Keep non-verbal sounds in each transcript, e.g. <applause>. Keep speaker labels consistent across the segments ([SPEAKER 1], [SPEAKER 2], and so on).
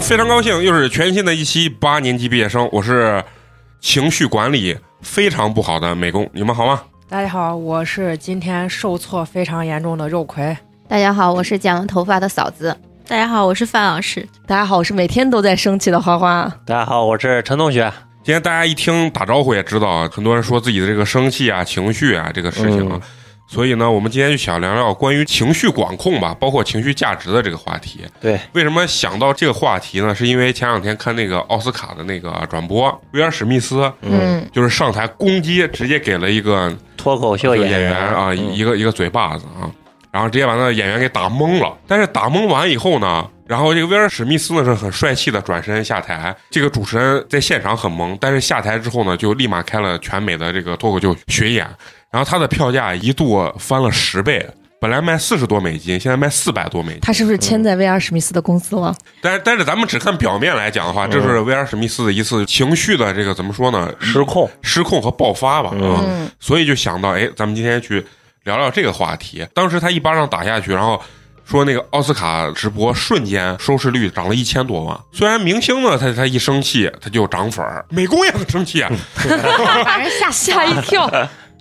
[SPEAKER 1] 非常高兴，又是全新的一期八年级毕业生，我是情绪管理非常不好的美工，你们好吗？
[SPEAKER 2] 大家好，我是今天受挫非常严重的肉葵。
[SPEAKER 3] 大家好，我是剪了头发的嫂子。
[SPEAKER 4] 大家好，我是范老师。
[SPEAKER 5] 大家好，我是每天都在生气的花花。
[SPEAKER 6] 大家好，我是陈同学。
[SPEAKER 1] 今天大家一听打招呼也知道，很多人说自己的这个生气啊、情绪啊这个事情啊，
[SPEAKER 6] 嗯
[SPEAKER 1] 所以呢，我们今天就想聊聊关于情绪管控吧，包括情绪价值的这个话题。
[SPEAKER 6] 对，
[SPEAKER 1] 为什么想到这个话题呢？是因为前两天看那个奥斯卡的那个转播，威尔史密斯
[SPEAKER 6] 嗯，
[SPEAKER 1] 就是上台攻击，直接给了一个
[SPEAKER 6] 脱口秀
[SPEAKER 1] 演
[SPEAKER 6] 员
[SPEAKER 1] 啊，
[SPEAKER 6] 嗯
[SPEAKER 1] 一个一个嘴巴子啊，然后直接把那个演员给打懵了。但是打懵完以后呢，然后这个威尔史密斯呢是很帅气的转身下台，这个主持人在现场很懵，但是下台之后呢，就立马开了全美的这个脱口秀巡演，然后他的票价一度翻了十倍。本来卖四十多美金，现在卖四百多美金。
[SPEAKER 5] 他是不是签在威尔史密斯的公司了？
[SPEAKER 1] 但但是咱们只看表面来讲的话，这是威尔史密斯的一次情绪的这个怎么说呢？
[SPEAKER 6] 失控。
[SPEAKER 1] 失控和爆发吧，
[SPEAKER 6] 嗯
[SPEAKER 1] 啊、所以就想到，哎，咱们今天去聊聊这个话题。当时他一巴掌打下去，然后说那个奥斯卡直播瞬间收视率涨了一千多万。虽然明星呢，他他一生气他就涨粉儿， <laughs> 美工也很生气啊，
[SPEAKER 3] 把
[SPEAKER 2] 哎
[SPEAKER 3] 人吓死
[SPEAKER 5] 吓一跳！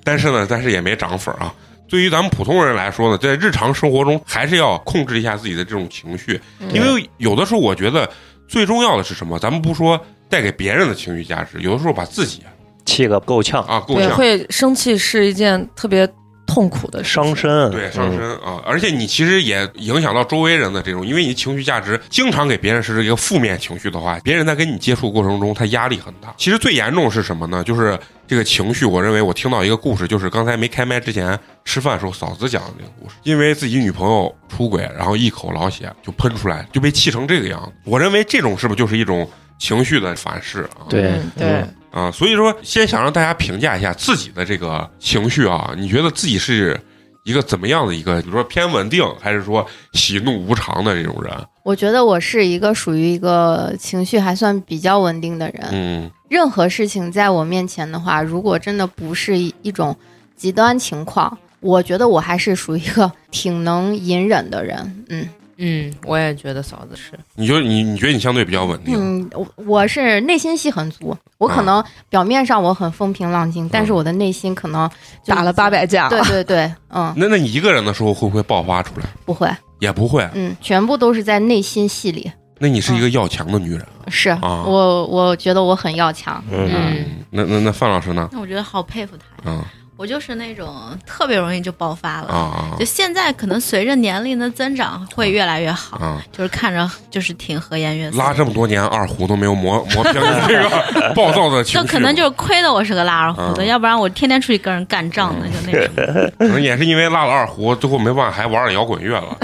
[SPEAKER 1] 但是呢，但是也没涨粉儿啊。对于咱们普通人来说呢，在日常生活中还是要控制一下自己的这种情绪，因为有的时候我觉得最重要的是什么？咱们不说带给别人的情绪价值，有的时候把自己
[SPEAKER 6] 气个够呛，
[SPEAKER 1] 啊够
[SPEAKER 5] <laughs> 对，
[SPEAKER 1] 呛，
[SPEAKER 5] 会生气是一件特别痛苦的事情
[SPEAKER 6] 伤。身。
[SPEAKER 1] 对，上身啊，而且你其实也影响到周围人的这种，因为你情绪价值经常给别人是一个负面情绪的话，别人在跟你接触过程中，他压力很大。其实最严重是什么呢？就是这个情绪，我认为我听到一个故事，就是刚才没开麦之前吃饭的时候嫂子讲的这个故事，因为自己女朋友出轨，然后一口老血就喷出来，就被气成这个样子。我认为这种是不是就是一种情绪的反噬啊？
[SPEAKER 6] 对
[SPEAKER 5] 嗯对
[SPEAKER 6] 嗯，
[SPEAKER 1] 啊，所以说先想让大家评价一下自己的这个情绪啊，你觉得自己是一个怎么样的一个，比如说偏稳定，还是说喜怒无常的这种人？
[SPEAKER 3] 我觉得我是一个属于一个情绪还算比较稳定的人。
[SPEAKER 1] 嗯
[SPEAKER 3] 任何事情在我面前的话，如果真的不是一一种极端情况，我觉得我还是属于一个挺能隐忍的人。嗯
[SPEAKER 2] 嗯，我也觉得嫂子是。
[SPEAKER 1] 你就你你觉得你相对比较稳定，
[SPEAKER 3] 嗯，我我是内心戏很足，我可
[SPEAKER 1] 嗯
[SPEAKER 3] 能表面上我很风平浪静，但是我的内心可能
[SPEAKER 1] 啊
[SPEAKER 3] 就
[SPEAKER 5] 打了八。百架，
[SPEAKER 3] 对对对，嗯，
[SPEAKER 1] 那那你一个人的时候会不会爆发出来？
[SPEAKER 3] 不会，
[SPEAKER 1] 也不会。啊
[SPEAKER 3] 嗯，全部都是在内心戏里。
[SPEAKER 1] 那你是一个要强的女人。
[SPEAKER 3] 是、
[SPEAKER 1] 啊
[SPEAKER 3] 我，我觉得我很要强。
[SPEAKER 6] 嗯，
[SPEAKER 2] 嗯
[SPEAKER 1] 那那那范老师呢？
[SPEAKER 4] 那我觉得好佩服他呀，
[SPEAKER 1] 啊
[SPEAKER 4] 我就是那种特别容易就爆发了。
[SPEAKER 1] 啊
[SPEAKER 4] 就现在可能随着年龄的增长会越来越
[SPEAKER 1] 啊
[SPEAKER 4] 好，
[SPEAKER 1] 啊！
[SPEAKER 4] 就是看着就是挺和颜悦色的。
[SPEAKER 1] 拉这么多年二胡都没有磨磨平你这个 <laughs> 暴躁的情
[SPEAKER 4] 就
[SPEAKER 1] 绪，
[SPEAKER 4] 可能就是亏了我是个拉二胡的，
[SPEAKER 1] 嗯
[SPEAKER 4] 要不然我天天出去跟人干仗呢，就
[SPEAKER 1] <laughs>
[SPEAKER 4] 那种。
[SPEAKER 1] 可能也是因为拉了二胡，最后没办法还玩了摇滚乐
[SPEAKER 6] <laughs>
[SPEAKER 1] 了，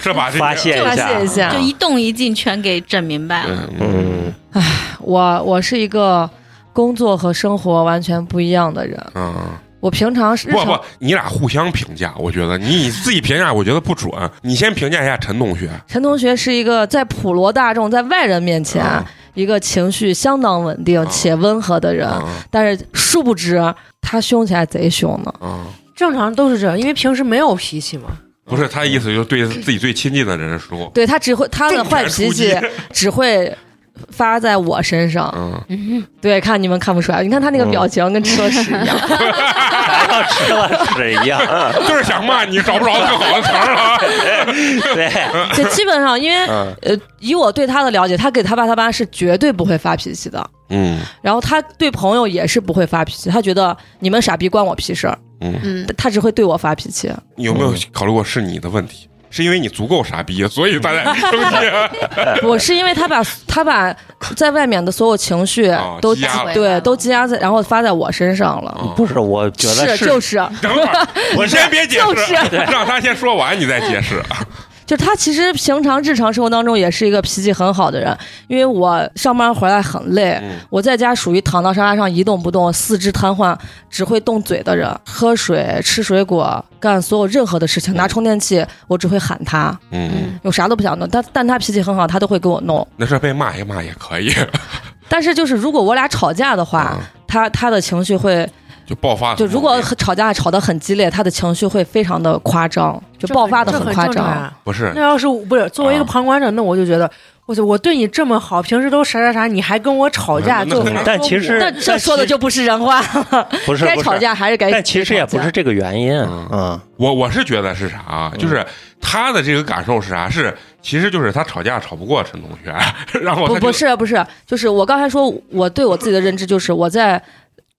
[SPEAKER 1] 这把这
[SPEAKER 6] 发泄
[SPEAKER 5] 发泄一
[SPEAKER 6] 一下。
[SPEAKER 5] 下
[SPEAKER 4] 就。一动一静全给整明白了。
[SPEAKER 1] 嗯嗯
[SPEAKER 6] 嗯，
[SPEAKER 5] 我我是一个工作和生活完全不一样的人。
[SPEAKER 1] 嗯，
[SPEAKER 5] 我平常是日
[SPEAKER 1] 不
[SPEAKER 5] 常
[SPEAKER 1] 不，你俩互相评价，我觉得你你自己评价，我觉得不准。你先评价一下陈同学，
[SPEAKER 5] 陈同学是一个在普罗大众、在外人面前、
[SPEAKER 1] 啊
[SPEAKER 5] 一个情绪相当稳定
[SPEAKER 1] 啊
[SPEAKER 5] 且温和的人，
[SPEAKER 1] 啊
[SPEAKER 5] 但是殊不知他凶起来贼凶呢。
[SPEAKER 1] 啊，
[SPEAKER 2] 正常都是这样，因为平时没有脾气嘛。
[SPEAKER 1] 不是他的意思，就是对自己最亲近的人说。
[SPEAKER 5] 对他只会他的
[SPEAKER 1] 重拳
[SPEAKER 5] 坏脾
[SPEAKER 1] 出击
[SPEAKER 5] 气只会发在我身上。
[SPEAKER 1] 嗯，
[SPEAKER 2] 嗯，
[SPEAKER 5] 对，看你们看不出来，你看他那个表情跟吃了屎
[SPEAKER 1] <laughs>
[SPEAKER 5] 一样。
[SPEAKER 6] 还要吃了屎一样。
[SPEAKER 1] 嗯就是想骂你，找不着更好的词儿了。
[SPEAKER 5] <laughs>
[SPEAKER 6] 对，
[SPEAKER 5] 就基本上，因为
[SPEAKER 1] 嗯
[SPEAKER 5] 呃，以我对他的了解，他给他爸他妈是绝对不会发脾气的。
[SPEAKER 1] 嗯
[SPEAKER 5] 然后他对朋友也是不会发脾气，他觉得你们傻逼关我屁事儿，
[SPEAKER 1] 嗯，
[SPEAKER 3] 嗯，
[SPEAKER 5] 他只会对我发脾气。
[SPEAKER 1] 你有没有考虑过是你的问题？是因为你足够傻逼，所以大
[SPEAKER 5] 嗯
[SPEAKER 1] 家生气。
[SPEAKER 5] 我是因为他把他把在外面的所有情绪
[SPEAKER 1] 哦
[SPEAKER 5] 都
[SPEAKER 1] 积压
[SPEAKER 3] 了
[SPEAKER 2] 啊
[SPEAKER 5] 对都积压在，然后发在我身上了。
[SPEAKER 1] 啊
[SPEAKER 6] 不是，我觉得
[SPEAKER 5] 是就是
[SPEAKER 1] 等会儿，我先别解
[SPEAKER 5] 就
[SPEAKER 1] 释，
[SPEAKER 5] 是
[SPEAKER 1] 让他先说完，你再解
[SPEAKER 5] <laughs>
[SPEAKER 1] 释。
[SPEAKER 5] 就是他其实平常日常生活当中也是一个脾气很好的人，因为我上班回来很累，
[SPEAKER 1] 嗯
[SPEAKER 5] 我在家属于躺到沙发上一动不动，四肢瘫痪，只会动嘴的人，喝水、吃水果，干所有任何的事情，拿充电器我只会喊他，
[SPEAKER 1] 嗯，
[SPEAKER 5] 有啥都不想弄，但但他脾气很好，他都会给我弄。
[SPEAKER 1] 那是被骂一骂也可以，
[SPEAKER 5] 但是就是如果我俩吵架的话，
[SPEAKER 6] 啊
[SPEAKER 1] 嗯
[SPEAKER 5] 他他的情绪会
[SPEAKER 1] 就爆发。
[SPEAKER 5] 就如果吵架吵得很激烈，他的情绪会非常的夸张，就
[SPEAKER 2] 这
[SPEAKER 5] 爆发的
[SPEAKER 2] 这很
[SPEAKER 5] 夸
[SPEAKER 2] 正常啊
[SPEAKER 5] 张。
[SPEAKER 2] 呀。
[SPEAKER 1] 不是
[SPEAKER 2] 那要是我不是作为一个
[SPEAKER 1] 啊
[SPEAKER 2] 旁观者，那我就觉得我就我对你这么好，平时都啥啥啥，你还跟我吵架，
[SPEAKER 1] 嗯
[SPEAKER 2] 就
[SPEAKER 1] 那
[SPEAKER 6] 嗯但其实
[SPEAKER 5] 那这说的就不是人话，
[SPEAKER 6] 不是
[SPEAKER 5] 该
[SPEAKER 6] 不
[SPEAKER 5] 吵
[SPEAKER 6] 是，
[SPEAKER 5] 架还是该。
[SPEAKER 6] 但其实也不是这个原因，
[SPEAKER 1] 嗯
[SPEAKER 6] 嗯，
[SPEAKER 1] 我我是觉得是啥，啊
[SPEAKER 5] 嗯
[SPEAKER 1] 就是他的这个感受是啥？是其实就是他吵架吵不过陈同学， <laughs> 然后
[SPEAKER 5] 不
[SPEAKER 1] 他
[SPEAKER 5] 不
[SPEAKER 1] 就是
[SPEAKER 5] 不是，就是我刚才说，我对我自己的认知就是我在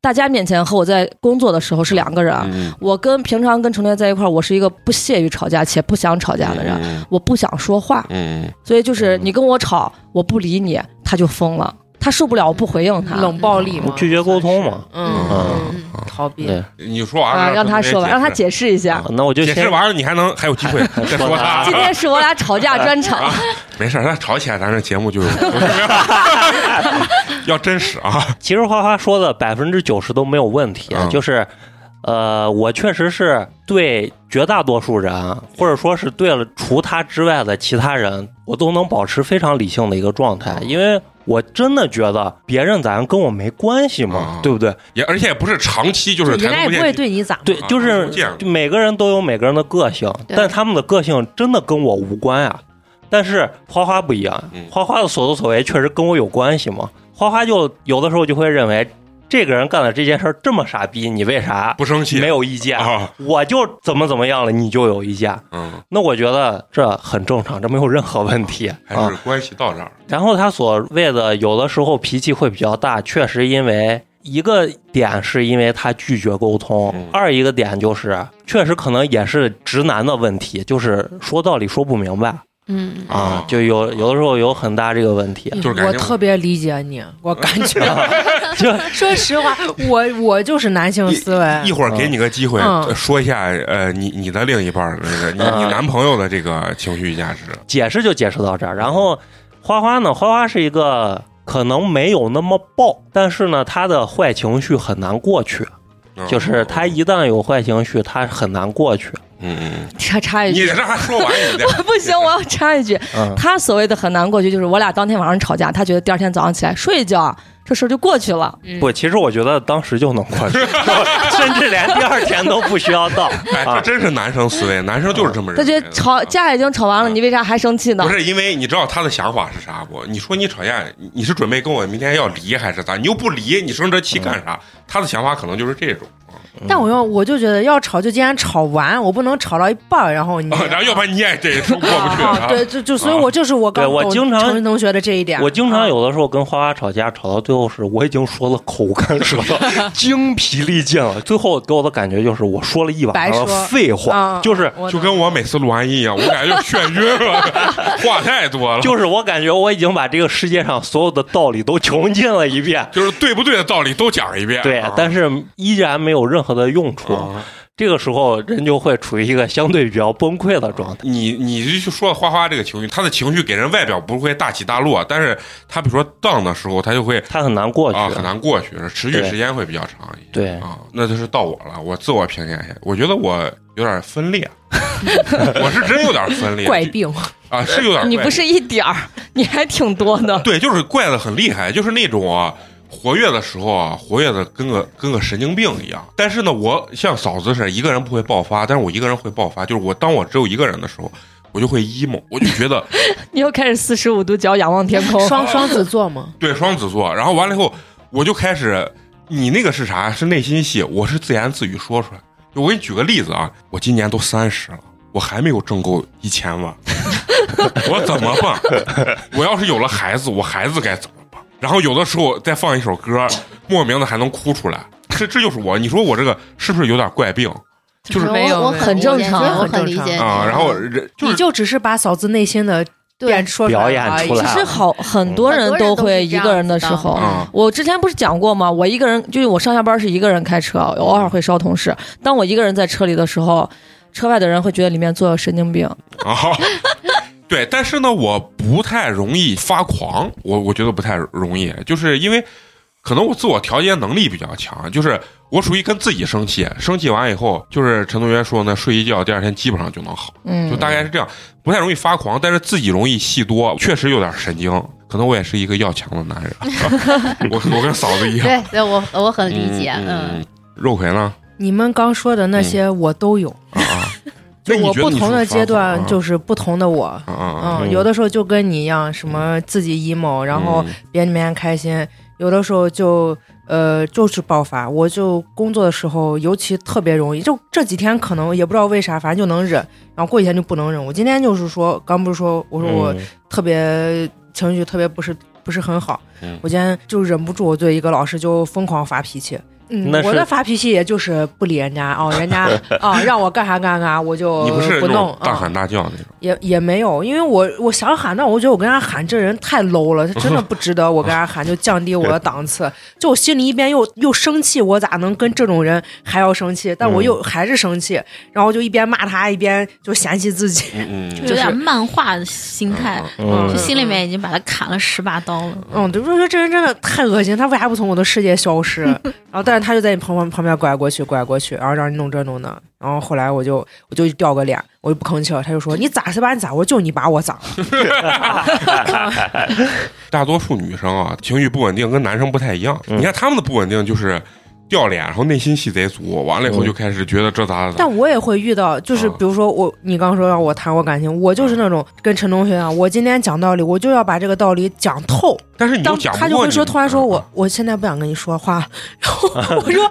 [SPEAKER 5] 大家面前和我在工作的时候是两个人。啊
[SPEAKER 1] 嗯
[SPEAKER 5] 我跟平常跟程同学在一块儿，我是一个不屑于吵架且不想吵架的人，
[SPEAKER 1] 嗯
[SPEAKER 5] 我不想说话，
[SPEAKER 1] 嗯，
[SPEAKER 5] 所以就是你跟我吵，我不理你，他就疯了，他受不了，我不回应他。
[SPEAKER 2] 冷暴力嘛，
[SPEAKER 6] 拒绝沟通嘛。
[SPEAKER 2] 嗯，嗯，
[SPEAKER 3] 嗯
[SPEAKER 2] 逃避。
[SPEAKER 6] 对
[SPEAKER 1] 你说完
[SPEAKER 5] 啊，
[SPEAKER 1] 了，
[SPEAKER 5] 让他说完，让他
[SPEAKER 1] 解
[SPEAKER 5] 解释一下
[SPEAKER 6] 啊。那我就
[SPEAKER 1] 释解
[SPEAKER 6] 先
[SPEAKER 1] 释完了，你还能还有机
[SPEAKER 5] <laughs>
[SPEAKER 1] 会再说他。
[SPEAKER 5] 今天是我俩吵架专场，
[SPEAKER 1] 没事儿，那吵起来咱这节目 <laughs> 就有要真实啊，
[SPEAKER 6] <laughs> 其实花花说的百分之九十都没有问题，啊
[SPEAKER 1] 嗯
[SPEAKER 6] 就是，呃，我确实是对绝大多数人，或者说是对了除他之外的其他人，我都能保持非常理性的一个状态，
[SPEAKER 1] 嗯
[SPEAKER 6] 因为我真的觉得别人咋样跟我没关系嘛，
[SPEAKER 1] 嗯
[SPEAKER 6] 对不对？
[SPEAKER 1] 也而且也不是长期就是
[SPEAKER 2] 人家
[SPEAKER 1] 抬
[SPEAKER 2] 也
[SPEAKER 1] 头
[SPEAKER 2] 不
[SPEAKER 1] 见
[SPEAKER 2] 会
[SPEAKER 1] 低
[SPEAKER 2] 对你咋嘛，
[SPEAKER 6] 对，
[SPEAKER 1] 啊
[SPEAKER 6] 就
[SPEAKER 1] 我
[SPEAKER 6] 是
[SPEAKER 1] 都见过
[SPEAKER 6] 就每个人都有每个人的个性，
[SPEAKER 3] 对
[SPEAKER 6] 但他们的个性真的跟我无关呀。但是花花不一样
[SPEAKER 1] 嗯，
[SPEAKER 6] 花花的所作所为确实跟我有关系嘛。花花就有的时候就会认为，这个人干的这件事儿这么傻逼，你为啥
[SPEAKER 1] 不生气
[SPEAKER 6] 没有意见？
[SPEAKER 1] 啊，
[SPEAKER 6] 我就怎么怎么样了，你就有意见？
[SPEAKER 1] 嗯，
[SPEAKER 6] 那我觉得这很正常，这没有任何问题
[SPEAKER 1] 还
[SPEAKER 6] 啊
[SPEAKER 1] 是。关系到这儿，
[SPEAKER 6] 然后他所谓的有的时候脾气会比较大，确实因为一个点是因为他拒绝沟通，
[SPEAKER 1] 嗯
[SPEAKER 6] 二一个点就是确实可能也是直男的问题，就是说道理说不明白
[SPEAKER 3] 嗯，
[SPEAKER 1] 啊
[SPEAKER 6] 啊，就有有的时候有很大这个问题，
[SPEAKER 1] 就是感
[SPEAKER 2] 嗯我
[SPEAKER 1] 觉
[SPEAKER 2] 特别理解
[SPEAKER 1] <laughs>
[SPEAKER 2] 你，我感觉，
[SPEAKER 6] <laughs> 就
[SPEAKER 2] 说实话，我我就是男性思
[SPEAKER 1] 一
[SPEAKER 2] 维，
[SPEAKER 1] 会儿给你个机会、
[SPEAKER 2] 嗯
[SPEAKER 1] 说一下，呃，你你的另一半儿那个你、
[SPEAKER 6] 嗯
[SPEAKER 1] 你男朋友的这个情绪价值，
[SPEAKER 6] 解释就解释到这儿。然后花花呢，花花是一个可能没有那么暴，但是呢，他的坏情绪很难过去，
[SPEAKER 1] 嗯
[SPEAKER 6] 就是他一旦有坏情绪，他很难过去。
[SPEAKER 1] 嗯嗯，
[SPEAKER 5] 插插一
[SPEAKER 1] 你
[SPEAKER 5] 句
[SPEAKER 1] 这。还说完你再
[SPEAKER 5] 不行，我要插一句，
[SPEAKER 6] 嗯，
[SPEAKER 5] 他所谓的很难过去，就是我俩当天晚上吵架，他觉得第二天早上起来睡一觉，这事儿就过去了。
[SPEAKER 2] 嗯
[SPEAKER 6] 不，其实我觉得当时就能
[SPEAKER 2] <laughs>
[SPEAKER 6] 过去，甚至连第二天都不需要到 <laughs>
[SPEAKER 1] 哎，这
[SPEAKER 6] 啊。
[SPEAKER 1] 真是男生思维，男生就是这么
[SPEAKER 5] 他
[SPEAKER 1] 认
[SPEAKER 5] 觉
[SPEAKER 1] 为
[SPEAKER 5] 得
[SPEAKER 1] 的。嗯
[SPEAKER 5] 吵架已经吵完了，你为啥还生气呢
[SPEAKER 1] 不？是因为你知道他的想法是啥不？你说你吵架，你你是准备跟我明天要离还是咋？你又不离，你生这气
[SPEAKER 6] 嗯
[SPEAKER 1] 干啥？他的想法可能就是这种，
[SPEAKER 2] 但我
[SPEAKER 1] 嗯
[SPEAKER 2] 又我就觉得要吵就今天吵完，我不能吵到一半儿，然后
[SPEAKER 5] 嗯
[SPEAKER 2] 你，
[SPEAKER 1] 啊然后要不然你也这过不去
[SPEAKER 2] 啊
[SPEAKER 1] 哦
[SPEAKER 5] <laughs>
[SPEAKER 1] 啊。
[SPEAKER 2] 对，就就所以，
[SPEAKER 1] 啊
[SPEAKER 2] 我就是我
[SPEAKER 6] 对
[SPEAKER 2] 刚
[SPEAKER 6] 我
[SPEAKER 2] 懂
[SPEAKER 6] 经常
[SPEAKER 2] 程同学的这一点，
[SPEAKER 6] 我经常有的时候跟花花吵架，吵到最后是我已经说了口干舌
[SPEAKER 2] <laughs>
[SPEAKER 6] 燥、精疲力尽了，最后给我的感觉就是我说了一晚上
[SPEAKER 2] 白说
[SPEAKER 6] 的废话
[SPEAKER 2] 啊，
[SPEAKER 6] 就是
[SPEAKER 2] 我
[SPEAKER 1] 就跟我每次录完音一样，我感觉眩晕了， <laughs> 话太多了。
[SPEAKER 6] 就是我感觉我已经把这个世界上所有的道理都穷尽了一遍，
[SPEAKER 1] 就是对不对的道理都讲一遍。
[SPEAKER 2] 嗯
[SPEAKER 6] 对
[SPEAKER 1] 啊，
[SPEAKER 6] 但是依然没有任何的用处。
[SPEAKER 1] 啊
[SPEAKER 6] 这个时候人就会处于一个相对比较崩溃的状态。
[SPEAKER 1] 你你就说花花这个情绪，他的情绪给人外表不会大起大落，但是他比如说荡的时候，他就会
[SPEAKER 6] 他很难过去，
[SPEAKER 1] 啊很难过去，持续
[SPEAKER 6] 对
[SPEAKER 1] 时间会比较长一些。
[SPEAKER 6] 对，
[SPEAKER 1] 啊，那就是到我了，我自我评价一下，我觉得我有点分
[SPEAKER 6] <laughs>
[SPEAKER 1] 裂，我是真有点分裂，
[SPEAKER 2] 怪病，
[SPEAKER 1] 啊，是有点怪
[SPEAKER 5] 你不是一点儿，你还挺多的。
[SPEAKER 1] 对，就是怪的很厉害，就是那种啊。活跃的时候啊，活跃的跟个跟个神经病一样。但是呢，我像嫂子似的，一个人不会爆发，但是我一个人会爆发。就是我当我只有一个人的时候，我就会 emo，我就觉得
[SPEAKER 5] 你又开始四十五度角仰望天
[SPEAKER 2] <laughs>
[SPEAKER 5] 空，
[SPEAKER 2] 双双子座嘛，
[SPEAKER 1] 对双子座，然后完了以后，我就开始，你那个是啥？是内心戏，我是自言自语说出来。就我给你举个例子啊，我今年都三十了，我还没有挣够一千万， <laughs> 我怎么办？我要是有了孩子，我孩子该怎么办？然后有的时候再放一首歌，莫名的还能哭出来，这这就是我。你说我这个是不是有点怪病 <laughs> 就是
[SPEAKER 3] 我
[SPEAKER 2] 没有
[SPEAKER 3] 我
[SPEAKER 2] 没有
[SPEAKER 3] 很
[SPEAKER 5] 很正
[SPEAKER 3] 理解
[SPEAKER 5] 常
[SPEAKER 3] 我
[SPEAKER 2] 很正
[SPEAKER 3] 很理
[SPEAKER 2] 常
[SPEAKER 3] 解
[SPEAKER 1] 啊？
[SPEAKER 3] 你
[SPEAKER 1] 然后人就
[SPEAKER 2] 你
[SPEAKER 1] 是
[SPEAKER 2] 就只是把嫂子内心的
[SPEAKER 3] 对
[SPEAKER 2] 变说出来
[SPEAKER 6] 表演
[SPEAKER 2] 而已
[SPEAKER 6] 出来
[SPEAKER 5] 其实好，
[SPEAKER 1] 嗯
[SPEAKER 5] 很多人都会一个人的时候
[SPEAKER 3] 很多人都是这样
[SPEAKER 1] 啊，
[SPEAKER 3] 子的。
[SPEAKER 5] 我之前不是讲过吗？我一个人，就是我上下班是一个人开车，偶尔会捎同事。当我一个人在车里的时候，车外的人会觉得里面坐有神经病。
[SPEAKER 1] 啊。 <laughs> 对，但是呢，我不太容易发狂，我我觉得不太容易，就是因为可能我自我调节能力比较强，就是我属于跟自己生气，生气完以后，就是陈同学说呢，睡一觉，第二天基本上就能好，就
[SPEAKER 5] 嗯，
[SPEAKER 1] 大概是这样，不太容易发狂，但是自己容易戏多，确实有点神经，可能我也是一个要强的男人，啊我我跟嫂子一样，
[SPEAKER 3] 对 <laughs> 对，我我很理解，
[SPEAKER 1] 嗯，
[SPEAKER 3] 嗯
[SPEAKER 1] 肉葵呢？
[SPEAKER 6] 嗯
[SPEAKER 2] 你们刚说的那些我都有，
[SPEAKER 1] 啊啊，那
[SPEAKER 2] 就
[SPEAKER 1] 你
[SPEAKER 2] 我
[SPEAKER 1] 觉得
[SPEAKER 2] 不
[SPEAKER 1] 你
[SPEAKER 2] 同的
[SPEAKER 1] 是发
[SPEAKER 2] 阶段
[SPEAKER 1] 狂
[SPEAKER 2] 就是不同的我，
[SPEAKER 1] 啊啊啊！
[SPEAKER 2] 嗯，
[SPEAKER 6] 嗯
[SPEAKER 2] 有的时候就跟你一样，什么自己 emo，然后
[SPEAKER 1] 嗯
[SPEAKER 2] 别人里面开心，有的时候就呃就是爆发。我就工作的时候尤其特别容易，就这几天可能也不知道为啥，反正就能忍，然后过几天就不能忍。我今天就是说，刚不是说我说我
[SPEAKER 6] 嗯
[SPEAKER 2] 特别情绪特别不是不是很好，
[SPEAKER 1] 嗯
[SPEAKER 2] 我今天就忍不住，我对一个老师就疯狂发脾气。嗯
[SPEAKER 6] 那，是
[SPEAKER 2] 我的发脾气也就是不理人家哦，
[SPEAKER 1] <laughs>
[SPEAKER 2] 人家啊、让我干啥干啥，我就
[SPEAKER 1] 你不是那
[SPEAKER 2] 弄
[SPEAKER 1] 种，大
[SPEAKER 2] 嗯
[SPEAKER 1] 喊大叫那种，
[SPEAKER 2] 也也没有，因为我我想喊，但我觉得我跟他喊这人太 low 了，他真的不值得我跟他喊，就降低我的档次。就我心里一边又又生气，我咋能跟这种人还要生气？但我又还是生气，然后就一边骂他，一边就嫌弃自己。
[SPEAKER 1] 嗯嗯，
[SPEAKER 4] 就有点漫画的心态，
[SPEAKER 6] 嗯
[SPEAKER 4] 就
[SPEAKER 2] 嗯
[SPEAKER 4] 心里面已经把他砍了十把刀了。
[SPEAKER 2] 嗯，对，我就觉得这人真的太恶心，他为啥不从我的世界消失？然后，但是他就在你旁旁旁边拐过去，拐过去，然后让你弄这弄那。然后后来我就我就掉个脸，我就不吭气了。他就说：“你咋是把你咋？”我说：“就你把我咋。”
[SPEAKER 1] 大多数女生啊，情绪不稳定跟男生不太一样。
[SPEAKER 6] 嗯
[SPEAKER 1] 你看他们的不稳定就是掉脸，然后内心戏贼足，完了以后
[SPEAKER 6] 嗯
[SPEAKER 1] 就开始觉得这咋咋咋。
[SPEAKER 2] 但我也会遇到，就是
[SPEAKER 1] 啊
[SPEAKER 2] 比如说我，你刚说让我谈我感情，我
[SPEAKER 1] 嗯
[SPEAKER 2] 就是那种跟陈同学啊，我今天讲道理，我就要把这个道理讲透。
[SPEAKER 1] 但是你
[SPEAKER 2] 当
[SPEAKER 1] 又讲不过
[SPEAKER 2] 他就会
[SPEAKER 1] 你
[SPEAKER 2] 说，突然说我
[SPEAKER 1] 啊
[SPEAKER 2] 我现在不想跟你说话，然
[SPEAKER 1] <laughs>
[SPEAKER 2] 后我说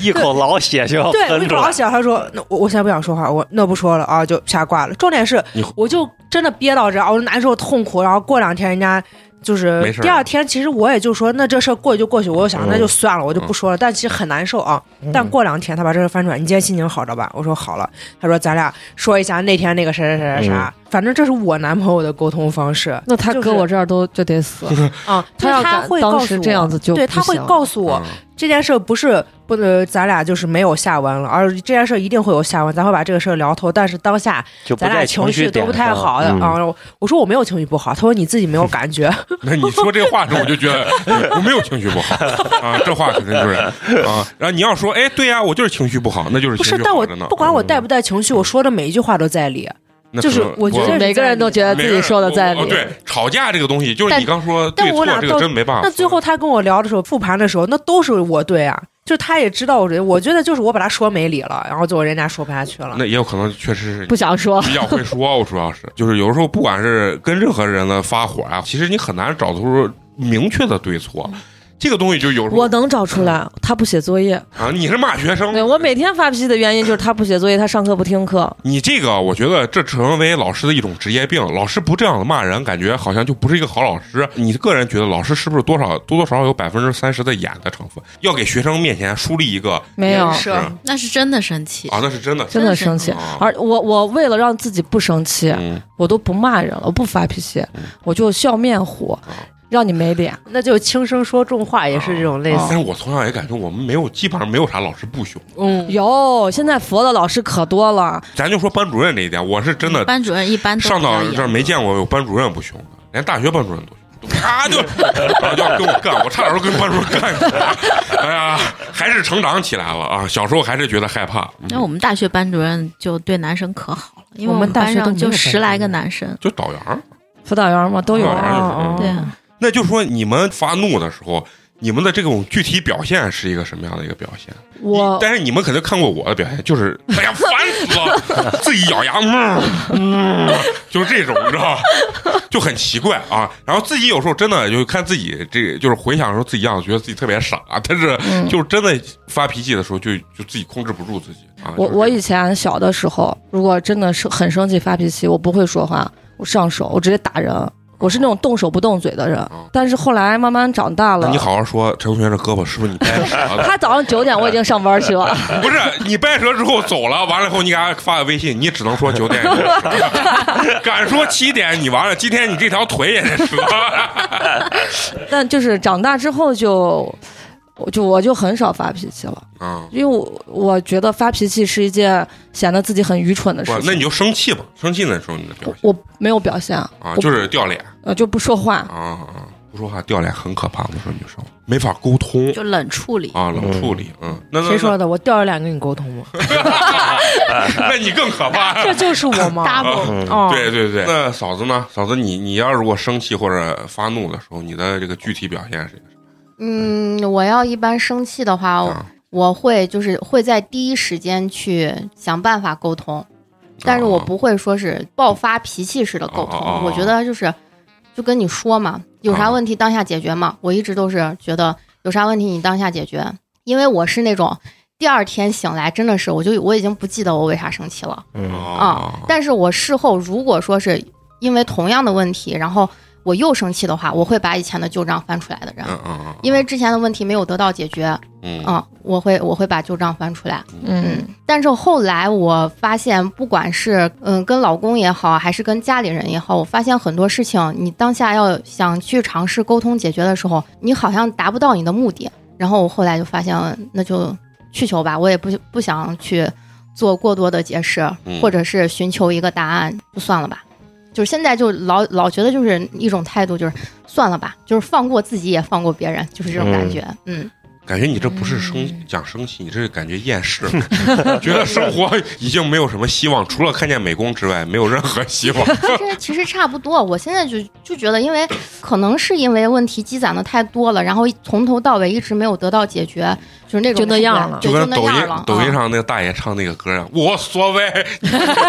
[SPEAKER 6] 一口老血就要
[SPEAKER 2] 对，我
[SPEAKER 6] 喷
[SPEAKER 2] 一
[SPEAKER 6] 出
[SPEAKER 2] 老
[SPEAKER 6] 来，
[SPEAKER 2] 想，他说那我我现在不想说话，我那不说了啊，就下挂了。重点是
[SPEAKER 1] 你，
[SPEAKER 2] 我就真的憋到这儿，我难受痛苦，然后过两天人家。就
[SPEAKER 1] 没
[SPEAKER 2] 是
[SPEAKER 1] 事儿
[SPEAKER 2] 第二天，其实我也就说，那这事儿过去就过去，我就想
[SPEAKER 6] 嗯
[SPEAKER 2] 那就算了，我就不说了。但其实很难受啊。但过两天他把这事翻出来，你今天心情好着吧？我说好了。他说咱俩说一下那天那个谁谁谁谁啥，反正这是我男朋友的沟通方式
[SPEAKER 5] 那他
[SPEAKER 2] 就是
[SPEAKER 5] 搁我这儿都就得死，
[SPEAKER 2] 啊。
[SPEAKER 5] 哦他要
[SPEAKER 2] 他
[SPEAKER 5] 敢
[SPEAKER 2] 会告
[SPEAKER 5] 当
[SPEAKER 2] 诉
[SPEAKER 5] 时
[SPEAKER 2] 我
[SPEAKER 5] 这样子就
[SPEAKER 2] 对，
[SPEAKER 5] 不
[SPEAKER 2] 他会
[SPEAKER 5] 行
[SPEAKER 2] 告诉我
[SPEAKER 1] 啊
[SPEAKER 2] 嗯这件事儿不是不能咱俩就是没有下文了，而这件事儿一定会有下文，咱会把这个事儿聊透。但是当下
[SPEAKER 6] 就不
[SPEAKER 2] 咱
[SPEAKER 6] 在
[SPEAKER 2] 俩情
[SPEAKER 6] 绪
[SPEAKER 2] 绪都
[SPEAKER 6] 点
[SPEAKER 2] 不太
[SPEAKER 6] 上
[SPEAKER 2] 好的
[SPEAKER 6] 嗯
[SPEAKER 2] 啊、我说我没有情绪不好，他说你自己没有感 <laughs> 觉。
[SPEAKER 1] 那你说这话的时候，我就觉得 <laughs> 嗯我没有情绪
[SPEAKER 2] <laughs>
[SPEAKER 1] 不好啊，这话肯定就是啊。然后你要说，哎，对呀、我就是情绪不好，那就是
[SPEAKER 2] 不
[SPEAKER 1] 情
[SPEAKER 2] 是，
[SPEAKER 1] 绪
[SPEAKER 2] 但
[SPEAKER 1] 好
[SPEAKER 2] 我
[SPEAKER 1] 着呢。
[SPEAKER 2] 不管我带不带情绪，我说的每一句话都在理。啊
[SPEAKER 1] 那
[SPEAKER 2] 就是
[SPEAKER 1] 可能
[SPEAKER 2] 我觉得
[SPEAKER 5] 每个人都觉得
[SPEAKER 1] 每
[SPEAKER 5] 自
[SPEAKER 1] 个
[SPEAKER 5] 己
[SPEAKER 1] 人
[SPEAKER 5] 说的
[SPEAKER 1] 我
[SPEAKER 5] 在
[SPEAKER 1] 我哦
[SPEAKER 5] 理。
[SPEAKER 1] 对，吵架这个东西，就是
[SPEAKER 2] 但
[SPEAKER 1] 你刚说
[SPEAKER 2] 但
[SPEAKER 1] 对错
[SPEAKER 2] 我俩
[SPEAKER 1] 这个
[SPEAKER 2] 到
[SPEAKER 1] 真没办法。
[SPEAKER 2] 那最后他跟我聊的时候，复盘的时候，那都是我对啊，就是他也知道我这，我觉得就是我把他说没理了，然后最后人家说不下去了。
[SPEAKER 1] 那也有可能确实是
[SPEAKER 5] 不想
[SPEAKER 1] <laughs>
[SPEAKER 5] 说，
[SPEAKER 1] 比较会说，我主要是就是有时候不管是跟任何人的发火啊，其实你很难找出明确的对错。这个东西就有时候
[SPEAKER 5] 嗯我能找出来，他不写作业。
[SPEAKER 1] 啊，你是骂学生
[SPEAKER 5] 对，我每天发脾气的原因就是他不写作业，他上课不听课。
[SPEAKER 1] 你这个我觉得这成为老师的一种职业病。老师不这样的骂人，感觉好像就不是一个好老师。你个人觉得老师是不是多少多多少少有百分之三十的演的成分？要给学生面前树立一个
[SPEAKER 5] 没有，
[SPEAKER 1] 是啊，
[SPEAKER 4] 那是真的生气，
[SPEAKER 1] 那是真的。
[SPEAKER 5] 真的生气
[SPEAKER 1] 真的是。
[SPEAKER 5] 而我我为了让自己不生气，
[SPEAKER 1] 嗯，
[SPEAKER 5] 我都不骂人了，我不发脾气，我就笑面
[SPEAKER 1] 哦
[SPEAKER 5] 虎，让你没脸。
[SPEAKER 2] 那就轻声说重话，也是这种类
[SPEAKER 1] 但
[SPEAKER 2] 似。
[SPEAKER 1] 是我从小也感觉我们没有，基本上没有啥老师不凶。
[SPEAKER 2] 嗯，
[SPEAKER 5] 有，现在佛的老师可多了，
[SPEAKER 1] 咱就说班主任这一点，我是真的
[SPEAKER 4] 班主任一嗯般都
[SPEAKER 1] 上
[SPEAKER 4] 比较
[SPEAKER 1] 到
[SPEAKER 4] 严
[SPEAKER 1] 这儿没
[SPEAKER 4] 格
[SPEAKER 1] 见过有班主任不凶的，连大学班主任都凶，咔就 <laughs> 然后就要跟我干，我差点都跟班主任干起来了。哎呀，还是成长起来了啊！小时候还是觉得害怕，嗯
[SPEAKER 4] 那我们大学班主任就对男生可好了，因为
[SPEAKER 5] 我们
[SPEAKER 4] 们
[SPEAKER 5] 大
[SPEAKER 4] 班
[SPEAKER 5] 学都
[SPEAKER 4] 上
[SPEAKER 5] 没
[SPEAKER 4] 就
[SPEAKER 5] 有
[SPEAKER 4] 十
[SPEAKER 5] 班
[SPEAKER 4] 来
[SPEAKER 5] 主
[SPEAKER 4] 个
[SPEAKER 5] 任
[SPEAKER 4] 男生，
[SPEAKER 1] 就导员儿。
[SPEAKER 5] 辅导员嘛
[SPEAKER 4] 哎
[SPEAKER 5] 都有
[SPEAKER 1] 导员
[SPEAKER 5] 啊。
[SPEAKER 1] 就是
[SPEAKER 5] 啊
[SPEAKER 1] 嗯
[SPEAKER 4] 对啊，
[SPEAKER 1] 那就说你们发怒的时候，你们的这种具体表现是一个什么样的一个表现？
[SPEAKER 5] 我
[SPEAKER 1] 但是你们肯定看过我的表现，就是哎呀烦死了，自己咬牙，嗯，嗯就是这种，你知道吧，就很奇怪啊。然后自己有时候真的就看自己这个，就是回想的时候自己样子，觉得自己特别傻，但是
[SPEAKER 5] 嗯
[SPEAKER 1] 就是真的发脾气的时候就，就自己控制不住自己啊。
[SPEAKER 5] 我
[SPEAKER 1] 就是
[SPEAKER 5] 我以前小的时候，如果真的是很生气发脾气，我不会说话，我上手，我直接打人。我是那种动手不动嘴的人
[SPEAKER 1] 哦，
[SPEAKER 5] 但是后来慢慢长大
[SPEAKER 1] 那
[SPEAKER 5] 了
[SPEAKER 1] 你，好好说，陈同学这胳膊是不是你掰折了？ <laughs>
[SPEAKER 5] 他早上九点我已经上班去了，
[SPEAKER 1] 不是你掰折之后走了，完了以后你给他发个微信，你只能说九点，
[SPEAKER 5] <laughs>
[SPEAKER 1] 敢说七点，你完了，今天你这条腿也得折。 <laughs>
[SPEAKER 5] 但就是长大之后就，我就我就很少发脾气了，
[SPEAKER 1] 啊，
[SPEAKER 5] 因为我我觉得发脾气是一件显得自己很愚蠢的事
[SPEAKER 1] 不，
[SPEAKER 5] 情。
[SPEAKER 1] 那你就生气吧，生气那时候你的表现
[SPEAKER 5] 我没有表现
[SPEAKER 1] 啊，
[SPEAKER 5] 我
[SPEAKER 1] 就是掉脸
[SPEAKER 5] 呃就不说话
[SPEAKER 1] 啊，啊，不说话掉脸很可怕。我说女生没法沟通
[SPEAKER 4] 就冷处理。
[SPEAKER 1] 啊，冷处理，嗯，那那
[SPEAKER 2] 谁说的？我掉着脸跟你沟通吗？
[SPEAKER 1] 那那你更可怕。
[SPEAKER 2] 这就是我吗？
[SPEAKER 5] 啊
[SPEAKER 4] double
[SPEAKER 6] 嗯
[SPEAKER 2] <laughs> 哦，
[SPEAKER 1] 对对对，那嫂子呢？嫂子你，你要如果生气或者发怒的时候，你的这个具体表现是一个什
[SPEAKER 3] 嗯，我要一般生气的话，
[SPEAKER 1] 么
[SPEAKER 3] 我
[SPEAKER 1] 样？
[SPEAKER 3] 我会就是会在第一时间去想办法沟通，但是我
[SPEAKER 1] 哦
[SPEAKER 3] 不会说是爆发脾气式的沟通，
[SPEAKER 1] 哦哦哦
[SPEAKER 3] 我觉得就是就跟你说嘛，有啥
[SPEAKER 1] 哦
[SPEAKER 3] 问题当下解决嘛。我一直都是觉得有啥问题你当下解决，因为我是那种第二天醒来真的是我就我已经不记得我为啥生气了。
[SPEAKER 6] 嗯，
[SPEAKER 1] 哦
[SPEAKER 3] 啊、但是我事后如果说是因为同样的问题，然后我又生气的话，我会把以前的旧账翻出来的人，
[SPEAKER 1] 嗯嗯，
[SPEAKER 3] 因为之前的问题没有得到解决，啊、
[SPEAKER 1] 嗯
[SPEAKER 3] 我会我会把旧账翻出来。
[SPEAKER 5] 嗯，
[SPEAKER 3] 但是后来我发现，不管是嗯跟老公也好，还是跟家里人也好，我发现很多事情，你当下要想去尝试沟通解决的时候，你好像达不到你的目的。然后我后来就发现，那就去求吧，我也不不想去做过多的解释，
[SPEAKER 1] 嗯
[SPEAKER 3] 或者是寻求一个答案，就算了吧。就是现在就老老觉得就是一种态度，就是算了吧，就是放过自己也放过别人，就是这种感觉。
[SPEAKER 1] <laughs>
[SPEAKER 3] 嗯，
[SPEAKER 1] 感觉你这不是生讲生气，你这是感觉厌世，觉得生活已经没有什么希望，除了看见美工之外，没有任何希望。
[SPEAKER 3] 其实其实差不多。我现在就就觉得，因为可能是因为问题积攒的太多了，然后从头到尾一直没有得到解决，就是那种
[SPEAKER 5] 就那
[SPEAKER 3] 感觉
[SPEAKER 5] 样了
[SPEAKER 3] 对就
[SPEAKER 1] 跟
[SPEAKER 3] 那
[SPEAKER 1] 抖音
[SPEAKER 3] 样了。
[SPEAKER 1] 抖音
[SPEAKER 3] 啊
[SPEAKER 1] 上那个大爷唱那个歌一样，无所谓，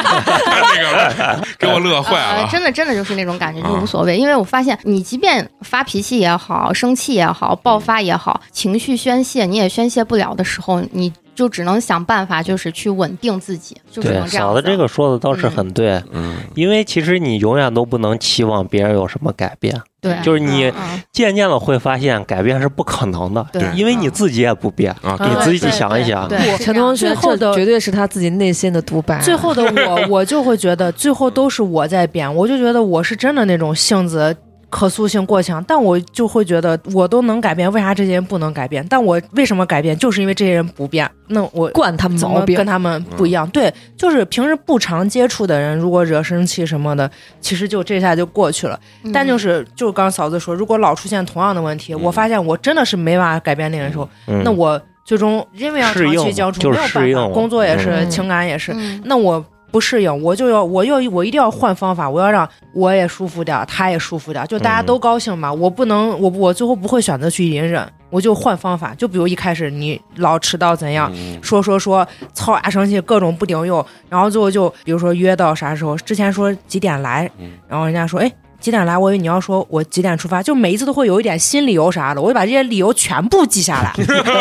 [SPEAKER 1] 那个给我乐坏
[SPEAKER 3] 呃
[SPEAKER 1] 了。
[SPEAKER 3] 真的真的就是那种感觉，就
[SPEAKER 1] 啊
[SPEAKER 3] 无所谓。因为我发现，你即便发脾气也好，生气也好，爆发也好，情绪宣泄你也宣泄不了的时候，你就只能想办法，就是去稳定自己，就只
[SPEAKER 6] 对，
[SPEAKER 3] 能这样
[SPEAKER 6] 嫂
[SPEAKER 3] 子。
[SPEAKER 6] 子这个说的倒是很对，
[SPEAKER 1] 嗯，
[SPEAKER 6] 因为其实你永远都不能期望别人有什么改变，
[SPEAKER 3] 对，
[SPEAKER 6] 就是你
[SPEAKER 3] 嗯嗯
[SPEAKER 6] 渐渐的会发现改变是不可能的，
[SPEAKER 3] 对，嗯
[SPEAKER 6] 因为你自己也不变。
[SPEAKER 1] 啊，
[SPEAKER 6] 你
[SPEAKER 5] 对
[SPEAKER 6] 自己想一想，
[SPEAKER 3] 对，是
[SPEAKER 5] 陈
[SPEAKER 3] 这样
[SPEAKER 5] 同学
[SPEAKER 2] 最后
[SPEAKER 5] 这
[SPEAKER 2] 的
[SPEAKER 5] 绝对是他自己内心的独白。啊
[SPEAKER 2] 最后的我，我就会觉得最后都是我在变，我就觉得我是真的那种性子。可塑性过强，但我就会觉得我都能改变，为啥这些人不能改变？但我为什么改变，就是因为这些人不变。那我
[SPEAKER 5] 惯他们
[SPEAKER 2] 怎
[SPEAKER 5] 毛
[SPEAKER 2] 么
[SPEAKER 5] 病
[SPEAKER 2] 嗯跟，他们不一
[SPEAKER 6] 嗯
[SPEAKER 2] 样？对，就是平时不常接触的人，如果惹生气什么的，其实就这下就过去了。但就
[SPEAKER 3] 嗯
[SPEAKER 2] 是，就刚嫂子说，如果老出现同样的问题，
[SPEAKER 1] 嗯
[SPEAKER 2] 我发现我真的是没办法改变那个人的时候，
[SPEAKER 6] 嗯
[SPEAKER 2] 那我最终因为要
[SPEAKER 6] 适
[SPEAKER 2] 长期
[SPEAKER 6] 应
[SPEAKER 2] 相处，
[SPEAKER 6] 就
[SPEAKER 2] 没
[SPEAKER 6] 是
[SPEAKER 2] 有
[SPEAKER 6] 适
[SPEAKER 2] 办法，
[SPEAKER 6] 应
[SPEAKER 2] 工作也是，
[SPEAKER 5] 嗯
[SPEAKER 2] 情感也是，
[SPEAKER 3] 嗯
[SPEAKER 2] 那我不适应，我就要，我要，我一定要换方法，我要让我也舒服点儿，他也舒服点儿，就大家
[SPEAKER 6] 嗯
[SPEAKER 2] 都高兴嘛。我不能，我我最后不会选择去隐忍，我就换方法。就比如一开始你老迟到怎
[SPEAKER 1] 嗯
[SPEAKER 2] 样，说说说，操啊生气，各种不顶用，然后最后就比如说约到啥时候，之前说几点来
[SPEAKER 1] 嗯，
[SPEAKER 2] 然后人家说哎。几点来？我以为你要说我几点出发，就每一次都会有一点新理由啥的，我就把这些理由全部记下来。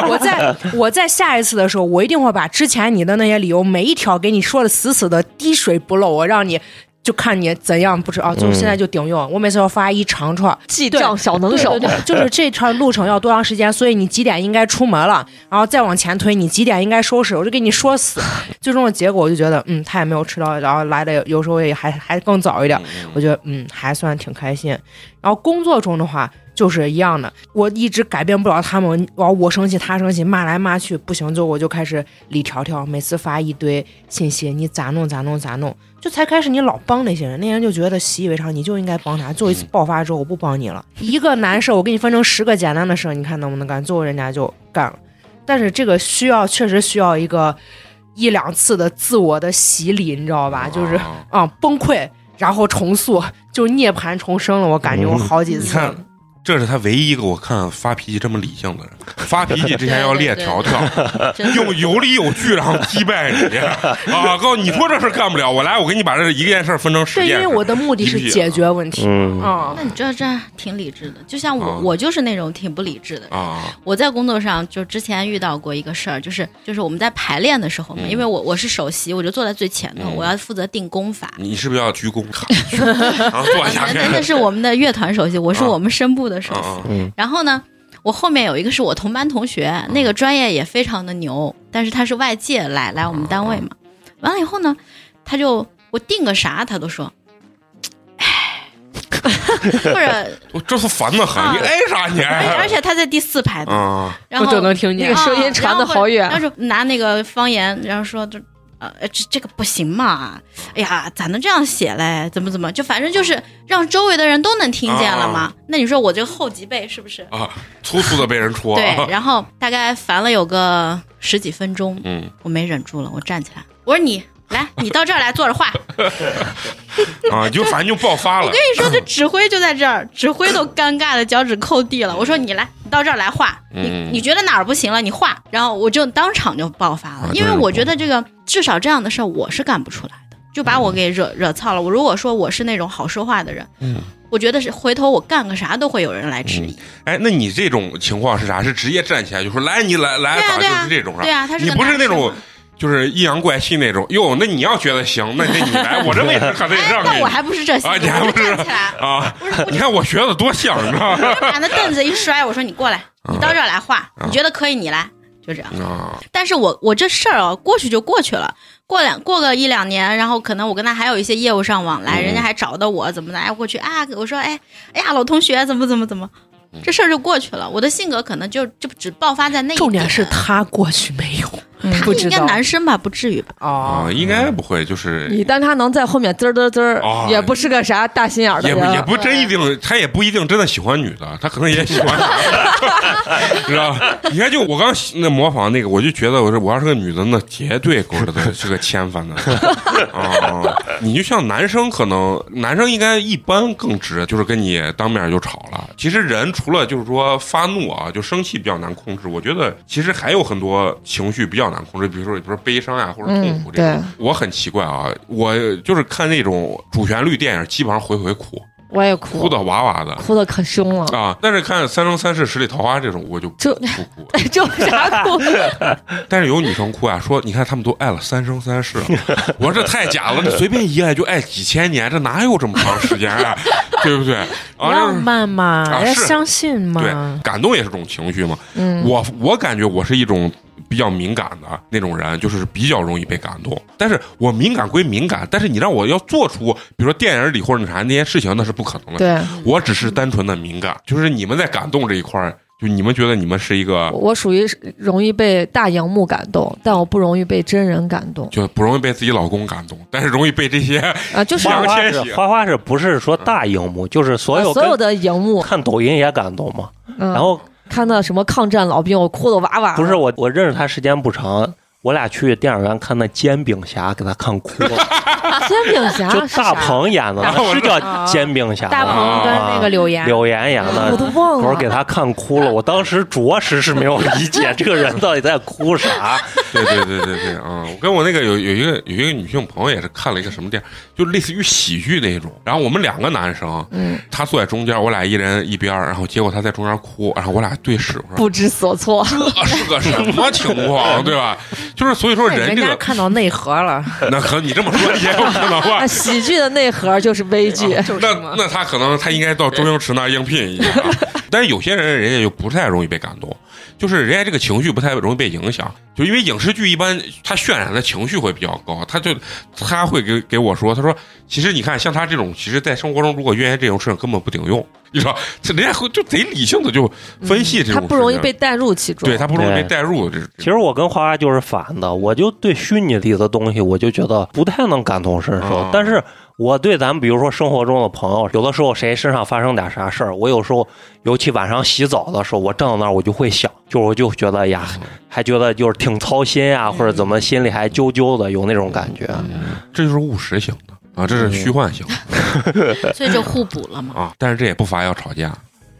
[SPEAKER 2] 我在我在下一次的时候，我一定会把之前你的那些理由每一条给你说的死死的，滴水不漏，我让你就看你怎样不知啊，就
[SPEAKER 6] 嗯
[SPEAKER 2] 现在就顶用。我每次要发一长串，
[SPEAKER 5] 记
[SPEAKER 2] 对
[SPEAKER 5] 账小能
[SPEAKER 2] 对
[SPEAKER 5] 手 <laughs>
[SPEAKER 2] 对，对，就是这趟路程要多长时间，所以你几点应该出门了，然后再往前推，你几点应该收拾，我就给你说死。 <laughs> 最终的结果，我就觉得，嗯，他也没有迟到，然后来的有时候也还还更早一点，我觉得嗯还算挺开心。然后工作中的话就是一样的，我一直改变不了他们，然后我生气他生气，骂来骂去不行，就我就开始李条条，每次发一堆信息，你咋弄咋弄咋弄，就才开始你老帮那些人，那些人就觉得习以为常，你就应该帮他。最后一次爆发之后，我不帮你了，一个难事儿我给你分成十个简单的事儿，你看能不能干？最后人家就干了，但是这个需要确实需要一个。一两次的自我的洗礼，你知道
[SPEAKER 1] 嗯
[SPEAKER 2] 吧？就是啊、崩溃，然后重塑，就是涅槃重生了。我感觉我好几
[SPEAKER 1] 嗯你
[SPEAKER 2] 次，
[SPEAKER 1] 看，这是他唯一一个我看发脾气这么理性的人。发脾气之前要列条条，
[SPEAKER 4] 真的
[SPEAKER 1] 用有理有据，然后击败你啊！告诉你说这事干不了，我来，我给你把这一件事分成十
[SPEAKER 2] 对，因
[SPEAKER 1] 件
[SPEAKER 2] 为
[SPEAKER 1] 事。
[SPEAKER 2] 我的目的是
[SPEAKER 1] 啊
[SPEAKER 2] 解决问题
[SPEAKER 6] 嗯，
[SPEAKER 2] 啊、
[SPEAKER 4] 那你这这挺理智的，就像我，
[SPEAKER 1] 啊
[SPEAKER 4] 我就是那种挺不理智的人。
[SPEAKER 1] 啊，
[SPEAKER 4] 我在工作上就之前遇到过一个事儿，就是就是我们在排练的时候嘛，
[SPEAKER 1] 嗯
[SPEAKER 4] 因为我我是首席，我就坐在最前头，
[SPEAKER 1] 嗯
[SPEAKER 4] 我要负责定功
[SPEAKER 1] <laughs>
[SPEAKER 4] 法。
[SPEAKER 1] 你是不是要鞠躬卡？然后坐下
[SPEAKER 4] 那哎那那是我们的乐团首席，我是
[SPEAKER 1] 啊
[SPEAKER 4] 我们声部的首席。
[SPEAKER 1] 啊
[SPEAKER 4] 然后呢，我后面有一个是我同班同学，
[SPEAKER 1] 嗯
[SPEAKER 4] 那个专业也非常的牛，但是他是外界来来我们单
[SPEAKER 1] 嗯
[SPEAKER 4] 位嘛。完了以后呢，他就我定个啥，他都说，哎， <laughs> 或
[SPEAKER 1] <laughs>
[SPEAKER 4] 者
[SPEAKER 1] 我这是烦的很，你哎啥你？
[SPEAKER 4] 而而且他在第四排的，
[SPEAKER 1] 啊，
[SPEAKER 4] 然后哦
[SPEAKER 2] 我就能听
[SPEAKER 5] 那
[SPEAKER 2] 见
[SPEAKER 5] 个。声音传的好远
[SPEAKER 4] 他。说拿那个方言，然后说就。呃，这这个不行嘛！哎呀，咋能这样写嘞？怎么怎么？就反正就是让周围的人都能听见了
[SPEAKER 2] 啊
[SPEAKER 4] 嘛。那你说我这个后脊背是不是？
[SPEAKER 1] 啊，粗粗的被人戳。啊
[SPEAKER 4] 对，然后大概烦了有个十几分钟，
[SPEAKER 1] 嗯
[SPEAKER 4] 我没忍住了，我站起来，我说你来，你到这儿来坐着画。
[SPEAKER 1] 啊，就反正就爆发了
[SPEAKER 4] 我跟。你说，这指挥就在这儿，指挥都尴尬的脚趾抠地了。我说你来，你到这儿来画，你
[SPEAKER 1] 嗯
[SPEAKER 4] 你觉得哪儿不行了，你画。然后我就当场就爆发
[SPEAKER 1] 啊
[SPEAKER 4] 了，因为我觉得这个至少这样的事儿我是干不出来的。就把我给惹惹操了。我如果说我是那种好说话的人，
[SPEAKER 1] 嗯
[SPEAKER 4] 我觉得是回头我干个啥都会有人来质疑。
[SPEAKER 1] 哎，那你这种情况是啥？是直接站起来就说来你来来，
[SPEAKER 4] 对啊
[SPEAKER 1] 咋
[SPEAKER 4] 对
[SPEAKER 1] 就
[SPEAKER 4] 啊
[SPEAKER 1] 是这种
[SPEAKER 4] 对
[SPEAKER 1] 啥？
[SPEAKER 4] 啊，他是
[SPEAKER 1] 嗯你
[SPEAKER 4] 个
[SPEAKER 1] 不是
[SPEAKER 4] 男
[SPEAKER 1] 那
[SPEAKER 4] 生
[SPEAKER 1] 种
[SPEAKER 4] 嘛
[SPEAKER 1] 就是阴阳怪气那种哟？那你要觉得行，那那你来，我这位置可得让
[SPEAKER 4] 哎那
[SPEAKER 1] 给
[SPEAKER 4] 我还不是这性
[SPEAKER 1] 啊
[SPEAKER 4] 格，
[SPEAKER 1] 你还
[SPEAKER 4] 我
[SPEAKER 1] 不
[SPEAKER 4] 就是站起来，
[SPEAKER 1] 啊！
[SPEAKER 4] 不是
[SPEAKER 1] 你看我学的多像，你知道吗？
[SPEAKER 4] 把那凳子一摔，我说你
[SPEAKER 1] <laughs>
[SPEAKER 4] 过来， <laughs> 你到这儿来画，你觉得可以你来，就这样。
[SPEAKER 1] 啊，
[SPEAKER 4] 但是我我这事儿啊，过去就过去了。过两过个一两年，然后可能我跟他还有一些业务上往来，
[SPEAKER 1] 嗯
[SPEAKER 4] 人家还找到我怎么的，哎，过去啊，我说哎哎呀，老同学怎么怎么怎么，这事儿就过去了。我的性格可能就就只爆发在那一
[SPEAKER 2] 重点是
[SPEAKER 4] 他，
[SPEAKER 2] 他过去没有，
[SPEAKER 4] 他
[SPEAKER 2] 不
[SPEAKER 4] 应
[SPEAKER 2] 知
[SPEAKER 4] 该
[SPEAKER 2] 道
[SPEAKER 4] 男生吧，不至于吧？
[SPEAKER 2] 哦
[SPEAKER 1] 啊，，应该不会，就是
[SPEAKER 5] 你但他能在后面滋儿滋儿滋儿
[SPEAKER 1] 哦，
[SPEAKER 5] 也不是个啥大心眼儿的
[SPEAKER 1] 也不
[SPEAKER 4] 哎
[SPEAKER 5] 人。啊
[SPEAKER 1] 也不真一定，他也不一定真的喜欢女的，他可能也喜欢男的， <laughs> 知道吧？你看，就我刚那模仿那个，我就觉得我说我要是个女的，那绝对勾着的是个千帆的啊！ <laughs> 你就像男生，可能男生应该一般更直，就是跟你当面就吵了。其实人除了就是说发怒啊，就生气比较难控制，我觉得其实还有很多情绪比较难控制，比如说比如说悲伤啊，或者痛苦
[SPEAKER 5] 嗯
[SPEAKER 1] 这种。
[SPEAKER 5] 对
[SPEAKER 1] 我很奇怪啊，我就是看那种主旋律电影，基本上回回哭。
[SPEAKER 5] 我也
[SPEAKER 1] 哭
[SPEAKER 5] 哭，
[SPEAKER 1] 的哇哇的
[SPEAKER 5] 哭的可凶了。
[SPEAKER 1] 啊！但是看《三生三世十里桃花》这种，我就
[SPEAKER 5] 这
[SPEAKER 1] 不哭。
[SPEAKER 5] <laughs> 这有啥哭？
[SPEAKER 1] 但是有女生哭啊，说你看他们都爱了三生三世了，我说这太假了，你随便一爱就爱几千年，这哪有这么长时间啊？对不对？啊，就
[SPEAKER 2] 浪
[SPEAKER 1] 是
[SPEAKER 2] 漫嘛，
[SPEAKER 1] 啊
[SPEAKER 2] 要
[SPEAKER 1] 是
[SPEAKER 2] 相信嘛
[SPEAKER 1] 对，，感动也是种情绪嘛。
[SPEAKER 5] 嗯，
[SPEAKER 1] 我我感觉我是一种比较敏感的那种人，就是比较容易被感动。但是我敏感归敏感，但是你让我要做出，比如说电影里或者啥那些事情，那是不可能的。
[SPEAKER 5] 对，
[SPEAKER 1] 我只是单纯的敏感，就是你们在感动这一块儿，就你们觉得你们是一个
[SPEAKER 5] 我属于是容易被大荧幕感动，但我不容易被真人感动
[SPEAKER 1] 就不容易被自己老公感动，但是容易被这些
[SPEAKER 5] 啊。就是
[SPEAKER 1] 花
[SPEAKER 6] 花
[SPEAKER 1] 花
[SPEAKER 6] 花
[SPEAKER 1] 千
[SPEAKER 6] 是
[SPEAKER 1] 玺
[SPEAKER 6] 花花是不是说大荧幕，就是所有
[SPEAKER 5] 啊所有
[SPEAKER 6] 跟
[SPEAKER 5] 的荧幕，
[SPEAKER 6] 看抖音也感动嘛？
[SPEAKER 5] 嗯，
[SPEAKER 6] 然后
[SPEAKER 5] 看到什么抗战老兵，我哭的哇哇。
[SPEAKER 6] 不是，我，我认识他时间不长，我俩去电影院看那《煎饼侠》，给他看哭了，
[SPEAKER 5] 煎
[SPEAKER 1] <laughs>
[SPEAKER 5] 饼侠
[SPEAKER 6] 就是大
[SPEAKER 5] 啊啥，
[SPEAKER 6] 鹏演的，
[SPEAKER 1] 大鹏
[SPEAKER 6] 是叫《煎饼侠》
[SPEAKER 2] 大
[SPEAKER 6] 吗？
[SPEAKER 2] 鹏跟那个柳岩，
[SPEAKER 6] 啊柳岩演的，
[SPEAKER 5] 啊我都忘
[SPEAKER 6] 我是给
[SPEAKER 5] 了。
[SPEAKER 6] 他看哭了，我当时着实是没有理解这个人到底在哭啥。
[SPEAKER 1] 对对对对对啊、嗯我跟我那个有有一个有一个女性朋友也是看了一个什么电影，就类似于喜剧那种。然后我们两个男生，
[SPEAKER 5] 嗯，
[SPEAKER 1] 他坐在中间，我俩一人一边儿，然后结果他在中间哭，然后我俩对视，我说
[SPEAKER 5] 不知所措，
[SPEAKER 1] 这是个什么情况，对吧？就是所以说人
[SPEAKER 2] 人
[SPEAKER 1] 这
[SPEAKER 2] 家
[SPEAKER 1] 个，
[SPEAKER 2] 看到内核 <laughs> 了，
[SPEAKER 1] 那和你这么说也有可能吧
[SPEAKER 5] 啊，。喜剧的内核啊就是悲剧。
[SPEAKER 2] 就是
[SPEAKER 1] 那
[SPEAKER 2] 嘛。
[SPEAKER 1] 那他可能他应该到周星驰那儿应聘一下、啊， <laughs> 但是有些人人家就不太容易被感动，就是人家这个情绪不太容易被影响，就因为影视剧一般他渲染的情绪会比较高，他就他会给给我说，他说其实你看像他这种，其实在生活中如果遇见这种事情根本不顶用，你知道，这人家会就贼理性的就分析这种事情、
[SPEAKER 5] 嗯他不容易被带入其中。
[SPEAKER 1] 对他不容易被
[SPEAKER 6] 对
[SPEAKER 1] 带入这。
[SPEAKER 6] 其实我跟花花就是反的，我就对虚拟里的东西，我就觉得不太能感同身受。
[SPEAKER 1] 嗯
[SPEAKER 6] 但是我对咱们比如说生活中的朋友，有的时候谁身上发生点啥事儿，我有时候尤其晚上洗澡的时候，我站在那儿我就会想，就我就觉得呀，还觉得就是挺操心啊，或者怎么心里还揪揪的，有那种感觉。
[SPEAKER 1] 这就是务实型的啊，
[SPEAKER 6] 嗯
[SPEAKER 1] 这是虚幻型的
[SPEAKER 4] 所以就互补了嘛。
[SPEAKER 1] 啊，但是这也不乏要吵架。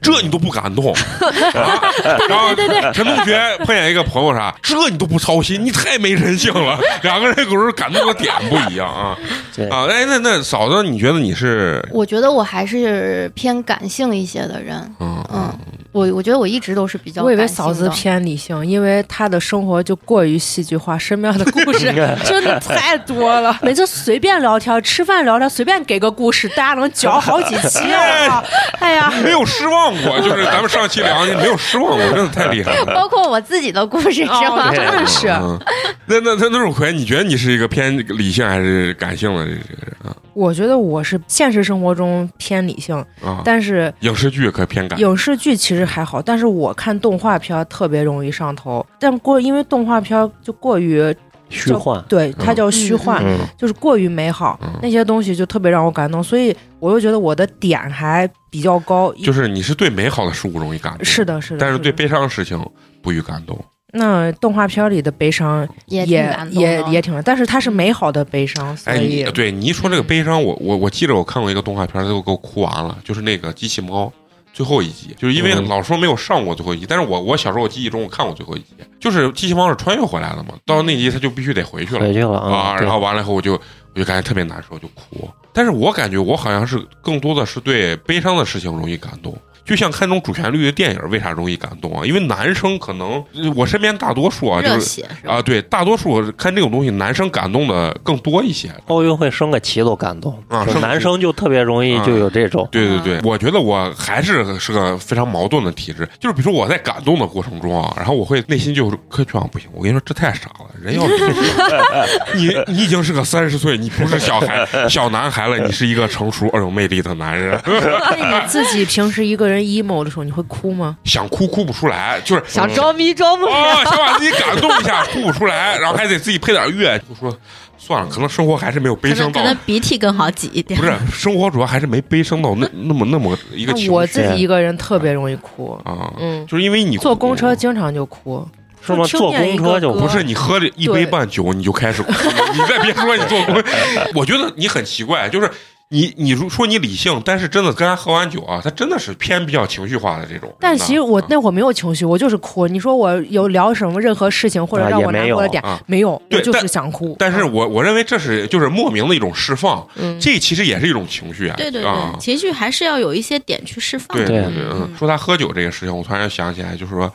[SPEAKER 1] 这你都不感
[SPEAKER 2] <laughs>
[SPEAKER 1] 动，啊、然后陈同学碰见一个朋友啥，这你都不操心，你太没人性
[SPEAKER 2] <laughs>
[SPEAKER 1] 了。两个人有时候感动的点不一样啊
[SPEAKER 6] 对
[SPEAKER 1] 啊！哎，那那嫂子，你觉得你是
[SPEAKER 3] 我觉得我还是偏感性一些的人，
[SPEAKER 1] 嗯
[SPEAKER 3] 嗯，我我觉得我一直都是比较
[SPEAKER 2] 我以为
[SPEAKER 3] 感性
[SPEAKER 2] 嫂子
[SPEAKER 3] 的
[SPEAKER 2] 偏理性，因为她的生活就过于戏剧化，身边的故事
[SPEAKER 1] 嗯
[SPEAKER 2] <laughs> 真的太多了。 <laughs> 每次随便聊天、吃饭聊天，随便给个故事，大家能嚼好几期。我
[SPEAKER 1] <laughs>
[SPEAKER 2] 靠！哎呀，
[SPEAKER 1] 没有失望
[SPEAKER 2] 啊
[SPEAKER 1] 过？就是咱们上期聊的没有失望过，
[SPEAKER 2] <laughs>
[SPEAKER 1] 真的太厉害了。
[SPEAKER 3] 包括我自己的故事是
[SPEAKER 2] 哦
[SPEAKER 3] 吗？
[SPEAKER 2] 真的是
[SPEAKER 1] 嗯，那那那那种奎，你觉得你是一个偏理性还是感性的这这个人啊？
[SPEAKER 2] 我觉得我是现实生活中偏理性，
[SPEAKER 1] 啊，
[SPEAKER 2] 但是
[SPEAKER 1] 影视剧可偏感，
[SPEAKER 2] 影视剧其实还好，但是我看动画片儿特别容易上头，但过因为动画片儿就过于
[SPEAKER 6] 虚幻，
[SPEAKER 2] 对它叫虚
[SPEAKER 3] 嗯
[SPEAKER 2] 幻，
[SPEAKER 6] 嗯，
[SPEAKER 2] 就是过于美好，
[SPEAKER 1] 嗯
[SPEAKER 2] 那些东西就特别让我感动，所以我又觉得我的点还比较高，
[SPEAKER 1] 就是你是对美好的事物容易感动，
[SPEAKER 2] 是的，是的，
[SPEAKER 1] 但是对
[SPEAKER 2] 的
[SPEAKER 1] 悲伤的事情不予感动。
[SPEAKER 2] 那动画片里的悲伤
[SPEAKER 3] 也挺
[SPEAKER 2] 也
[SPEAKER 3] 感动
[SPEAKER 2] 也
[SPEAKER 3] 的
[SPEAKER 2] 也挺，但是它是美好的悲伤，所
[SPEAKER 1] 哎，你
[SPEAKER 2] 以
[SPEAKER 1] 对你一说这个悲伤，我我我记得我看过一个动画片，最后给我哭完了，就是那个机器猫，最后一集，就是因为
[SPEAKER 6] 嗯
[SPEAKER 1] 老说没有上过最后一集，但是我我小时候我记忆中我看过最后一集，就是机器猫是穿越回来的嘛，到那集他就必须得回去了
[SPEAKER 6] 回去了
[SPEAKER 1] 啊，
[SPEAKER 6] 哎对
[SPEAKER 1] 然后完了以后我就我就感觉特别难受，就哭。但是我感觉我好像是更多的是对悲伤的事情容易感动。就像看这种主旋律的电影，为啥容易感动啊？因为男生可能，呃我身边大多数啊，就
[SPEAKER 4] 热
[SPEAKER 1] 是
[SPEAKER 4] 血是吧？
[SPEAKER 1] 啊，对，大多数看这种东西，男生感动的更多一些。
[SPEAKER 6] 奥运会升个旗都感动，
[SPEAKER 1] 啊
[SPEAKER 6] 就
[SPEAKER 1] 升个
[SPEAKER 6] 男
[SPEAKER 1] 旗
[SPEAKER 6] 生就特别容易
[SPEAKER 1] 啊
[SPEAKER 6] 就有这种。
[SPEAKER 2] 嗯
[SPEAKER 1] 对对对，我觉得我还是是个非常矛盾的体质，就是比如说我在感动的过程中啊，然后我会内心就是科学啊不行，我跟你说这太傻了，人要理
[SPEAKER 2] <laughs>
[SPEAKER 1] 智你你已经是个三十岁，你不是小
[SPEAKER 2] <laughs>
[SPEAKER 1] 孩小男孩了，你是一个成熟而有魅力的男人，
[SPEAKER 2] 那你自己平时一个人 emo 的时候，你会哭吗？
[SPEAKER 1] 想哭哭不出来，就是
[SPEAKER 5] 想装逼装不
[SPEAKER 1] 哦，
[SPEAKER 5] 了。
[SPEAKER 1] 想把自己感动一下，哭不出来，然后还得自己配点乐，就说算了，可能生活还是没有悲
[SPEAKER 4] 可
[SPEAKER 1] 伤
[SPEAKER 4] 能
[SPEAKER 1] 到
[SPEAKER 4] 可能鼻涕更好挤一点
[SPEAKER 1] 不。是生活，主要还是没悲伤到那那么那么一个情
[SPEAKER 2] 那
[SPEAKER 1] 绪哎
[SPEAKER 2] 我自己一个人特别容易哭，
[SPEAKER 1] 啊，
[SPEAKER 2] 嗯，
[SPEAKER 1] 就是因为你
[SPEAKER 2] 坐公车经常就哭，
[SPEAKER 6] 是吗？
[SPEAKER 2] 就
[SPEAKER 6] 坐
[SPEAKER 2] 听见一
[SPEAKER 6] 公车
[SPEAKER 2] 个
[SPEAKER 6] 就
[SPEAKER 2] 歌
[SPEAKER 1] 不是你喝了一杯半酒你就开始哭了，你再别说你坐公， <laughs> 我觉得你很奇怪，就是你你如说你理性，但是真的跟他喝完酒啊，他真的是偏比较情绪化的这种人呐。
[SPEAKER 2] 但其实我
[SPEAKER 1] 啊
[SPEAKER 2] 那会儿没有情绪，我就是哭。你说我有聊什么任何事情或者
[SPEAKER 6] 啊
[SPEAKER 2] 让
[SPEAKER 6] 也
[SPEAKER 2] 我难
[SPEAKER 6] 没
[SPEAKER 2] 过的
[SPEAKER 6] 有
[SPEAKER 2] 点
[SPEAKER 1] 啊
[SPEAKER 2] 没有，我
[SPEAKER 1] 对
[SPEAKER 2] 就是
[SPEAKER 1] 但
[SPEAKER 2] 想哭。
[SPEAKER 1] 但是我我认为这是就是莫名的一种释放，
[SPEAKER 2] 嗯
[SPEAKER 1] 这其实也是一种情绪啊。
[SPEAKER 4] 对对
[SPEAKER 1] 啊
[SPEAKER 4] 对，情绪还是要有一些点去释放
[SPEAKER 1] 对
[SPEAKER 4] 的。
[SPEAKER 1] 对
[SPEAKER 6] 对
[SPEAKER 1] 对，嗯，
[SPEAKER 4] 嗯
[SPEAKER 1] 说他喝酒这个事情，我突然想起来，就是说，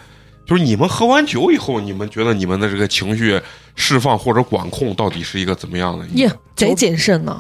[SPEAKER 1] 就是你们喝完酒以后，你们觉得你们的这个情绪释放或者管控到底是一个怎么样的？
[SPEAKER 5] 耶，贼谨慎呢！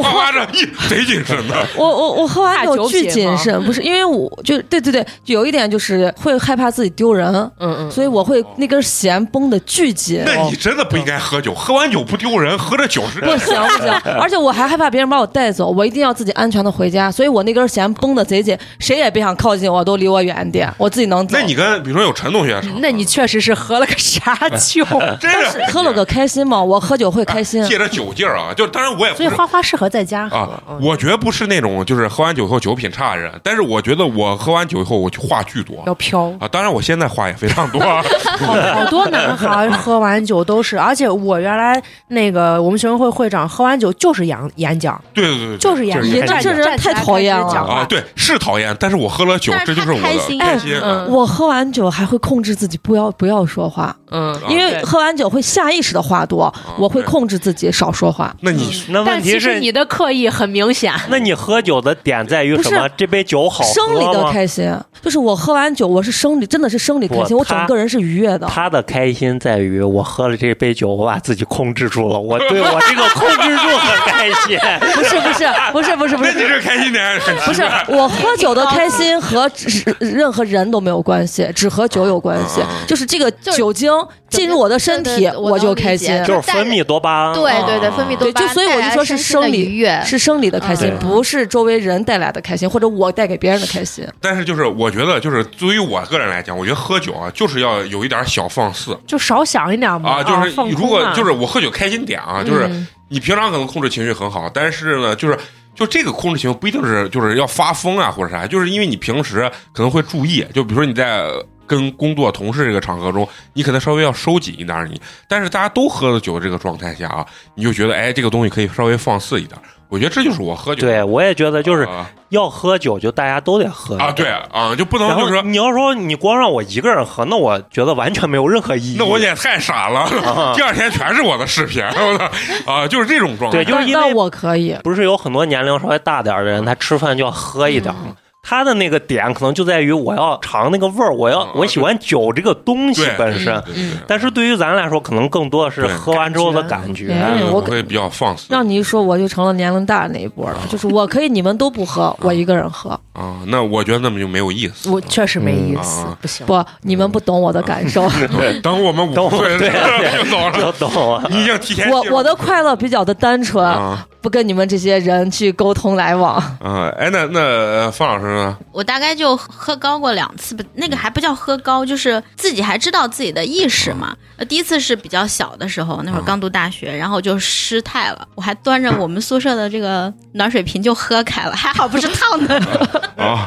[SPEAKER 1] 花花这咦贼谨慎的，
[SPEAKER 5] 我我我喝完
[SPEAKER 2] 怕酒
[SPEAKER 5] 酒巨
[SPEAKER 2] 品
[SPEAKER 5] 谨
[SPEAKER 2] 吗
[SPEAKER 5] 慎，不是因为我就对对对，有一点就是会害怕自己丢人，
[SPEAKER 2] 嗯嗯，
[SPEAKER 5] 所以我会那根弦绷得巨紧。
[SPEAKER 1] <laughs> 那你真的不应该喝酒，喝完酒不丢人，喝着酒是
[SPEAKER 5] 不行不行，而且我还害怕别人把我带走，我一定要自己安全的回家，所以我那根弦绷得贼紧，谁也别想靠近我，都离我远点，我自己能走。
[SPEAKER 1] 那你跟比如说有陈同学吵，
[SPEAKER 2] 那你确实是喝了个啥
[SPEAKER 1] <laughs>
[SPEAKER 2] 酒？
[SPEAKER 1] 真是
[SPEAKER 5] 喝了个开心嘛，我喝酒会开心。
[SPEAKER 1] 借着酒劲儿啊，就当然我也不
[SPEAKER 2] 所以
[SPEAKER 1] 是
[SPEAKER 2] 花花适合在家喝。
[SPEAKER 1] 啊
[SPEAKER 2] 嗯，
[SPEAKER 1] 我绝不是那种就是喝完酒以后酒品差的人，但是我觉得我喝完酒以后我就话巨多
[SPEAKER 2] 要
[SPEAKER 1] <laughs>
[SPEAKER 2] 飘，
[SPEAKER 1] 啊，当然我现在话也非常多啊，
[SPEAKER 2] 好好多男孩喝完酒都是，而且我原来那个我们学生会会长喝完酒就是演演讲，
[SPEAKER 1] 对对对对，
[SPEAKER 2] 就是演
[SPEAKER 5] 你
[SPEAKER 2] 讲，站
[SPEAKER 5] 这
[SPEAKER 2] 起
[SPEAKER 5] 人
[SPEAKER 2] 来
[SPEAKER 5] 太讨厌
[SPEAKER 2] 开始讲
[SPEAKER 5] 了
[SPEAKER 2] 话
[SPEAKER 1] 啊，对，是讨厌，但是我喝了酒，
[SPEAKER 4] 但
[SPEAKER 1] 这
[SPEAKER 4] 是
[SPEAKER 1] 就是我
[SPEAKER 4] 他开
[SPEAKER 1] 的
[SPEAKER 4] 心
[SPEAKER 1] 开
[SPEAKER 4] 啊
[SPEAKER 1] 心。
[SPEAKER 2] 嗯
[SPEAKER 5] 我喝完酒还会控制自己，不要不要说话，
[SPEAKER 2] 嗯
[SPEAKER 1] 啊
[SPEAKER 5] 因为
[SPEAKER 2] 对
[SPEAKER 5] 喝完酒会下意识的话多，我会控制自己少说话。
[SPEAKER 1] 那你
[SPEAKER 6] 那问
[SPEAKER 2] 但
[SPEAKER 6] 题
[SPEAKER 2] 其
[SPEAKER 6] 是
[SPEAKER 2] 实，你的刻意很明显，
[SPEAKER 6] 那你喝酒的点在于
[SPEAKER 5] 不
[SPEAKER 6] 什
[SPEAKER 5] 是
[SPEAKER 6] 么？这杯酒好
[SPEAKER 5] 生理
[SPEAKER 6] 喝
[SPEAKER 5] 的
[SPEAKER 6] 吗？
[SPEAKER 5] 开心，就是我喝完酒，我是生理，真的是生理开心，
[SPEAKER 6] 不
[SPEAKER 5] 我整
[SPEAKER 6] 他
[SPEAKER 5] 个人是愉悦的。
[SPEAKER 6] 他的开心在于我喝了这杯酒，我把自己控制住了，我对我这个控制住很开心。
[SPEAKER 5] 不是不是不是不是不
[SPEAKER 1] 那
[SPEAKER 5] 是
[SPEAKER 1] 你，这开心点很
[SPEAKER 5] 不
[SPEAKER 1] 奇
[SPEAKER 5] 是
[SPEAKER 1] 怪。
[SPEAKER 5] 我喝酒的开心和只任何人都没有关系，只和酒有关系
[SPEAKER 1] 嗯嗯嗯。
[SPEAKER 5] 就是这个
[SPEAKER 3] 是
[SPEAKER 5] 酒精进入我的身体
[SPEAKER 3] 对，对对我能
[SPEAKER 5] 就开
[SPEAKER 3] 理
[SPEAKER 5] 心
[SPEAKER 3] 解，
[SPEAKER 6] 就是分泌多
[SPEAKER 1] 嗯
[SPEAKER 6] 巴胺，
[SPEAKER 3] 对对对，分泌多
[SPEAKER 5] 对
[SPEAKER 3] 巴
[SPEAKER 5] 就
[SPEAKER 3] 胺，
[SPEAKER 5] 所以我就说是生理
[SPEAKER 3] 愉悦，
[SPEAKER 5] 是生理的开心
[SPEAKER 6] 嗯，
[SPEAKER 5] 不是周围人带来的开心，或者我带给别人的开心。
[SPEAKER 1] 但是就是我觉得，就是对于我个人来讲，我觉得喝酒啊，就是要有一点小放肆
[SPEAKER 2] 就少想一点嘛。
[SPEAKER 1] 啊，就是
[SPEAKER 2] 放
[SPEAKER 1] 如
[SPEAKER 2] 空
[SPEAKER 1] 果
[SPEAKER 2] 啊
[SPEAKER 1] 就是我喝酒开心点啊，就是
[SPEAKER 2] 嗯
[SPEAKER 1] 你平常可能控制情绪很好，但是呢，就是。就这个控制情绪不一定是就是要发疯啊或者啥，就是因为你平时可能会注意，就比如说你在跟工作同事这个场合中，你可能稍微要收紧一点你，但是大家都喝了酒这个状态下啊，你就觉得哎这个东西可以稍微放肆一点，我觉得这就是我喝酒
[SPEAKER 6] 对我也觉得就是
[SPEAKER 1] 啊
[SPEAKER 6] 要喝酒，就大家都得喝
[SPEAKER 1] 啊对。啊就不能
[SPEAKER 6] 然
[SPEAKER 1] 就
[SPEAKER 6] 后
[SPEAKER 1] 是说
[SPEAKER 6] 你要说你光让我一个人喝，那我觉得完全没有任何意义。
[SPEAKER 1] 那我也太傻
[SPEAKER 6] 啊
[SPEAKER 1] 了， <laughs> 第二天全是我的视频，我操啊，就是这种状态
[SPEAKER 6] 对，。就是
[SPEAKER 5] 但
[SPEAKER 6] 因
[SPEAKER 5] 但
[SPEAKER 6] 为
[SPEAKER 5] 我可以，
[SPEAKER 6] 不是有很多年龄稍微大点儿的人，他吃饭就要喝一点儿
[SPEAKER 1] 嗯
[SPEAKER 6] 吗？他的那个点可能就在于我要尝那个味儿，我要
[SPEAKER 1] 嗯
[SPEAKER 6] 我喜欢酒这个东西
[SPEAKER 1] 对
[SPEAKER 6] 本身。
[SPEAKER 1] 对对对
[SPEAKER 6] 但是对于咱来说，可能更多是
[SPEAKER 1] 对
[SPEAKER 6] 喝完之后的感觉。
[SPEAKER 5] 感觉嗯
[SPEAKER 1] 我
[SPEAKER 5] 我
[SPEAKER 1] 会比较放肆
[SPEAKER 5] 让你一说，我就成了年龄大的那一波
[SPEAKER 6] 哦
[SPEAKER 5] 了。就是我可以，你们都不喝，我一个人喝。
[SPEAKER 1] 啊。那我觉得那么就没有意思。
[SPEAKER 2] 我确实没意思
[SPEAKER 1] 嗯啊，
[SPEAKER 2] 不行。
[SPEAKER 5] 不，你们不懂我的感受。
[SPEAKER 6] 嗯
[SPEAKER 1] 对，啊等我们五
[SPEAKER 6] 等我
[SPEAKER 1] 十岁
[SPEAKER 6] 对
[SPEAKER 1] 就走
[SPEAKER 6] 就
[SPEAKER 1] 了，<laughs>
[SPEAKER 6] 懂了。
[SPEAKER 1] 你已经提前
[SPEAKER 5] <laughs> 我
[SPEAKER 6] <laughs>
[SPEAKER 1] 进入
[SPEAKER 5] 我的快乐比较的单纯，
[SPEAKER 6] 嗯
[SPEAKER 1] 啊
[SPEAKER 5] 不跟你们这些人去沟通来往。
[SPEAKER 1] 啊！哎，那那呃方老师呢？
[SPEAKER 4] 我大概就喝高过两次吧，那个还不叫喝高，就是自己还知道自己的意识嘛。呃，第一次是比较小的时候，那会儿刚读大学，然后就失态了，我还端着
[SPEAKER 6] <laughs>
[SPEAKER 4] <laughs> 我们宿舍的这个暖水瓶就喝开了，还好不是烫的。
[SPEAKER 1] 啊，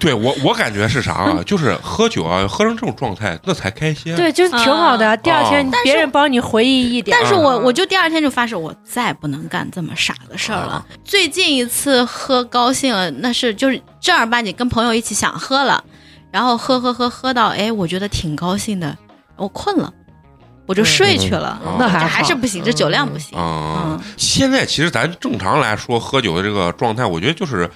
[SPEAKER 1] 对我我感觉是啥啊？就是喝酒啊，喝成这种状态，那才开心啊。
[SPEAKER 2] 对，就是挺好的。
[SPEAKER 4] 啊
[SPEAKER 2] 第二天
[SPEAKER 1] 啊
[SPEAKER 4] 但是
[SPEAKER 2] 别人帮你回忆一点，啊
[SPEAKER 4] 但是我我就第二天就发誓，我再不能干这么傻的事儿了。最近一次喝高兴了，那是就是正儿八经跟朋友一起想喝了，然后喝喝喝喝到，哎，我觉得挺高兴的，我困了，我就睡去了。
[SPEAKER 1] 嗯嗯嗯
[SPEAKER 5] 那还
[SPEAKER 4] 这
[SPEAKER 5] 好
[SPEAKER 4] 还是不行，这酒量不
[SPEAKER 2] 嗯
[SPEAKER 4] 行。
[SPEAKER 1] 啊、现在其实咱正常来说喝酒的这个状态，我觉得就是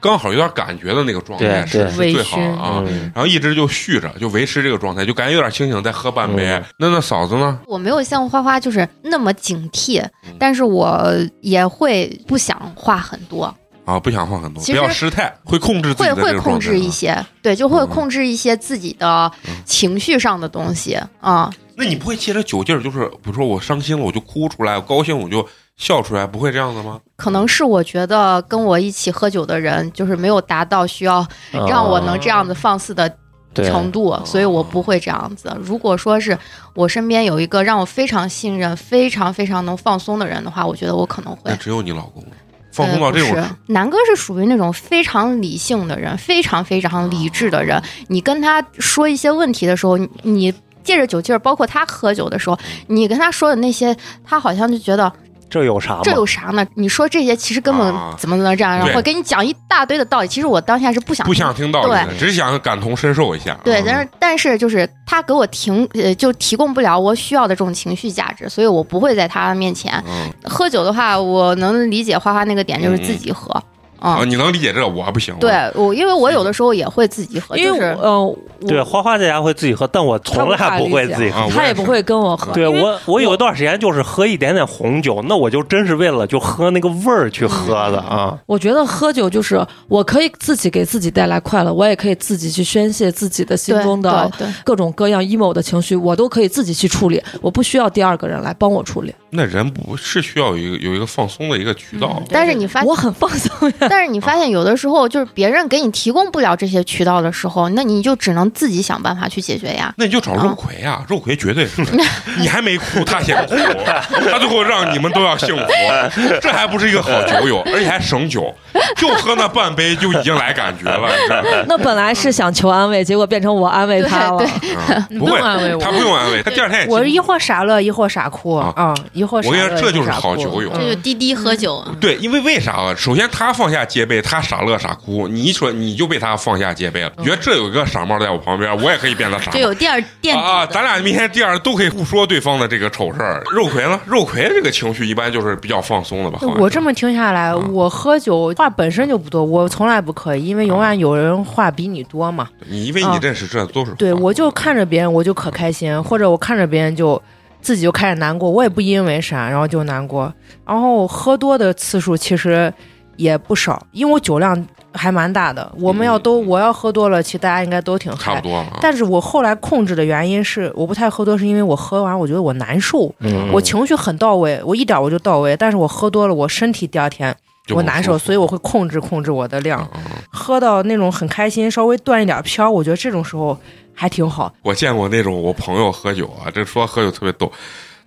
[SPEAKER 1] 刚好有点感觉的那个状态
[SPEAKER 6] 对
[SPEAKER 1] 是
[SPEAKER 6] 对
[SPEAKER 1] 是
[SPEAKER 2] 微
[SPEAKER 1] 最好
[SPEAKER 2] 醺
[SPEAKER 1] 啊。
[SPEAKER 6] 嗯
[SPEAKER 1] 然后一直就续着，就维持这个状态，就感觉有点清醒，再喝半杯。
[SPEAKER 6] 嗯
[SPEAKER 1] 那那嫂子呢？
[SPEAKER 3] 我没有像花花就是那么警惕，
[SPEAKER 1] 嗯
[SPEAKER 3] 但是我也会不想话很多，
[SPEAKER 1] 啊，不想换很多，
[SPEAKER 3] 其
[SPEAKER 1] 不
[SPEAKER 3] 实
[SPEAKER 1] 要失态，会控制自己的
[SPEAKER 3] 会
[SPEAKER 1] 这
[SPEAKER 3] 会
[SPEAKER 1] 个状
[SPEAKER 3] 控
[SPEAKER 1] 态啊
[SPEAKER 3] 制一。些，对，就会
[SPEAKER 1] 嗯
[SPEAKER 3] 控制一些自己的情绪上的东西啊。
[SPEAKER 1] 那你不会借着酒劲儿，就是比如说我伤心了我就哭出来，我高兴我就笑出来，不会这样的吗？
[SPEAKER 3] 可能是我觉得跟我一起喝酒的人，就是没有达到需要
[SPEAKER 1] 哦
[SPEAKER 3] 让我能这样子放肆的
[SPEAKER 6] 嗯对
[SPEAKER 3] 程度，所以我不会这样子。如果说是我身边有一个让我非常信任、非常非常能放松的人的话，我觉得我可能会
[SPEAKER 1] 那只有你老公放松到这种
[SPEAKER 3] 呃不是南哥是属于那种非常理性的人，非常非常理智的人。你跟他说一些问题的时候，你你借着酒劲儿，包括他喝酒的时候，你跟他说的那些，他好像就觉得
[SPEAKER 6] 这有啥嘛？
[SPEAKER 3] 这有啥呢？你说这些其实根本
[SPEAKER 1] 啊
[SPEAKER 3] 怎么怎么这样，然
[SPEAKER 1] 对
[SPEAKER 3] 后给你讲一大堆的道理。其实我当下是不想
[SPEAKER 1] 不
[SPEAKER 3] 听
[SPEAKER 1] 想听道理的，
[SPEAKER 6] 对
[SPEAKER 1] 只想感同身受一下。
[SPEAKER 3] 对，
[SPEAKER 1] 嗯
[SPEAKER 3] 但是但是就是他给我提呃就提供不了我需要的这种情绪价值，所以我不会在他面前
[SPEAKER 1] 嗯
[SPEAKER 3] 喝酒的话，我能理解花花那个点，就是自己喝，嗯，
[SPEAKER 1] 啊，你能理解这，我不行。我
[SPEAKER 3] 对我，因为我有的时候也会自己喝，
[SPEAKER 5] 因为
[SPEAKER 3] 就是
[SPEAKER 5] 我
[SPEAKER 6] 对，
[SPEAKER 5] 呃，
[SPEAKER 6] 花花在家会自己喝，但我从来不会自己
[SPEAKER 1] 啊
[SPEAKER 6] 喝。
[SPEAKER 1] 我
[SPEAKER 5] 我他也
[SPEAKER 1] 是
[SPEAKER 5] 不会跟我喝，
[SPEAKER 6] 对
[SPEAKER 5] 嗯因为
[SPEAKER 6] 我，我有一段时间就是喝一点点红酒，那我就真是为了就喝那个味儿去喝的啊。
[SPEAKER 5] 我觉得喝酒就是我可以自己给自己带来快乐，我也可以自己去宣泄自己的心
[SPEAKER 3] 对
[SPEAKER 5] 中的
[SPEAKER 3] 对对
[SPEAKER 5] 各种各样 emo 的情绪，我都可以自己去处理，我不需要第二个人来帮我处理，
[SPEAKER 1] 那人不是需要有一个有一个放松的一个渠道，啊
[SPEAKER 3] 但是你发，
[SPEAKER 5] 我很放松呀。
[SPEAKER 3] 但是你发现有的时候就是别人给你提供不了这些渠道的时候，那你就只能自己想办法去解决呀。
[SPEAKER 1] 那你就找肉葵啊，肉葵绝对是， <laughs> 你还没哭，他先哭， <laughs> 他最后让你们都要幸福， <laughs> 这还不是一个好酒友，而且还省酒，就喝那半杯就已经来感觉了，你知道吗？
[SPEAKER 5] 那本来是想求安慰，结果变成我安慰他了
[SPEAKER 3] 对。
[SPEAKER 1] 嗯不会，他不用安慰，他第二天也
[SPEAKER 2] 我一会儿傻乐，一会儿傻哭
[SPEAKER 1] 嗯啊
[SPEAKER 2] 啊，一会儿傻
[SPEAKER 1] 我
[SPEAKER 2] 乐
[SPEAKER 1] 跟你说
[SPEAKER 2] 一会
[SPEAKER 1] 这
[SPEAKER 2] 儿
[SPEAKER 1] 就是
[SPEAKER 2] 傻
[SPEAKER 1] 好
[SPEAKER 2] 哭
[SPEAKER 1] 酒友
[SPEAKER 2] 嗯
[SPEAKER 4] 这就滴滴喝酒，
[SPEAKER 1] 对，因为为啥啊？首先他放下戒备，他傻乐傻哭，你一说你就被他放下戒备了。你觉得这有一个傻帽在我旁边，我也可以变得傻帽
[SPEAKER 4] 就。有第二垫底
[SPEAKER 1] 啊啊！
[SPEAKER 4] 的
[SPEAKER 1] 咱俩明天第二都可以互说对方的这个丑事儿。肉葵呢？肉葵这个情绪一般就是比较放松的吧？好嗯像
[SPEAKER 2] 我这么听下来，我喝酒话本身就不多，我从来不可以，因为
[SPEAKER 1] 啊
[SPEAKER 2] 永远有人话比你多嘛。
[SPEAKER 1] 你因为你认识这都是
[SPEAKER 2] 哦对，我就看着别人我就可开心，或者我看着别人就自己就开始难过，我也不因为啥，然后就难过。然后喝多的次数其实也不少，因为我酒量还蛮大的。我们要都、我要喝多了，其实大家应该都挺
[SPEAKER 1] 嗯差不
[SPEAKER 2] 嗨。
[SPEAKER 1] 多嘛。
[SPEAKER 2] 哎
[SPEAKER 1] 啊
[SPEAKER 2] 但是我后来控制的原因是，我不太喝多，是因为我喝完我觉得我难受，
[SPEAKER 6] 嗯
[SPEAKER 2] 我情绪很到位，我一点我就到位，但是我喝多了，我身体第二天
[SPEAKER 1] 就
[SPEAKER 2] 我
[SPEAKER 1] 不
[SPEAKER 2] 难
[SPEAKER 1] 舒
[SPEAKER 2] 受，
[SPEAKER 1] 服
[SPEAKER 2] 所以我会控制控制我的量，
[SPEAKER 1] 嗯嗯
[SPEAKER 2] 喝到那种很开心，稍微断一点飘，我觉得这种时候还
[SPEAKER 1] <laughs>
[SPEAKER 2] 挺好。
[SPEAKER 1] 我见过那种我朋友喝酒啊，这说喝酒特别逗，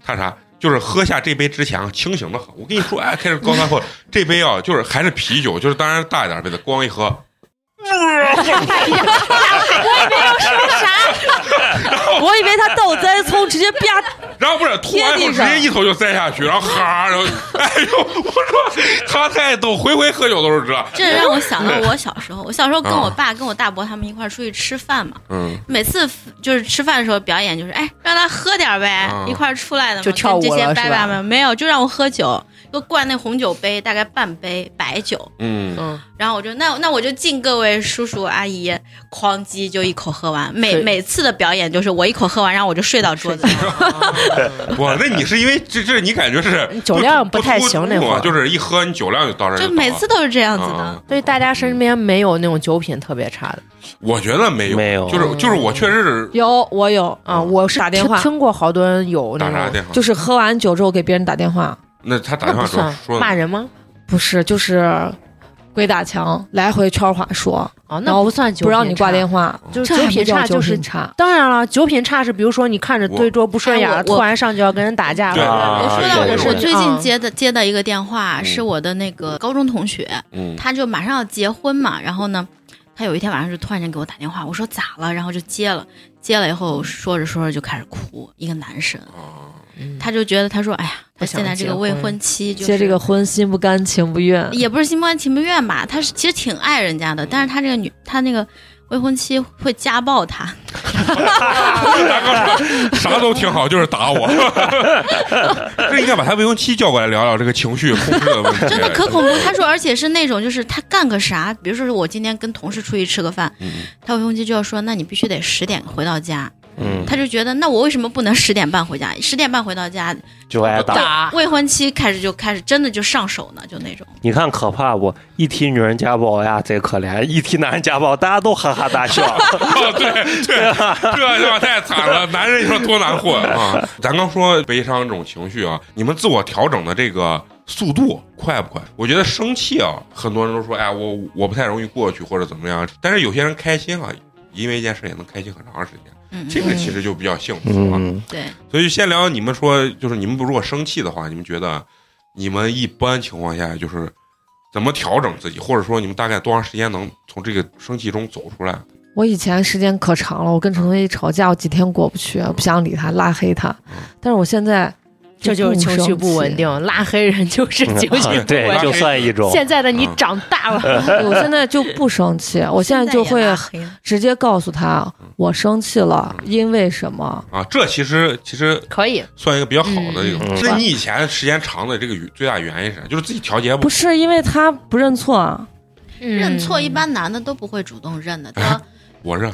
[SPEAKER 1] 他啥？就是喝下这杯之前啊，清醒的很。我跟你说，哎，开始高三
[SPEAKER 2] <laughs>
[SPEAKER 1] 后，这杯啊，就是还是啤酒，就是当然大一点儿杯的，光一喝，
[SPEAKER 5] <laughs> 我以为他倒栽葱，直接啪，
[SPEAKER 1] 然后不是吐完以后
[SPEAKER 5] 贴地
[SPEAKER 1] 直
[SPEAKER 5] 上
[SPEAKER 1] 接一口就栽下去，然后哈，
[SPEAKER 2] <laughs>
[SPEAKER 1] 然后哎呦，我说他太逗，回回喝酒都是这，
[SPEAKER 4] 这让我想到我小时候，我小时候跟我
[SPEAKER 1] 啊
[SPEAKER 4] 爸、跟我大伯他们一块儿出去吃饭嘛，
[SPEAKER 1] 嗯，
[SPEAKER 4] 每次就是吃饭的时候表演就是，哎，让他喝点儿呗，
[SPEAKER 1] 嗯
[SPEAKER 4] 一块儿出来的嘛，
[SPEAKER 2] 就跳舞
[SPEAKER 4] 跟这些
[SPEAKER 2] 了是
[SPEAKER 4] 伯
[SPEAKER 2] 吧
[SPEAKER 4] 伯们没有，就让我喝酒，给我灌那红酒杯，大概半杯白酒，
[SPEAKER 1] 嗯，
[SPEAKER 2] 嗯，
[SPEAKER 4] 然后我就那那我就敬各位叔叔阿姨，哐叽就一口喝完，每
[SPEAKER 2] 是
[SPEAKER 4] 每次的表演就是我一口喝完，然后我就睡到桌子上，
[SPEAKER 1] 哇，那你是因为这这你感觉是
[SPEAKER 2] 酒量
[SPEAKER 1] 不
[SPEAKER 2] 不太行那
[SPEAKER 1] 不
[SPEAKER 2] 会儿
[SPEAKER 1] 啊就是一喝你酒量就到这儿
[SPEAKER 4] 就
[SPEAKER 1] 倒了
[SPEAKER 4] 每次都是这样子的
[SPEAKER 1] 啊。
[SPEAKER 2] 所以大家身边没有那种酒品特别差的
[SPEAKER 1] 我觉得没有
[SPEAKER 6] 没有
[SPEAKER 1] 就是就是我确实是
[SPEAKER 5] 有我有
[SPEAKER 2] 啊、我是
[SPEAKER 5] 打电
[SPEAKER 2] 听
[SPEAKER 5] 话
[SPEAKER 2] 听过好多人有
[SPEAKER 1] 打啥
[SPEAKER 2] 那种，
[SPEAKER 1] 电话，
[SPEAKER 5] 就是喝完酒之后给别人打电话，
[SPEAKER 1] 那他打
[SPEAKER 2] 那
[SPEAKER 1] 电
[SPEAKER 2] 不
[SPEAKER 1] 话说
[SPEAKER 2] 算
[SPEAKER 1] 说
[SPEAKER 2] 骂人吗？
[SPEAKER 5] 不是就是鬼打墙，来回圈话说，
[SPEAKER 2] 哦，
[SPEAKER 5] 然
[SPEAKER 2] 那
[SPEAKER 5] 后
[SPEAKER 2] 不算酒，
[SPEAKER 5] 不让你挂电
[SPEAKER 2] 话，
[SPEAKER 5] 话，
[SPEAKER 2] 就是
[SPEAKER 5] 这
[SPEAKER 2] 酒
[SPEAKER 5] 还不
[SPEAKER 2] 品
[SPEAKER 5] 叫
[SPEAKER 2] 差
[SPEAKER 5] 酒
[SPEAKER 2] 就是
[SPEAKER 5] 品。差。
[SPEAKER 2] 当然了，酒品差是，比如说你看着
[SPEAKER 1] 我
[SPEAKER 2] 对桌不顺眼
[SPEAKER 4] 哎
[SPEAKER 2] 了，
[SPEAKER 4] 我
[SPEAKER 2] 突然上就要跟人打架
[SPEAKER 1] 对
[SPEAKER 2] 了。
[SPEAKER 6] 啊
[SPEAKER 4] 我说
[SPEAKER 1] 对
[SPEAKER 4] 到我
[SPEAKER 1] 对
[SPEAKER 4] 我
[SPEAKER 1] 对
[SPEAKER 4] 最
[SPEAKER 2] 嗯
[SPEAKER 4] 近接的接的一
[SPEAKER 1] 嗯
[SPEAKER 4] 个他有一天晚上就突然间给我打电话，我说咋了，然后就接了，接了以后说着说着就开始哭，一个男生，他就觉得他说，哎呀，他现在这个未婚妻就是
[SPEAKER 5] 结这个婚心不甘情不愿，
[SPEAKER 4] 也不是心不甘情不愿吧，他是其实挺爱人家的，但是他这个女，他那个未婚妻会家暴他，
[SPEAKER 1] 大哥啥都挺好，就是打我。这应该把他未婚妻叫过来聊聊这个情绪控制的问题。
[SPEAKER 4] 真的可恐怖。他说，而且是那种就是他干个啥，比如说是我今天跟同事出去吃个饭，
[SPEAKER 1] 嗯
[SPEAKER 4] 他未婚妻就要说，那你必须得十点回到家。
[SPEAKER 6] 嗯，
[SPEAKER 4] 他就觉得，那我为什么不能十点半回家？十点半回到家，
[SPEAKER 6] 就挨打。
[SPEAKER 5] 打
[SPEAKER 4] 未婚妻开始就开始真的就上手呢，就那种。
[SPEAKER 6] 你看可怕不？一提女人家暴哎呀，贼可怜；一提男人家暴，大家都哈哈大笑。
[SPEAKER 1] 啊，对对，这他妈太惨了，男人你说多难混啊！咱刚说悲伤这种情绪啊，你们自我调整的这个速度快不快？我觉得生气啊，很多人都说，哎，我我不太容易过去或者怎么样，但是有些人开心啊，因为一件事也能开心很长时间，
[SPEAKER 4] 嗯，
[SPEAKER 1] 这
[SPEAKER 4] 嗯
[SPEAKER 1] 个其实就比较幸福啊。
[SPEAKER 6] <laughs> 嗯，
[SPEAKER 4] 对，
[SPEAKER 1] 所以先聊你们说，就是你们如果生气的话，你们觉得你们一般情况下就是怎么调整自己，或者说你们大概多长时间能从这个生气中走出来？
[SPEAKER 5] 我以前时间可长了，我跟陈同学一吵架，我几天过不去，我不想理他，拉黑他。但是我现在
[SPEAKER 2] 这就是情绪不稳
[SPEAKER 5] 定。
[SPEAKER 2] 定，拉黑人就是情绪
[SPEAKER 1] <laughs>
[SPEAKER 2] 不稳定。
[SPEAKER 6] <laughs> 对，就算一种。
[SPEAKER 2] 现在的你长大了，
[SPEAKER 1] 嗯
[SPEAKER 5] 对我现在就不生气，我现在就会
[SPEAKER 4] 也拉黑了
[SPEAKER 5] 直接告诉他我生气了，因为什么？
[SPEAKER 1] 啊，这其实其实
[SPEAKER 2] <laughs> 可以
[SPEAKER 1] 算一个比较好的这个，
[SPEAKER 6] 嗯
[SPEAKER 1] 这是你以前时间长的这个最大原因是啥？就是自己调节
[SPEAKER 5] 不是因为他不认错啊，
[SPEAKER 4] 认错，一般男的都不会主动认的。他
[SPEAKER 1] 我是，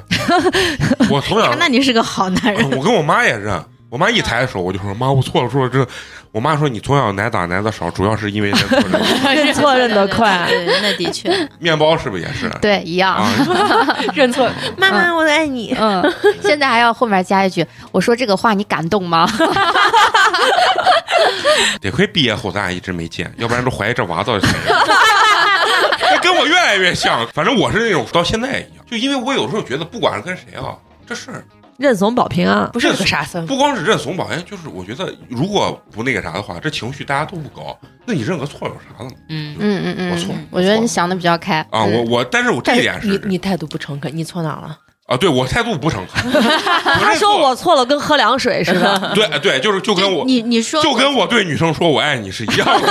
[SPEAKER 1] 我从小
[SPEAKER 4] 说 <laughs> 那你是个好男人。
[SPEAKER 1] 我跟我妈也是，我妈一抬手我就说妈我错了，说了这，我妈说你从小奶打奶的少，主要是因为认错这个事
[SPEAKER 5] <laughs> 认错认得快。
[SPEAKER 4] 对，对对那的确，
[SPEAKER 1] 面包是不是也是
[SPEAKER 3] 对，一样。
[SPEAKER 1] 啊？
[SPEAKER 2] 认错，妈妈我爱你。
[SPEAKER 3] <laughs> 嗯，现在还要后面加一句，我说这个话你感动吗？
[SPEAKER 1] 得亏毕业后咱俩一直没见，要不然都怀疑这娃到底是谁。 <laughs> 哎跟我越来越像，反正我是那种到现在也一样，就因为我有时候觉得，不管是跟谁啊，这事儿
[SPEAKER 5] 认怂保平安。
[SPEAKER 2] 不是个啥三，
[SPEAKER 1] 不光是认怂吧，哎，就是我觉得如果不那个啥的话，这情绪大家都不高，那你认个错有啥的呢？
[SPEAKER 2] 嗯，
[SPEAKER 3] 嗯嗯嗯，
[SPEAKER 1] 我错了
[SPEAKER 3] 我觉得你想的比较开嗯
[SPEAKER 1] 啊，我我，但是我这
[SPEAKER 2] 但
[SPEAKER 1] 一
[SPEAKER 2] 是
[SPEAKER 1] 点
[SPEAKER 2] 你
[SPEAKER 1] 是
[SPEAKER 2] 你态度不诚恳，你错哪了？
[SPEAKER 1] 啊，对我态度不诚恳。
[SPEAKER 5] 他
[SPEAKER 1] 他
[SPEAKER 5] 说我错了，跟喝凉水似的。
[SPEAKER 1] 对对，就是就跟我
[SPEAKER 4] 你你说
[SPEAKER 1] 就跟我对女生说我爱你是一样的。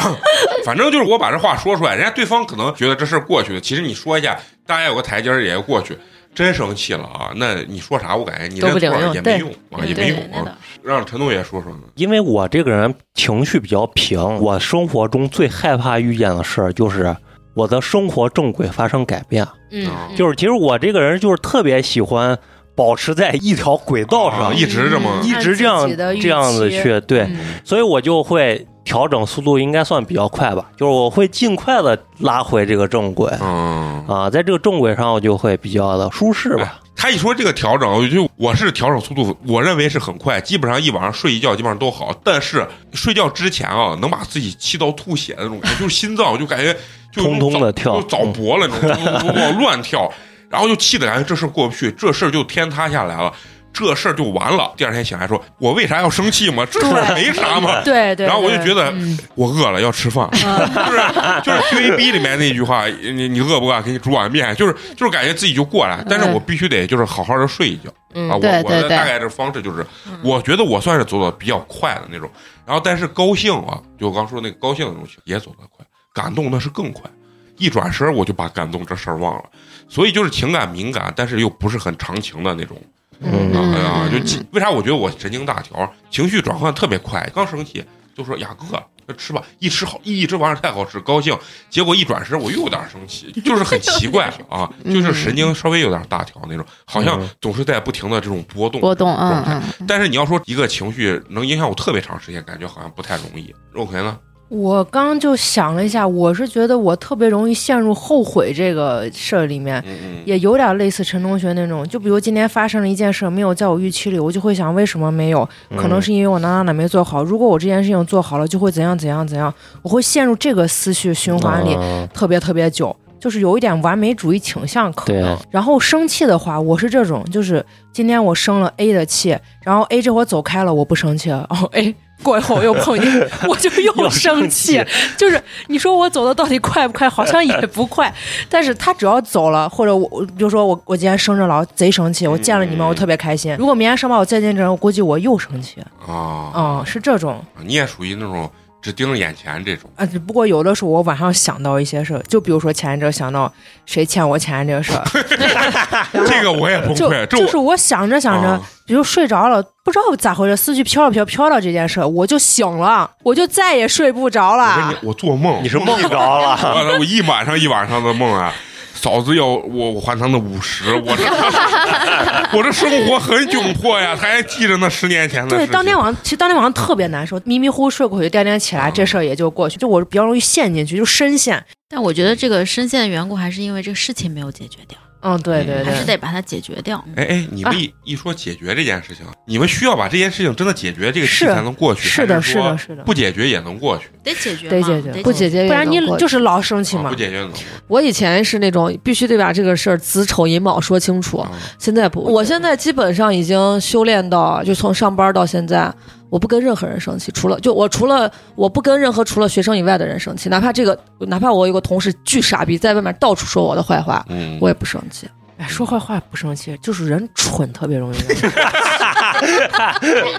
[SPEAKER 1] <laughs> 反正就是我把这话说出来，人家对方可能觉得这事儿过去了，其实你说一下，大家有个台阶儿也要过去。真生气了啊！那你说啥，我感觉你认
[SPEAKER 2] 都
[SPEAKER 1] 错
[SPEAKER 2] 不顶
[SPEAKER 1] 了
[SPEAKER 2] 用
[SPEAKER 1] 也没
[SPEAKER 2] 对
[SPEAKER 1] 用啊，
[SPEAKER 4] 对
[SPEAKER 1] 也没用
[SPEAKER 4] 对那
[SPEAKER 1] 啊
[SPEAKER 4] 倒。
[SPEAKER 1] 让陈同学说说呢。
[SPEAKER 6] 因为我这个人情绪比较平，我生活中最害怕遇见的事儿就是我的生活正轨发生改变。
[SPEAKER 1] 嗯
[SPEAKER 6] 就是其实我这个人就是特别喜欢保持在一条轨道上，
[SPEAKER 1] 啊一直这么
[SPEAKER 6] 一直这样
[SPEAKER 2] 哦嗯按自己的预期
[SPEAKER 6] 这样子去，对，
[SPEAKER 2] 嗯
[SPEAKER 6] 所以我就会调整速度，应该算比较快吧，就是我会尽快的拉回这个正轨
[SPEAKER 1] 嗯，
[SPEAKER 6] 啊，在这个正轨上我就会比较的舒适吧。
[SPEAKER 1] 他一说这个调整，我就我是调整速度，我认为是很快，基本上一晚上睡一觉基本上都好。但是睡觉之前啊，能把自己气到吐血的那种，感
[SPEAKER 6] <laughs>
[SPEAKER 1] 觉，就是心脏就感觉就
[SPEAKER 6] 通通地跳
[SPEAKER 1] 就早搏了，
[SPEAKER 6] <laughs>
[SPEAKER 1] 那种咚咚咚咚乱跳，然后就气得感觉这事儿过不去，这事儿就天塌下来了，这事儿就完了。第二天醒来说，我为啥要生气嘛？这事儿没啥嘛。
[SPEAKER 2] 对对。
[SPEAKER 1] 嗯然后我就
[SPEAKER 2] 对
[SPEAKER 1] 觉得
[SPEAKER 3] 嗯
[SPEAKER 1] 我饿了，要吃饭，就是就是 TVB 里面那句话，你你饿不饿？给你煮碗面，就是就是感觉自己就过来，但是我必须得就是好好的睡一觉
[SPEAKER 2] 嗯
[SPEAKER 1] 啊。我
[SPEAKER 3] 嗯对
[SPEAKER 1] 我
[SPEAKER 3] 对
[SPEAKER 1] 的
[SPEAKER 3] 对
[SPEAKER 1] 大概这方式就是，我觉得我算是走的比较快的那种，然后但是高兴啊，就我刚说那个高兴的东西也走得快，感动那是更快。一转身我就把感动这事儿忘了，所以就是情感敏感，但是又不是很长情的那种
[SPEAKER 6] 嗯
[SPEAKER 1] 啊、
[SPEAKER 3] 嗯
[SPEAKER 1] 哎呀，就气为啥我觉得我神经大条，情绪转换特别快，刚生气就说呀哥，那吃吧，一吃好，一这玩意儿太好吃，高兴，结果一转身我又有点生气，就是很奇
[SPEAKER 2] <laughs>
[SPEAKER 1] 怪啊，就是神经稍微有点大条那种，好像
[SPEAKER 6] 嗯
[SPEAKER 1] 总是在不停的这种波动。
[SPEAKER 3] 波动，
[SPEAKER 1] 状
[SPEAKER 3] 嗯
[SPEAKER 1] 态
[SPEAKER 3] 嗯，
[SPEAKER 1] 但是你要说一个情绪能影响我特别长时间，感觉好像不太容易。肉葵呢？
[SPEAKER 2] 我刚刚就想了一下，我是觉得我特别容易陷入后悔这个事儿里面，
[SPEAKER 1] 嗯嗯
[SPEAKER 2] 也有点类似陈同学那种，就比如今天发生了一件事儿没有在我预期里，我就会想为什么没有？
[SPEAKER 6] 嗯
[SPEAKER 2] 可能是因为我哪哪哪没做好。如果我这件事情做好了，就会怎样怎样怎样，我会陷入这个思绪循环里
[SPEAKER 6] 啊
[SPEAKER 2] 特别特别久，就是有一点完美主义倾向可
[SPEAKER 6] 对
[SPEAKER 2] 能。然后生气的话，我是这种，就是今天我生了 A 的气，然后 A 这会儿走开了，我不生气了，然后 A 过一会儿我又
[SPEAKER 1] <laughs>
[SPEAKER 2] 碰见，我就又
[SPEAKER 6] 又
[SPEAKER 2] 生
[SPEAKER 6] 生
[SPEAKER 2] 气
[SPEAKER 6] 气。
[SPEAKER 2] 就是你说我走的到底快不快？好像也不快。但是他只要走了，或者我我就说我我今天升着老贼生气，我见了你们
[SPEAKER 1] 嗯
[SPEAKER 2] 我特别开心。如果明天上班我再见这人，我估计我又生气。
[SPEAKER 1] 啊，
[SPEAKER 2] 嗯，是这种。
[SPEAKER 1] 你也属于那种只盯着眼前这种。
[SPEAKER 2] 啊，只不过有的时候我晚上想到一些事儿，就比如说前一阵想到谁欠我钱这个事儿，
[SPEAKER 1] 这个我也 <laughs> 崩
[SPEAKER 2] 就
[SPEAKER 1] 溃，这
[SPEAKER 2] 哎就
[SPEAKER 1] 我
[SPEAKER 2] 是我想着想着，
[SPEAKER 1] 啊
[SPEAKER 2] 比如睡着了，不知道咋回事，思绪飘了飘飘了这件事儿，我就醒了，我就再也睡不着
[SPEAKER 1] 啊我跟
[SPEAKER 2] 了
[SPEAKER 1] 你，。我做梦，
[SPEAKER 6] 你是梦着了。
[SPEAKER 1] <laughs> 我
[SPEAKER 6] <laughs>
[SPEAKER 1] 操我一晚上一晚上的梦啊！嫂子要我我还她那五十，我这我这生活很窘迫呀，她还记着那十年前的
[SPEAKER 2] 对，
[SPEAKER 1] 事情
[SPEAKER 2] 当天晚上其实当天晚上特别难受，迷迷糊糊睡过去，第二天起
[SPEAKER 1] 啊
[SPEAKER 2] 来、这事儿也就过去。就我比较容易陷进去，就深陷。
[SPEAKER 4] 但我觉得这个深陷的缘故，还是因为这个事情没有解决掉，
[SPEAKER 2] 嗯，对对
[SPEAKER 4] 还是
[SPEAKER 2] 对，
[SPEAKER 4] 得把它解决掉。
[SPEAKER 1] 哎哎，你
[SPEAKER 2] 啊
[SPEAKER 1] 们一、一说解决这件事情，你们需要把这件事情真的解决，这个气
[SPEAKER 2] 是
[SPEAKER 1] 才能过去。
[SPEAKER 2] 是的，
[SPEAKER 1] 还
[SPEAKER 2] 是
[SPEAKER 1] 说
[SPEAKER 2] 的，是的，
[SPEAKER 1] 不解决也能过去，
[SPEAKER 4] 得解决
[SPEAKER 2] 得
[SPEAKER 4] 嘛，
[SPEAKER 2] 解决
[SPEAKER 5] <laughs> 不解决也
[SPEAKER 2] 不然你
[SPEAKER 5] 能过去
[SPEAKER 2] 就是老生气
[SPEAKER 1] 啊
[SPEAKER 2] 嘛
[SPEAKER 1] 不。解决也能过去。
[SPEAKER 5] 我以前是那种必须得把这个事儿子丑寅卯说清楚，
[SPEAKER 1] 啊
[SPEAKER 5] 现在不，我现在基本上已经修炼到，就从上班到现在，我不跟任何人生气，除了就我除了我不跟任何除了学生以外的人生气，哪怕这个哪怕我有个同事巨傻逼，在外面到处说我的坏话，
[SPEAKER 1] 嗯，
[SPEAKER 5] 我也不生气。
[SPEAKER 2] 哎，说坏话不生气，就是人蠢特
[SPEAKER 1] <laughs>
[SPEAKER 2] 别容易让人。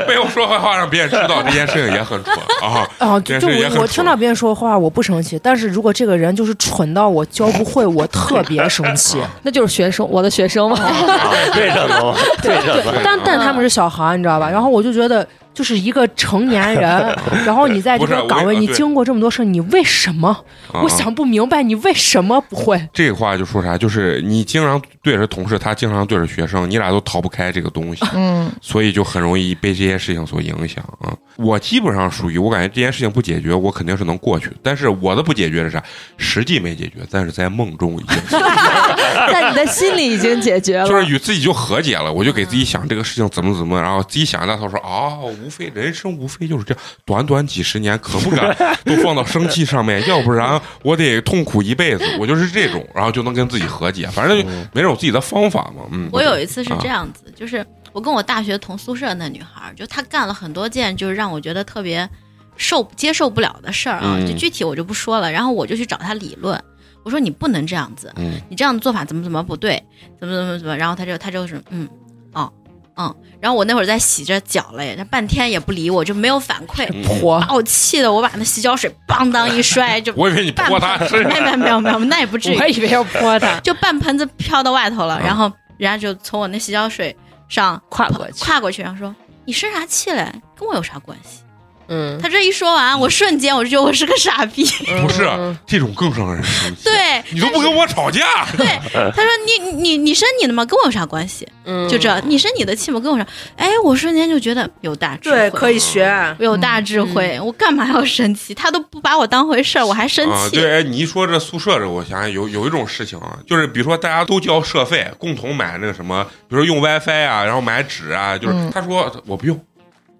[SPEAKER 1] 背后说坏话让别人知
[SPEAKER 2] <laughs>
[SPEAKER 1] 道这件事情也很蠢啊。
[SPEAKER 2] 啊，
[SPEAKER 1] 这件
[SPEAKER 2] 就就
[SPEAKER 1] 事也很
[SPEAKER 2] 我我
[SPEAKER 1] 蠢
[SPEAKER 2] 听到别人说话，我不生气。但是如果这个人就是蠢到我教不会，我特别生气。
[SPEAKER 5] 那就是学生，我的学生嘛， <laughs>
[SPEAKER 6] 啊对着呢，对着 <laughs> 呢。
[SPEAKER 2] 但但他们是小孩儿，你知道吧？然后我就觉得，就是一个成年
[SPEAKER 1] <laughs>
[SPEAKER 2] 人，然后你在这
[SPEAKER 1] 不是
[SPEAKER 2] 个
[SPEAKER 1] 我
[SPEAKER 2] 岗位，
[SPEAKER 1] 也啊
[SPEAKER 2] 你
[SPEAKER 1] 对
[SPEAKER 2] 经过这么多事儿，你为什么？
[SPEAKER 1] 啊
[SPEAKER 2] 我想不明白，你为什么不会？
[SPEAKER 1] 这话就说啥，就是你经常对着同事，他经常对着学生，你俩都逃不开这个东西。
[SPEAKER 5] 嗯，
[SPEAKER 1] 所以就很容易被这些事情所影响啊。我基本上属于我感觉这件事情不解决，我肯定是能过去，但是我的不解决是啥？实际没解决，但是在梦中已经
[SPEAKER 5] 在你的心里已经解决了。 <laughs>
[SPEAKER 1] 就是
[SPEAKER 4] 嗯
[SPEAKER 1] 与自己就和解了，我就给自己想这个事情怎么怎么，然后自己想一大套说啊，无非人生无非就是这样，短短几十年可不
[SPEAKER 4] <laughs>
[SPEAKER 1] 敢都放到生气上面，要不然我得痛苦一辈子。我就是这种，然后就能跟自己和解，反正就没有自己的方法嘛。嗯，
[SPEAKER 4] 嗯我有一次是这样子，就是我跟我大学同宿舍那女孩儿，就她干了很多件，就是让我觉得特别受接受不了的事儿啊，
[SPEAKER 1] 嗯
[SPEAKER 4] 就具体我就不说了。然后我就去找她理论，我说你不能这样子，
[SPEAKER 1] 嗯
[SPEAKER 4] 你这样的做法怎么怎么不对，怎么怎么怎么。然后她就她就是嗯，哦，嗯。然后我那会儿在洗着脚嘞，她半天也不理我，就没有反馈， <laughs>
[SPEAKER 1] 嗯
[SPEAKER 2] 婆，
[SPEAKER 4] 把我气的我把那洗脚水邦当一摔，就
[SPEAKER 1] 我以为你
[SPEAKER 4] 半
[SPEAKER 1] 泼他身
[SPEAKER 4] 盆，
[SPEAKER 1] 上
[SPEAKER 4] 没有没有没有，那也不至于，
[SPEAKER 2] <laughs> 我。以为要泼他 <laughs>
[SPEAKER 4] 就半盆子飘到外头了，
[SPEAKER 1] 嗯
[SPEAKER 4] 然后人家就从我那洗脚水上
[SPEAKER 2] 跨过去
[SPEAKER 4] 跨过去，然后说：“你生啥气嘞？跟我有啥关系
[SPEAKER 5] 嗯？”，
[SPEAKER 4] 他这一说完，我瞬间我就觉得我是个傻逼。
[SPEAKER 1] 不是这种更让人生气。
[SPEAKER 4] <laughs> 嗯对
[SPEAKER 1] 嗯 <laughs> 你都不跟我吵架，
[SPEAKER 4] 他说：“你你你生你的吗？跟我有啥关系？
[SPEAKER 1] 嗯
[SPEAKER 4] 就这，你生你的气吗？跟我有啥？”哎，我瞬间就觉得有大智慧，
[SPEAKER 2] 对，可以学。啊
[SPEAKER 4] 有大智慧，
[SPEAKER 1] 嗯
[SPEAKER 4] 我干嘛要生气？他都不把我当回事儿，我还生
[SPEAKER 1] 啊，
[SPEAKER 4] 气。 <laughs>
[SPEAKER 1] 对，哎你一说这宿舍这，我想想有有一种事情啊，就是比如说大家都交社费，共同买那个什么，比如说用 WiFi 啊，然后买纸啊，就是他说我不用，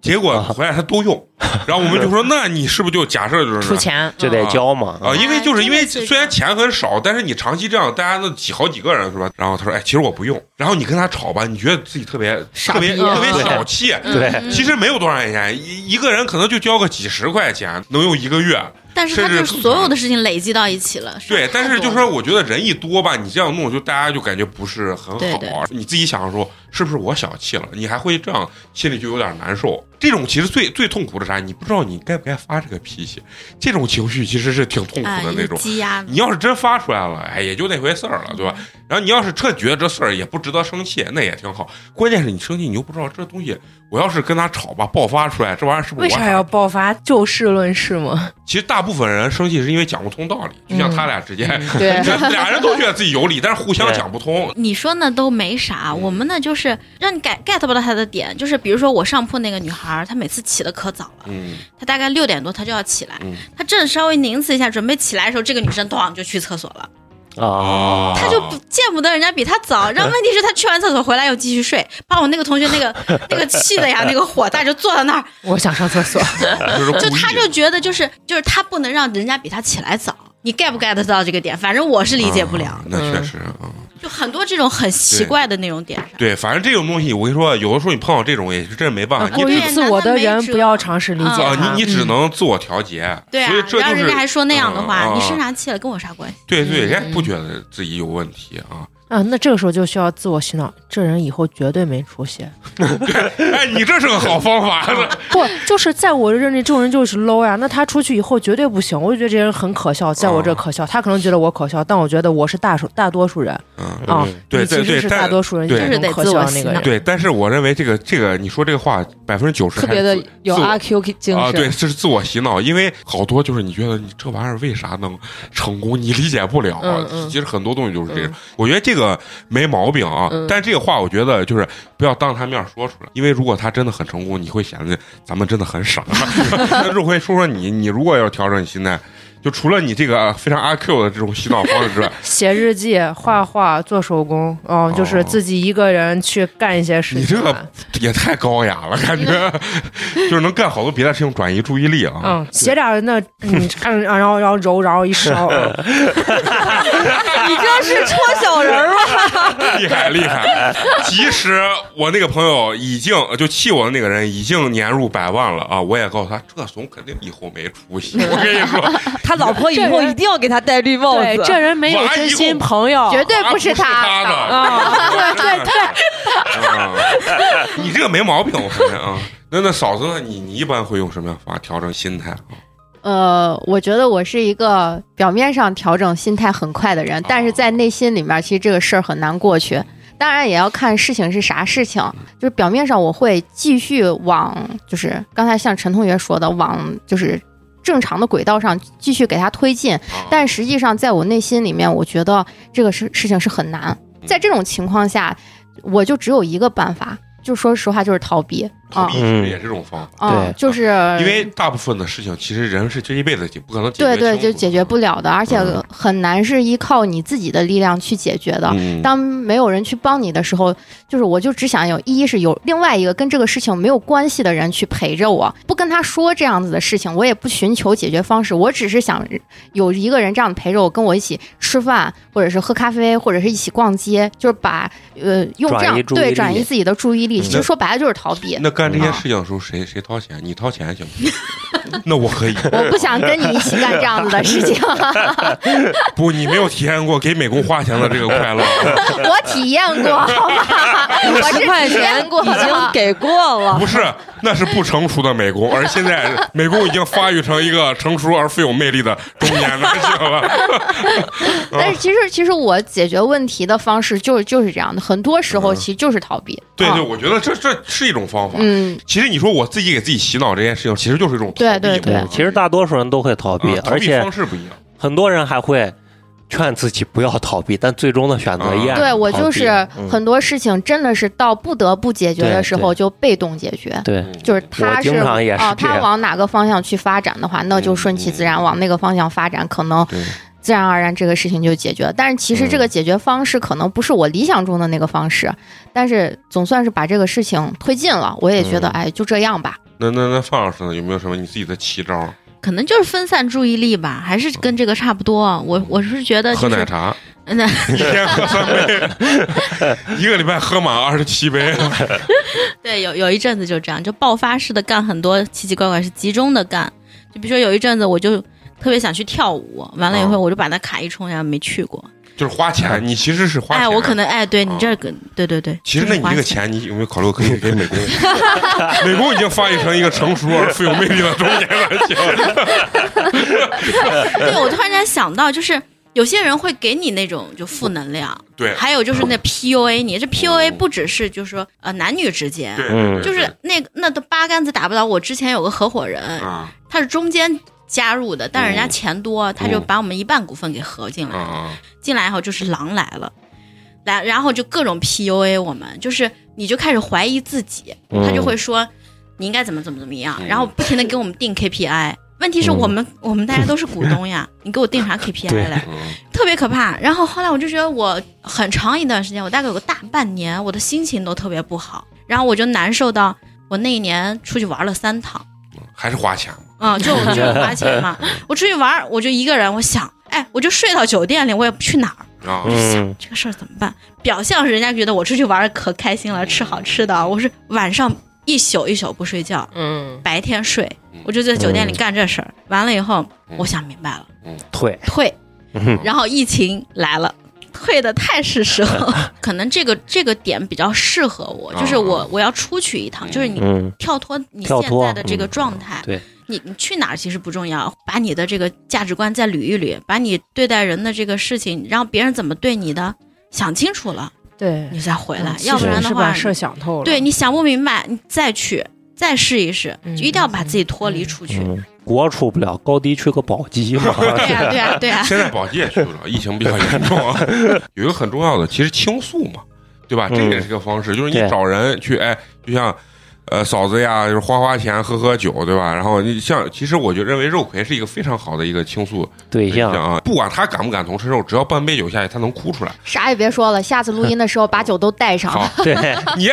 [SPEAKER 1] 结果回来他都用，然后我们就说那你是不是就假设就是
[SPEAKER 2] 出钱嗯
[SPEAKER 6] 就得交嘛。
[SPEAKER 1] 啊，因为就是因
[SPEAKER 4] 哎
[SPEAKER 1] 为
[SPEAKER 4] 真的是
[SPEAKER 1] 虽然钱很少，但是你长期这样，大家都几好几个人是吧？然后他说，哎，其实我不用，然后你跟他吵吧，你觉得自己特别
[SPEAKER 5] 傻
[SPEAKER 1] 特别
[SPEAKER 5] 逼啊
[SPEAKER 1] 特别小气，
[SPEAKER 6] 对
[SPEAKER 4] 嗯
[SPEAKER 1] 其实没有多少钱，一一个人可能就交个几十块钱，能用一个月。
[SPEAKER 4] 但是他
[SPEAKER 1] 甚至
[SPEAKER 4] 就是
[SPEAKER 1] 更
[SPEAKER 4] 所有的事情累积到一起了。
[SPEAKER 1] 对，
[SPEAKER 4] 太
[SPEAKER 1] 但是
[SPEAKER 4] 多
[SPEAKER 1] 就
[SPEAKER 4] 了
[SPEAKER 1] 说，我觉得人一多吧，你这样弄，就大家就感觉不是很好。
[SPEAKER 4] 对对
[SPEAKER 1] 你自己想说，是不是我小气了？你还会这样，心里就有点难受。这种其实最最痛苦的是啥？你不知道你该不该发这个脾气，这种情绪其实是挺痛苦
[SPEAKER 4] 哎
[SPEAKER 1] 的那种。
[SPEAKER 4] 积压
[SPEAKER 1] 你要是真发出来了，哎，也就那回事儿了，对吧？然后你要是彻觉得这事儿也不值得生气，那也挺好。关键是你生气，你又不知道这东西，我要是跟他吵吧，爆发出来，这玩意儿是不是
[SPEAKER 2] 为
[SPEAKER 1] 我
[SPEAKER 2] 啥
[SPEAKER 1] 傻
[SPEAKER 2] 要爆发？就事论事嘛。
[SPEAKER 1] 其实大部分人生气是因为讲不通道理，
[SPEAKER 4] 嗯
[SPEAKER 1] 就像他俩之间， <laughs>
[SPEAKER 5] 对
[SPEAKER 1] 俩人都觉得自己有理，但是互相
[SPEAKER 6] 对
[SPEAKER 1] 讲不通。
[SPEAKER 4] 你说那都没啥，我们那就是让你 get get 不到她的点，就是比如说我上铺那个女孩儿，她每次起的可早了，
[SPEAKER 1] 嗯，
[SPEAKER 4] 她大概六点多她就要起来，
[SPEAKER 1] 嗯
[SPEAKER 4] 她正稍微拧刺一下准备起来的时候，这个女生咣就去厕所了，
[SPEAKER 6] 啊，
[SPEAKER 4] 她就不见不得人家比她早，然后问题是她去完厕所回来又继续睡，把我那个同学那个那个气的呀，那个火大就坐在那儿，
[SPEAKER 2] <laughs> 我想上厕所，
[SPEAKER 1] 啊
[SPEAKER 2] <laughs>
[SPEAKER 1] 就是
[SPEAKER 4] 就
[SPEAKER 1] 故意嗯
[SPEAKER 4] 她就觉得就是就是她不能让人家比她起来早，你 get 不 get 得到这个点，反正我是理解不了。
[SPEAKER 1] 啊
[SPEAKER 4] 嗯
[SPEAKER 1] 那确实啊，
[SPEAKER 4] 就很多这种很奇怪的那种点上。
[SPEAKER 1] 对，反正这种东西，我跟你说，有的时候你碰到这种也是真没办
[SPEAKER 4] 嗯
[SPEAKER 1] 法，
[SPEAKER 2] 过
[SPEAKER 1] 你
[SPEAKER 2] 于
[SPEAKER 1] 只
[SPEAKER 2] 自我的人不要尝试理解
[SPEAKER 4] 啊
[SPEAKER 1] 啊
[SPEAKER 2] 他，，
[SPEAKER 1] 你你只
[SPEAKER 2] 嗯
[SPEAKER 1] 能自我调节。
[SPEAKER 4] 对啊
[SPEAKER 1] 所以，这
[SPEAKER 4] 然后
[SPEAKER 1] 就
[SPEAKER 4] 人
[SPEAKER 1] 是
[SPEAKER 4] 家还说那样的话，
[SPEAKER 1] 嗯嗯嗯
[SPEAKER 4] 你生啥气了，跟我啥关系？
[SPEAKER 1] 对对，
[SPEAKER 5] 嗯
[SPEAKER 1] 人家不觉得自己有问题啊。
[SPEAKER 2] 啊，那这个时候就需要自我洗脑，这人以后绝对没出息。
[SPEAKER 1] 哎，你这是个好方
[SPEAKER 4] <laughs>
[SPEAKER 1] 法，
[SPEAKER 2] <laughs> 不，就是在我的认知，这种人就是 low 呀。那他出去以后绝对不行，我就觉得这人很可笑，在我
[SPEAKER 1] 啊
[SPEAKER 2] 这可笑。他可能觉得我可笑，但我觉得我是大数大多数人
[SPEAKER 1] 嗯，
[SPEAKER 2] 啊。
[SPEAKER 1] 对
[SPEAKER 2] 你
[SPEAKER 1] 对
[SPEAKER 2] 其
[SPEAKER 1] 对
[SPEAKER 2] 实是
[SPEAKER 1] 但
[SPEAKER 2] 大多数人，你
[SPEAKER 1] 对
[SPEAKER 2] 就是很可笑的那个人。
[SPEAKER 1] 对。但是我认为这个这个，你说这个话，百分之九十
[SPEAKER 5] 特别的有阿 Q 精
[SPEAKER 1] 啊，对，
[SPEAKER 5] 神。
[SPEAKER 1] 这是自我洗脑，因为好多就是你觉得你这玩意儿为啥能成功，你理解不了啊。
[SPEAKER 5] 嗯嗯
[SPEAKER 1] 其实很多东西就是这样，
[SPEAKER 5] 嗯
[SPEAKER 1] 我觉得这个没毛病啊。
[SPEAKER 5] 嗯
[SPEAKER 1] 但这个话我觉得就是不要当着他面说出来，因为如果他真的很成功，你会显得咱们真的很
[SPEAKER 5] <laughs>
[SPEAKER 1] 傻。 <laughs> 那入会说说你，你如果要调整你心态。就除了你这个啊非常阿 Q 的这种洗脑方式之
[SPEAKER 5] <laughs>
[SPEAKER 1] 外，
[SPEAKER 2] 写日记、
[SPEAKER 1] 嗯
[SPEAKER 2] 画画、做手工，嗯，就是自己一个人去干一些事情。
[SPEAKER 1] 哦
[SPEAKER 2] 啊
[SPEAKER 1] 你这个也太高雅了，感觉 <laughs>
[SPEAKER 5] 嗯
[SPEAKER 1] 就是能干好多别的事情，转移注意力啊。
[SPEAKER 2] 嗯，写点那，嗯，嗯然后然后揉，然后一
[SPEAKER 1] <laughs>
[SPEAKER 2] 烧，嗯
[SPEAKER 5] 你这是戳小人儿吗？
[SPEAKER 1] 厉害厉害！其实我那个朋友已经就气我的那个人已经年入百万了啊！我也告诉他，这怂肯定以后没出
[SPEAKER 3] <laughs>
[SPEAKER 1] 息。我跟你说，
[SPEAKER 5] 他老婆以后一定要给他戴绿帽
[SPEAKER 2] <laughs> 对，
[SPEAKER 5] 子。
[SPEAKER 2] 这人没有真心朋友，
[SPEAKER 3] 绝对
[SPEAKER 1] 啊
[SPEAKER 3] 不
[SPEAKER 1] 不
[SPEAKER 3] 是
[SPEAKER 1] 他
[SPEAKER 3] 的。
[SPEAKER 1] 的，对对对，啊你这个没毛病，我承认啊。那那嫂子呢？你你一般会用什么样的方法调整心态啊？
[SPEAKER 3] 呃，我觉得我是一个表面上调整心态很快的人，但是在内心里面，其实这个事儿很难过去。当然也要看事情是啥事情，就是表面上我会继续往，就是刚才像陈同学说的，往就是正常的轨道上继续给他推进，
[SPEAKER 1] 啊
[SPEAKER 3] 但实际上在我内心里面，我觉得这个事事情是很难。
[SPEAKER 1] 嗯
[SPEAKER 3] 在这种情况下，我就只有一个办法，就说实话就是逃避
[SPEAKER 1] 嗯逃
[SPEAKER 3] 啊
[SPEAKER 1] 避其实也是这种方法，
[SPEAKER 3] 啊
[SPEAKER 6] 对，
[SPEAKER 3] 就是
[SPEAKER 1] 因为大部分的事情其实人是这一辈子也不可能解决
[SPEAKER 3] 对
[SPEAKER 1] 清楚的，
[SPEAKER 3] 对，就解决不了的，而且
[SPEAKER 1] 嗯
[SPEAKER 3] 很难是依靠你自己的力量去解决的。
[SPEAKER 1] 嗯。
[SPEAKER 3] 当没有人去帮你的时候，就是我就只想有，一是有另外一个跟这个事情没有关系的人去陪着我，不跟他说这样子的事情，我也不寻求解决方式，我只是想有一个人这样陪着我，跟我一起吃饭，或者是喝咖啡，或者是一起逛街，就是把呃用这
[SPEAKER 6] 转移
[SPEAKER 3] 样
[SPEAKER 6] 注意
[SPEAKER 3] 对
[SPEAKER 6] 力
[SPEAKER 3] 转移自己的注意力，
[SPEAKER 1] 嗯
[SPEAKER 3] 其实说白了就是逃避。
[SPEAKER 1] 那干这
[SPEAKER 6] 啊
[SPEAKER 1] 些事情的时候，谁谁掏钱？你掏钱行不行？ <laughs> <laughs> 那我可以。
[SPEAKER 3] 我不想跟你一起干这样子的事情，
[SPEAKER 1] 不，你没有体验过给美工花钱的这个快乐。 <laughs>
[SPEAKER 3] 我体验过，好吗？
[SPEAKER 5] <laughs>
[SPEAKER 3] 我是
[SPEAKER 5] 十块
[SPEAKER 3] 体
[SPEAKER 5] 钱
[SPEAKER 3] 验过
[SPEAKER 5] 已经
[SPEAKER 3] 的。
[SPEAKER 5] 给过了 <laughs>
[SPEAKER 1] 不，是，那是不成熟的美工，而现在美工已经发育成一个成熟而富有魅力的中年男性了。 <laughs>
[SPEAKER 3] 但是其实其实我解决问题的方式就是就是这样的，很多时
[SPEAKER 6] 嗯
[SPEAKER 3] 候其实就是逃避。
[SPEAKER 1] 对
[SPEAKER 3] 啊
[SPEAKER 1] 对，我觉得这这是一种方法。
[SPEAKER 3] 嗯，
[SPEAKER 1] 其实你说我自己给自己洗脑这件事情，其实就是一种逃避
[SPEAKER 3] 对对对
[SPEAKER 1] 嘛
[SPEAKER 6] 嗯其实大多数人都会逃避，
[SPEAKER 1] 嗯逃
[SPEAKER 6] 而
[SPEAKER 1] 避
[SPEAKER 6] 且
[SPEAKER 1] 方式不一样。
[SPEAKER 6] 很多人还会劝自己不要逃避，但最终的选择依然
[SPEAKER 3] 对我
[SPEAKER 6] 逃避
[SPEAKER 3] 就是
[SPEAKER 6] 嗯
[SPEAKER 3] 很多事情真的是到不得不解决的时候
[SPEAKER 6] 对对
[SPEAKER 3] 就被动解决，
[SPEAKER 6] 对
[SPEAKER 1] 嗯
[SPEAKER 3] 就是他是
[SPEAKER 6] 我经常也是
[SPEAKER 3] 啊，
[SPEAKER 6] 这样
[SPEAKER 3] 他往哪个方向去发展的话，那就顺其自然往那个方向发展，可能
[SPEAKER 1] 对
[SPEAKER 3] 自然而然这个事情就解决了。但是其实这
[SPEAKER 6] 嗯
[SPEAKER 3] 个解决方式可能不是我理想中的那个方式，但是总算是把这个事情推进了，我也觉得
[SPEAKER 1] 嗯
[SPEAKER 3] 哎就这样吧。
[SPEAKER 1] 那那那范老师呢？有没有什么你自己的奇招？
[SPEAKER 4] 可能就是分散注意力吧，还是跟这个差不多。我我是觉得
[SPEAKER 1] 喝
[SPEAKER 4] 就
[SPEAKER 1] 奶
[SPEAKER 4] 是，
[SPEAKER 1] 茶，
[SPEAKER 4] <laughs>
[SPEAKER 1] <laughs>
[SPEAKER 4] 那
[SPEAKER 1] 一天喝三杯，一个礼拜喝满二十七杯。
[SPEAKER 4] 对有有一阵子就这样，就爆发式的干很多奇奇怪怪，是集中的干。就比如说有一阵子我就特别想去跳舞，完了以后
[SPEAKER 1] 嗯
[SPEAKER 4] 我就把那卡一充，然后没去过。
[SPEAKER 1] 就是花钱，你其实是花钱。啊嗯
[SPEAKER 4] 哎，我可能哎，对你这个，对对对，
[SPEAKER 1] 其实那你这个钱，你有没有考虑可以给
[SPEAKER 4] <laughs>
[SPEAKER 1] 美工？美工已经发育成一个成熟而富有魅力的中年男性。
[SPEAKER 4] 对我突然间想到，就是有些人会给你那种就负能量，
[SPEAKER 1] 对
[SPEAKER 4] 还有就是那 PUA 你，这 PUA
[SPEAKER 1] 嗯
[SPEAKER 4] 不只是就是说呃男女之间，
[SPEAKER 1] 对，
[SPEAKER 6] 嗯
[SPEAKER 4] 就是嗯那个那都八竿子打不着。我之前有个合伙人，
[SPEAKER 1] 啊
[SPEAKER 4] 他是中间加入的，但是人家
[SPEAKER 1] 嗯
[SPEAKER 4] 钱多，他就把我们一半股份给合进
[SPEAKER 1] 啊
[SPEAKER 4] 来了。
[SPEAKER 1] 啊！
[SPEAKER 4] 进来以后就是狼来了，来然后就各种 PUA 我们，就是你就开始怀疑自己，
[SPEAKER 6] 嗯
[SPEAKER 4] 他就会说你应该怎么怎么怎么样，
[SPEAKER 1] 嗯
[SPEAKER 4] 然后不停的给我们定 KPI。问题是
[SPEAKER 6] 嗯
[SPEAKER 4] 我们、我们大家都是股
[SPEAKER 1] <laughs>
[SPEAKER 4] 东呀，你给我定啥 KPI 来？
[SPEAKER 1] 嗯
[SPEAKER 4] 特别可怕。然后后来我就觉得我很长一段时间，我大概有个大半年，我的心情都特别不好，然后我就难受到我那一年出去玩了三趟。
[SPEAKER 1] 还是花钱嘛。
[SPEAKER 4] 嗯，就就是花钱嘛。我出去玩儿，我就一个人，我想，哎，我就睡到酒店里，我也不去哪儿。
[SPEAKER 1] 啊，
[SPEAKER 4] 我就想
[SPEAKER 6] 嗯
[SPEAKER 4] 这个事儿怎么办？表象是人家觉得我出去玩儿可开心了，吃好吃的，我是晚上一宿一宿不睡觉，
[SPEAKER 5] 嗯，
[SPEAKER 4] 白天睡
[SPEAKER 1] 嗯，
[SPEAKER 4] 我就在酒店里干这事儿。完了以后，
[SPEAKER 1] 嗯
[SPEAKER 4] 我想明白了，
[SPEAKER 6] 退，
[SPEAKER 4] 退。
[SPEAKER 6] 嗯
[SPEAKER 4] 然后疫情来了。退的太是时候了， <laughs> 可能这个这个点比较适合我，就是我我要出去一趟，就是你
[SPEAKER 6] 嗯，
[SPEAKER 4] 跳脱你
[SPEAKER 6] 跳
[SPEAKER 4] 现
[SPEAKER 6] 脱
[SPEAKER 4] 在的这个
[SPEAKER 6] 嗯
[SPEAKER 4] 状态，
[SPEAKER 6] 对
[SPEAKER 4] 你你去哪儿其实不重要，把你的这个价值观再捋一捋，把你对待人的这个事情，让别人怎么对你的想清楚了，
[SPEAKER 2] 对，
[SPEAKER 4] 你再回来，
[SPEAKER 2] 嗯
[SPEAKER 4] 要不然
[SPEAKER 2] 其实
[SPEAKER 4] 的
[SPEAKER 2] 是
[SPEAKER 4] 话
[SPEAKER 2] 把，事儿想透了，
[SPEAKER 4] 对你想不明白，你再去再试一试，
[SPEAKER 2] 嗯
[SPEAKER 4] 就一定要把自己脱离出去。
[SPEAKER 6] 嗯，国处不了高低，去个宝鸡 <laughs> 嘛。
[SPEAKER 4] 对呀、对呀、啊
[SPEAKER 2] <laughs>
[SPEAKER 6] <laughs>
[SPEAKER 4] 对呀、
[SPEAKER 1] 现在保洁也去不了，疫情比较严重啊。有一个很重要的，其实倾诉嘛，对吧？
[SPEAKER 6] 嗯
[SPEAKER 1] 这也是一个方式，就是你
[SPEAKER 6] 对
[SPEAKER 1] 找人去，哎，就像呃嫂子呀，就是花花钱喝喝酒，对吧？然后你像，其实我就认为肉葵是一个非常好的一个倾诉
[SPEAKER 6] 对
[SPEAKER 1] 对象
[SPEAKER 6] 象，
[SPEAKER 1] 啊，不管他感不感同身受，只要半杯酒下去，他能哭出来。
[SPEAKER 3] 啥也别说了，下次录音的时候把酒都带上。
[SPEAKER 1] 好，
[SPEAKER 6] 对，
[SPEAKER 1] 你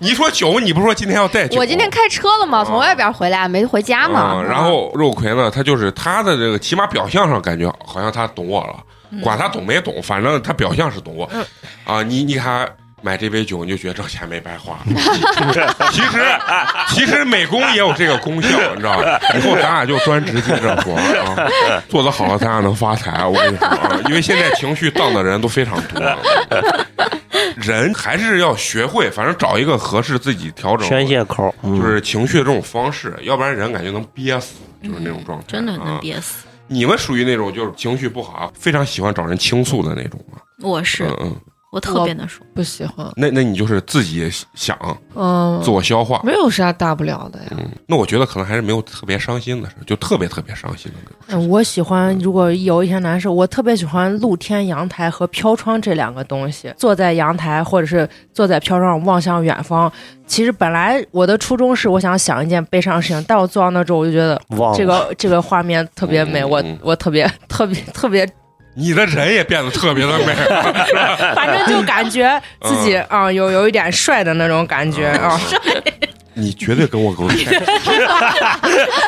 [SPEAKER 1] 你说酒，你不是说今天要带酒？哦
[SPEAKER 3] 我今天开车了嘛，从外边回来没回家嘛。
[SPEAKER 1] 嗯然后肉葵呢，他就是他的这个，起码表象上感觉好像他懂我
[SPEAKER 3] 嗯
[SPEAKER 1] 了，管他懂没懂，反正他表象是懂我。啊，你你看。买这杯酒，你就觉得这钱没白
[SPEAKER 3] <laughs>
[SPEAKER 1] 花。其实，其实美工也有这个功效，你知道
[SPEAKER 3] <laughs>
[SPEAKER 1] 吧？以后咱俩就专职进这活啊，做得好了，咱俩能发财。我跟你说啊，因为现在情绪荡的人都非常多，
[SPEAKER 3] <laughs>
[SPEAKER 1] 人还是要学会，反正找一个合适自己调整
[SPEAKER 6] 宣泄口，嗯
[SPEAKER 1] 就是情绪的这种方式，要不然人感觉能憋死，就是那种状态。
[SPEAKER 4] 嗯真的能
[SPEAKER 1] 啊。
[SPEAKER 4] 憋死。
[SPEAKER 1] 你们属于那种就是情绪不好，啊非常喜欢找人倾诉的那种吗？
[SPEAKER 4] 我是
[SPEAKER 1] 嗯嗯，
[SPEAKER 4] 我特别能说，
[SPEAKER 5] 不喜欢，
[SPEAKER 1] 那那你就是自己想
[SPEAKER 5] 嗯
[SPEAKER 1] 自，我消化。
[SPEAKER 5] 没有啥大不了的呀。
[SPEAKER 1] 那我觉得可能还是没有特别伤心的事，就特别特别伤心的那种。
[SPEAKER 2] 嗯，我喜欢，如果有一天难受，我特别喜欢露天阳台和飘窗这两个东西。坐在阳台或者是坐在飘窗上望向远方。其实本来我的初衷是我想想一件悲伤的事情，但我坐到那之后，我就觉得
[SPEAKER 6] 忘了
[SPEAKER 2] 这个这个画面特别美，
[SPEAKER 1] 哦嗯
[SPEAKER 2] 我
[SPEAKER 1] 嗯
[SPEAKER 2] 我特别特别
[SPEAKER 1] <laughs>
[SPEAKER 2] 特别，
[SPEAKER 1] 你的人也变得特别的美，
[SPEAKER 4] <laughs>
[SPEAKER 2] 反正就感觉自己
[SPEAKER 1] 嗯
[SPEAKER 2] 啊、有有一点帅的那种感觉啊、 <laughs>
[SPEAKER 1] 你绝对跟我
[SPEAKER 4] <laughs>
[SPEAKER 1] 狗屁。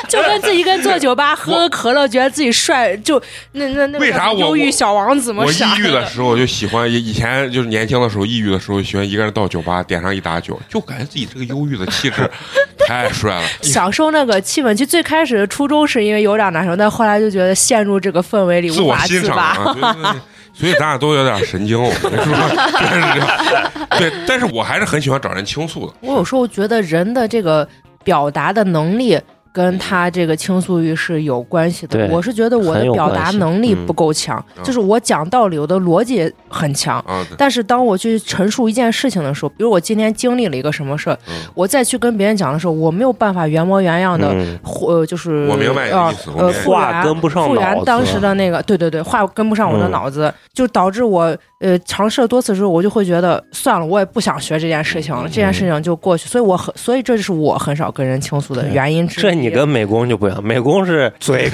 [SPEAKER 2] 就跟自己跟坐酒吧喝可乐，觉得自己帅，就那那那
[SPEAKER 1] 为啥我
[SPEAKER 2] 忧郁小王子嘛，
[SPEAKER 1] 我
[SPEAKER 2] 啥
[SPEAKER 1] 抑郁的时候就喜欢，以以前就是年轻的时候，抑郁的时候喜欢一个人到酒吧点上一打酒，就感觉自己这个忧郁的气质 <laughs> 太帅
[SPEAKER 4] <laughs>
[SPEAKER 1] 了。
[SPEAKER 2] 享受那个气氛。其实最开始的初衷是因为有点难受，但后来就觉得陷入这个氛围里
[SPEAKER 1] 自
[SPEAKER 2] 无
[SPEAKER 1] 我
[SPEAKER 2] 法
[SPEAKER 1] 欣
[SPEAKER 2] 自
[SPEAKER 1] 赏
[SPEAKER 2] 拔。
[SPEAKER 1] 啊，对对
[SPEAKER 2] <laughs>
[SPEAKER 1] 对，所以咱俩都有点神经，我跟你说，真是这样。对，但是我还是很喜欢找人倾诉的。
[SPEAKER 2] 我有时候觉得人的这个表达的能力。跟他这个倾诉欲是有关系的
[SPEAKER 6] 对，
[SPEAKER 2] 我是觉得我的
[SPEAKER 6] 很有
[SPEAKER 2] 表达
[SPEAKER 6] 关系
[SPEAKER 2] 能力不够强，
[SPEAKER 1] 嗯
[SPEAKER 2] 就是我讲道理，我的逻辑很强，
[SPEAKER 1] 啊，对
[SPEAKER 2] 但是当我去陈述一件事情的时候，比如我今天经历了一个什么事儿，
[SPEAKER 1] 嗯
[SPEAKER 2] 我再去跟别人讲的时候，我没有办法原模原样的，
[SPEAKER 6] 嗯
[SPEAKER 2] 或呃，就是
[SPEAKER 1] 我明白你的
[SPEAKER 2] 呃
[SPEAKER 1] 意思我
[SPEAKER 2] 呃，
[SPEAKER 1] 明白
[SPEAKER 2] 复
[SPEAKER 6] 话
[SPEAKER 2] 原
[SPEAKER 6] 跟不上
[SPEAKER 2] 复
[SPEAKER 6] 脑
[SPEAKER 2] 原
[SPEAKER 6] 子
[SPEAKER 2] 当时的那个，对对对，话跟不上我的
[SPEAKER 6] 嗯
[SPEAKER 2] 脑子，就导致我呃尝试了多次之后，我就会觉得算了，我也不想学这件事情了，这件事
[SPEAKER 6] 嗯
[SPEAKER 2] 情就过去。所以我很，所以这就是我很少跟人倾诉的
[SPEAKER 6] 对
[SPEAKER 2] 原因之一。
[SPEAKER 6] 这你跟美工就不一样，美工是嘴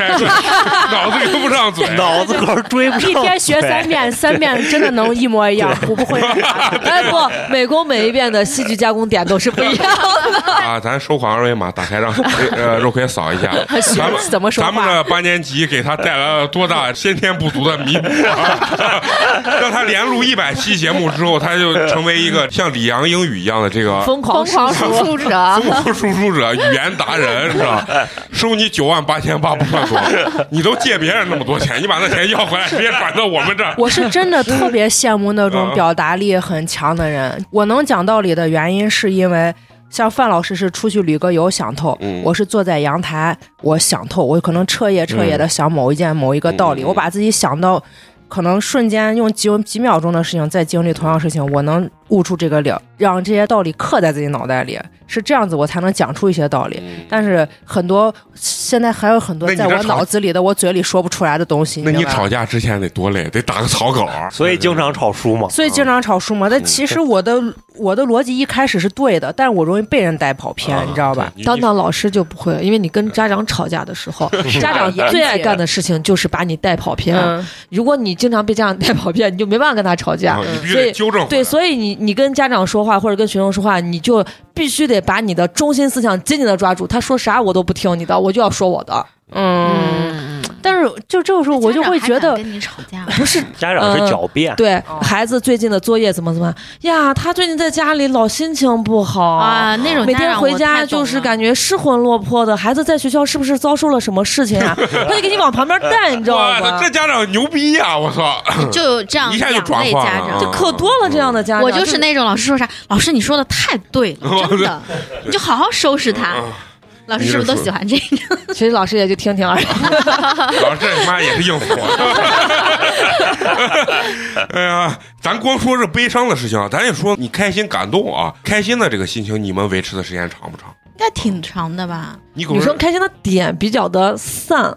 [SPEAKER 1] 脑子跟不上嘴，
[SPEAKER 6] <laughs> 脑子壳追不上，
[SPEAKER 2] 一天学三遍，三遍真的能一模一样，我
[SPEAKER 6] <laughs>
[SPEAKER 2] 不会那啥的。
[SPEAKER 5] 哎不，美工每一遍的戏剧加工点都是不一样的。
[SPEAKER 1] 啊，咱收款二维码，打开让呃肉葵扫一下。
[SPEAKER 2] <laughs> 学
[SPEAKER 1] 咱们
[SPEAKER 2] 怎么说
[SPEAKER 1] 咱们
[SPEAKER 2] 话？
[SPEAKER 1] 的八年级给他带来了多大先天不足的弥补啊！ <laughs> 让他连录一百期节目之后，他就成为一个像李阳英语一样的这个
[SPEAKER 5] 疯狂
[SPEAKER 3] 疯
[SPEAKER 5] 输
[SPEAKER 3] 狂
[SPEAKER 5] 出
[SPEAKER 1] <laughs>
[SPEAKER 3] 输出者，
[SPEAKER 1] 疯狂输出者、语言达人是吧？收你九万八千八不算多，你都借别人那么多钱，你把那钱要回来，别转到我们 <laughs> 这儿。
[SPEAKER 2] 我是真的特别羡慕那种
[SPEAKER 1] 啊
[SPEAKER 2] 表达力很强的
[SPEAKER 1] 嗯
[SPEAKER 2] 人。我能讲道理的原因，是因为像范老师是出去旅个游想透，
[SPEAKER 1] 嗯
[SPEAKER 2] 我是坐在阳台，我想透，我可能彻夜彻夜的想某一件、某一个道
[SPEAKER 1] 嗯
[SPEAKER 2] 理，
[SPEAKER 1] 嗯嗯
[SPEAKER 2] 我把自己想到。可能瞬间用几几秒钟的事情再经历同样事情，我能悟出这个理儿，让这些道理刻在自己脑袋里，是这样子我才能讲出一些道理。但是很多现在还有很多
[SPEAKER 1] 嗯那你
[SPEAKER 2] 在
[SPEAKER 1] 这
[SPEAKER 2] 我
[SPEAKER 1] 吵
[SPEAKER 2] 脑子里的我嘴里说不出来的东西。
[SPEAKER 1] 那你
[SPEAKER 2] 明白吗
[SPEAKER 1] 吵架之前得多累，得打个草稿，啊
[SPEAKER 6] 所以经常吵输嘛。
[SPEAKER 2] 所以经常吵输嘛。但其实我的我的逻辑一开始是对的，但是我容易被人带跑偏，
[SPEAKER 1] 啊
[SPEAKER 2] 你知道吧？？
[SPEAKER 1] 对
[SPEAKER 5] 当当老师就不会了，因为你跟家长吵架的
[SPEAKER 1] <laughs>
[SPEAKER 5] 时候，家长最爱干的事情就是把你带跑偏。啊
[SPEAKER 2] 嗯，
[SPEAKER 5] 如果你经常被家长带跑偏，你就没办法跟他吵
[SPEAKER 1] 你
[SPEAKER 5] 架。
[SPEAKER 1] 啊你必须
[SPEAKER 5] 所以
[SPEAKER 1] 得纠正回
[SPEAKER 5] 对，
[SPEAKER 1] 来。
[SPEAKER 5] 所以你你跟家长说话或者跟学生说话，你就必须得把你的中心思想紧紧的抓住。他说啥我都不听你的，我就要说我的。
[SPEAKER 2] 嗯，但是就这个时候我就会觉
[SPEAKER 4] 家长
[SPEAKER 2] 得，
[SPEAKER 4] 还敢跟你吵架，
[SPEAKER 5] 不是
[SPEAKER 6] 家长是
[SPEAKER 5] 嗯
[SPEAKER 6] 狡辩，
[SPEAKER 5] 对
[SPEAKER 2] 哦
[SPEAKER 5] 孩子最近的作业怎么怎么样呀？他最近在家里老心情不好
[SPEAKER 4] 啊，那种
[SPEAKER 5] 每
[SPEAKER 4] 家
[SPEAKER 5] 天
[SPEAKER 4] 长
[SPEAKER 5] 回
[SPEAKER 4] 我
[SPEAKER 5] 家
[SPEAKER 4] 太懂
[SPEAKER 5] 就是
[SPEAKER 4] 了
[SPEAKER 5] 感觉失魂落魄的，孩子在学校是不是遭受了什么事
[SPEAKER 6] <laughs>
[SPEAKER 5] 情啊？他就给你往旁边带，你知道
[SPEAKER 1] 哇
[SPEAKER 5] 吗？
[SPEAKER 1] 这家长牛逼呀！我
[SPEAKER 5] <laughs>
[SPEAKER 1] 操，
[SPEAKER 4] 就有这样
[SPEAKER 1] 一下就
[SPEAKER 4] 两
[SPEAKER 1] 转
[SPEAKER 4] 类
[SPEAKER 1] 化
[SPEAKER 4] 家
[SPEAKER 1] 了
[SPEAKER 4] 长
[SPEAKER 1] 啊。
[SPEAKER 5] 就可多了这样的家长。
[SPEAKER 4] 我就是那啊种老师说啥，老师你说的太对
[SPEAKER 1] <laughs>
[SPEAKER 4] 了，真的，你就好好收拾他。
[SPEAKER 1] 嗯
[SPEAKER 4] 老师是不是都喜欢这个？
[SPEAKER 5] 其实老师也就听啊听而已。
[SPEAKER 1] 老师这妈也是硬活。 <laughs> 哎呀，咱光说这悲伤的事情啊，咱也说你开心感动啊，开心的这个心情，你们维持的时间长不长？
[SPEAKER 4] 应该挺长的 <laughs> 吧？
[SPEAKER 1] 你可
[SPEAKER 5] 女
[SPEAKER 1] 能
[SPEAKER 5] 生开心的点比较的散，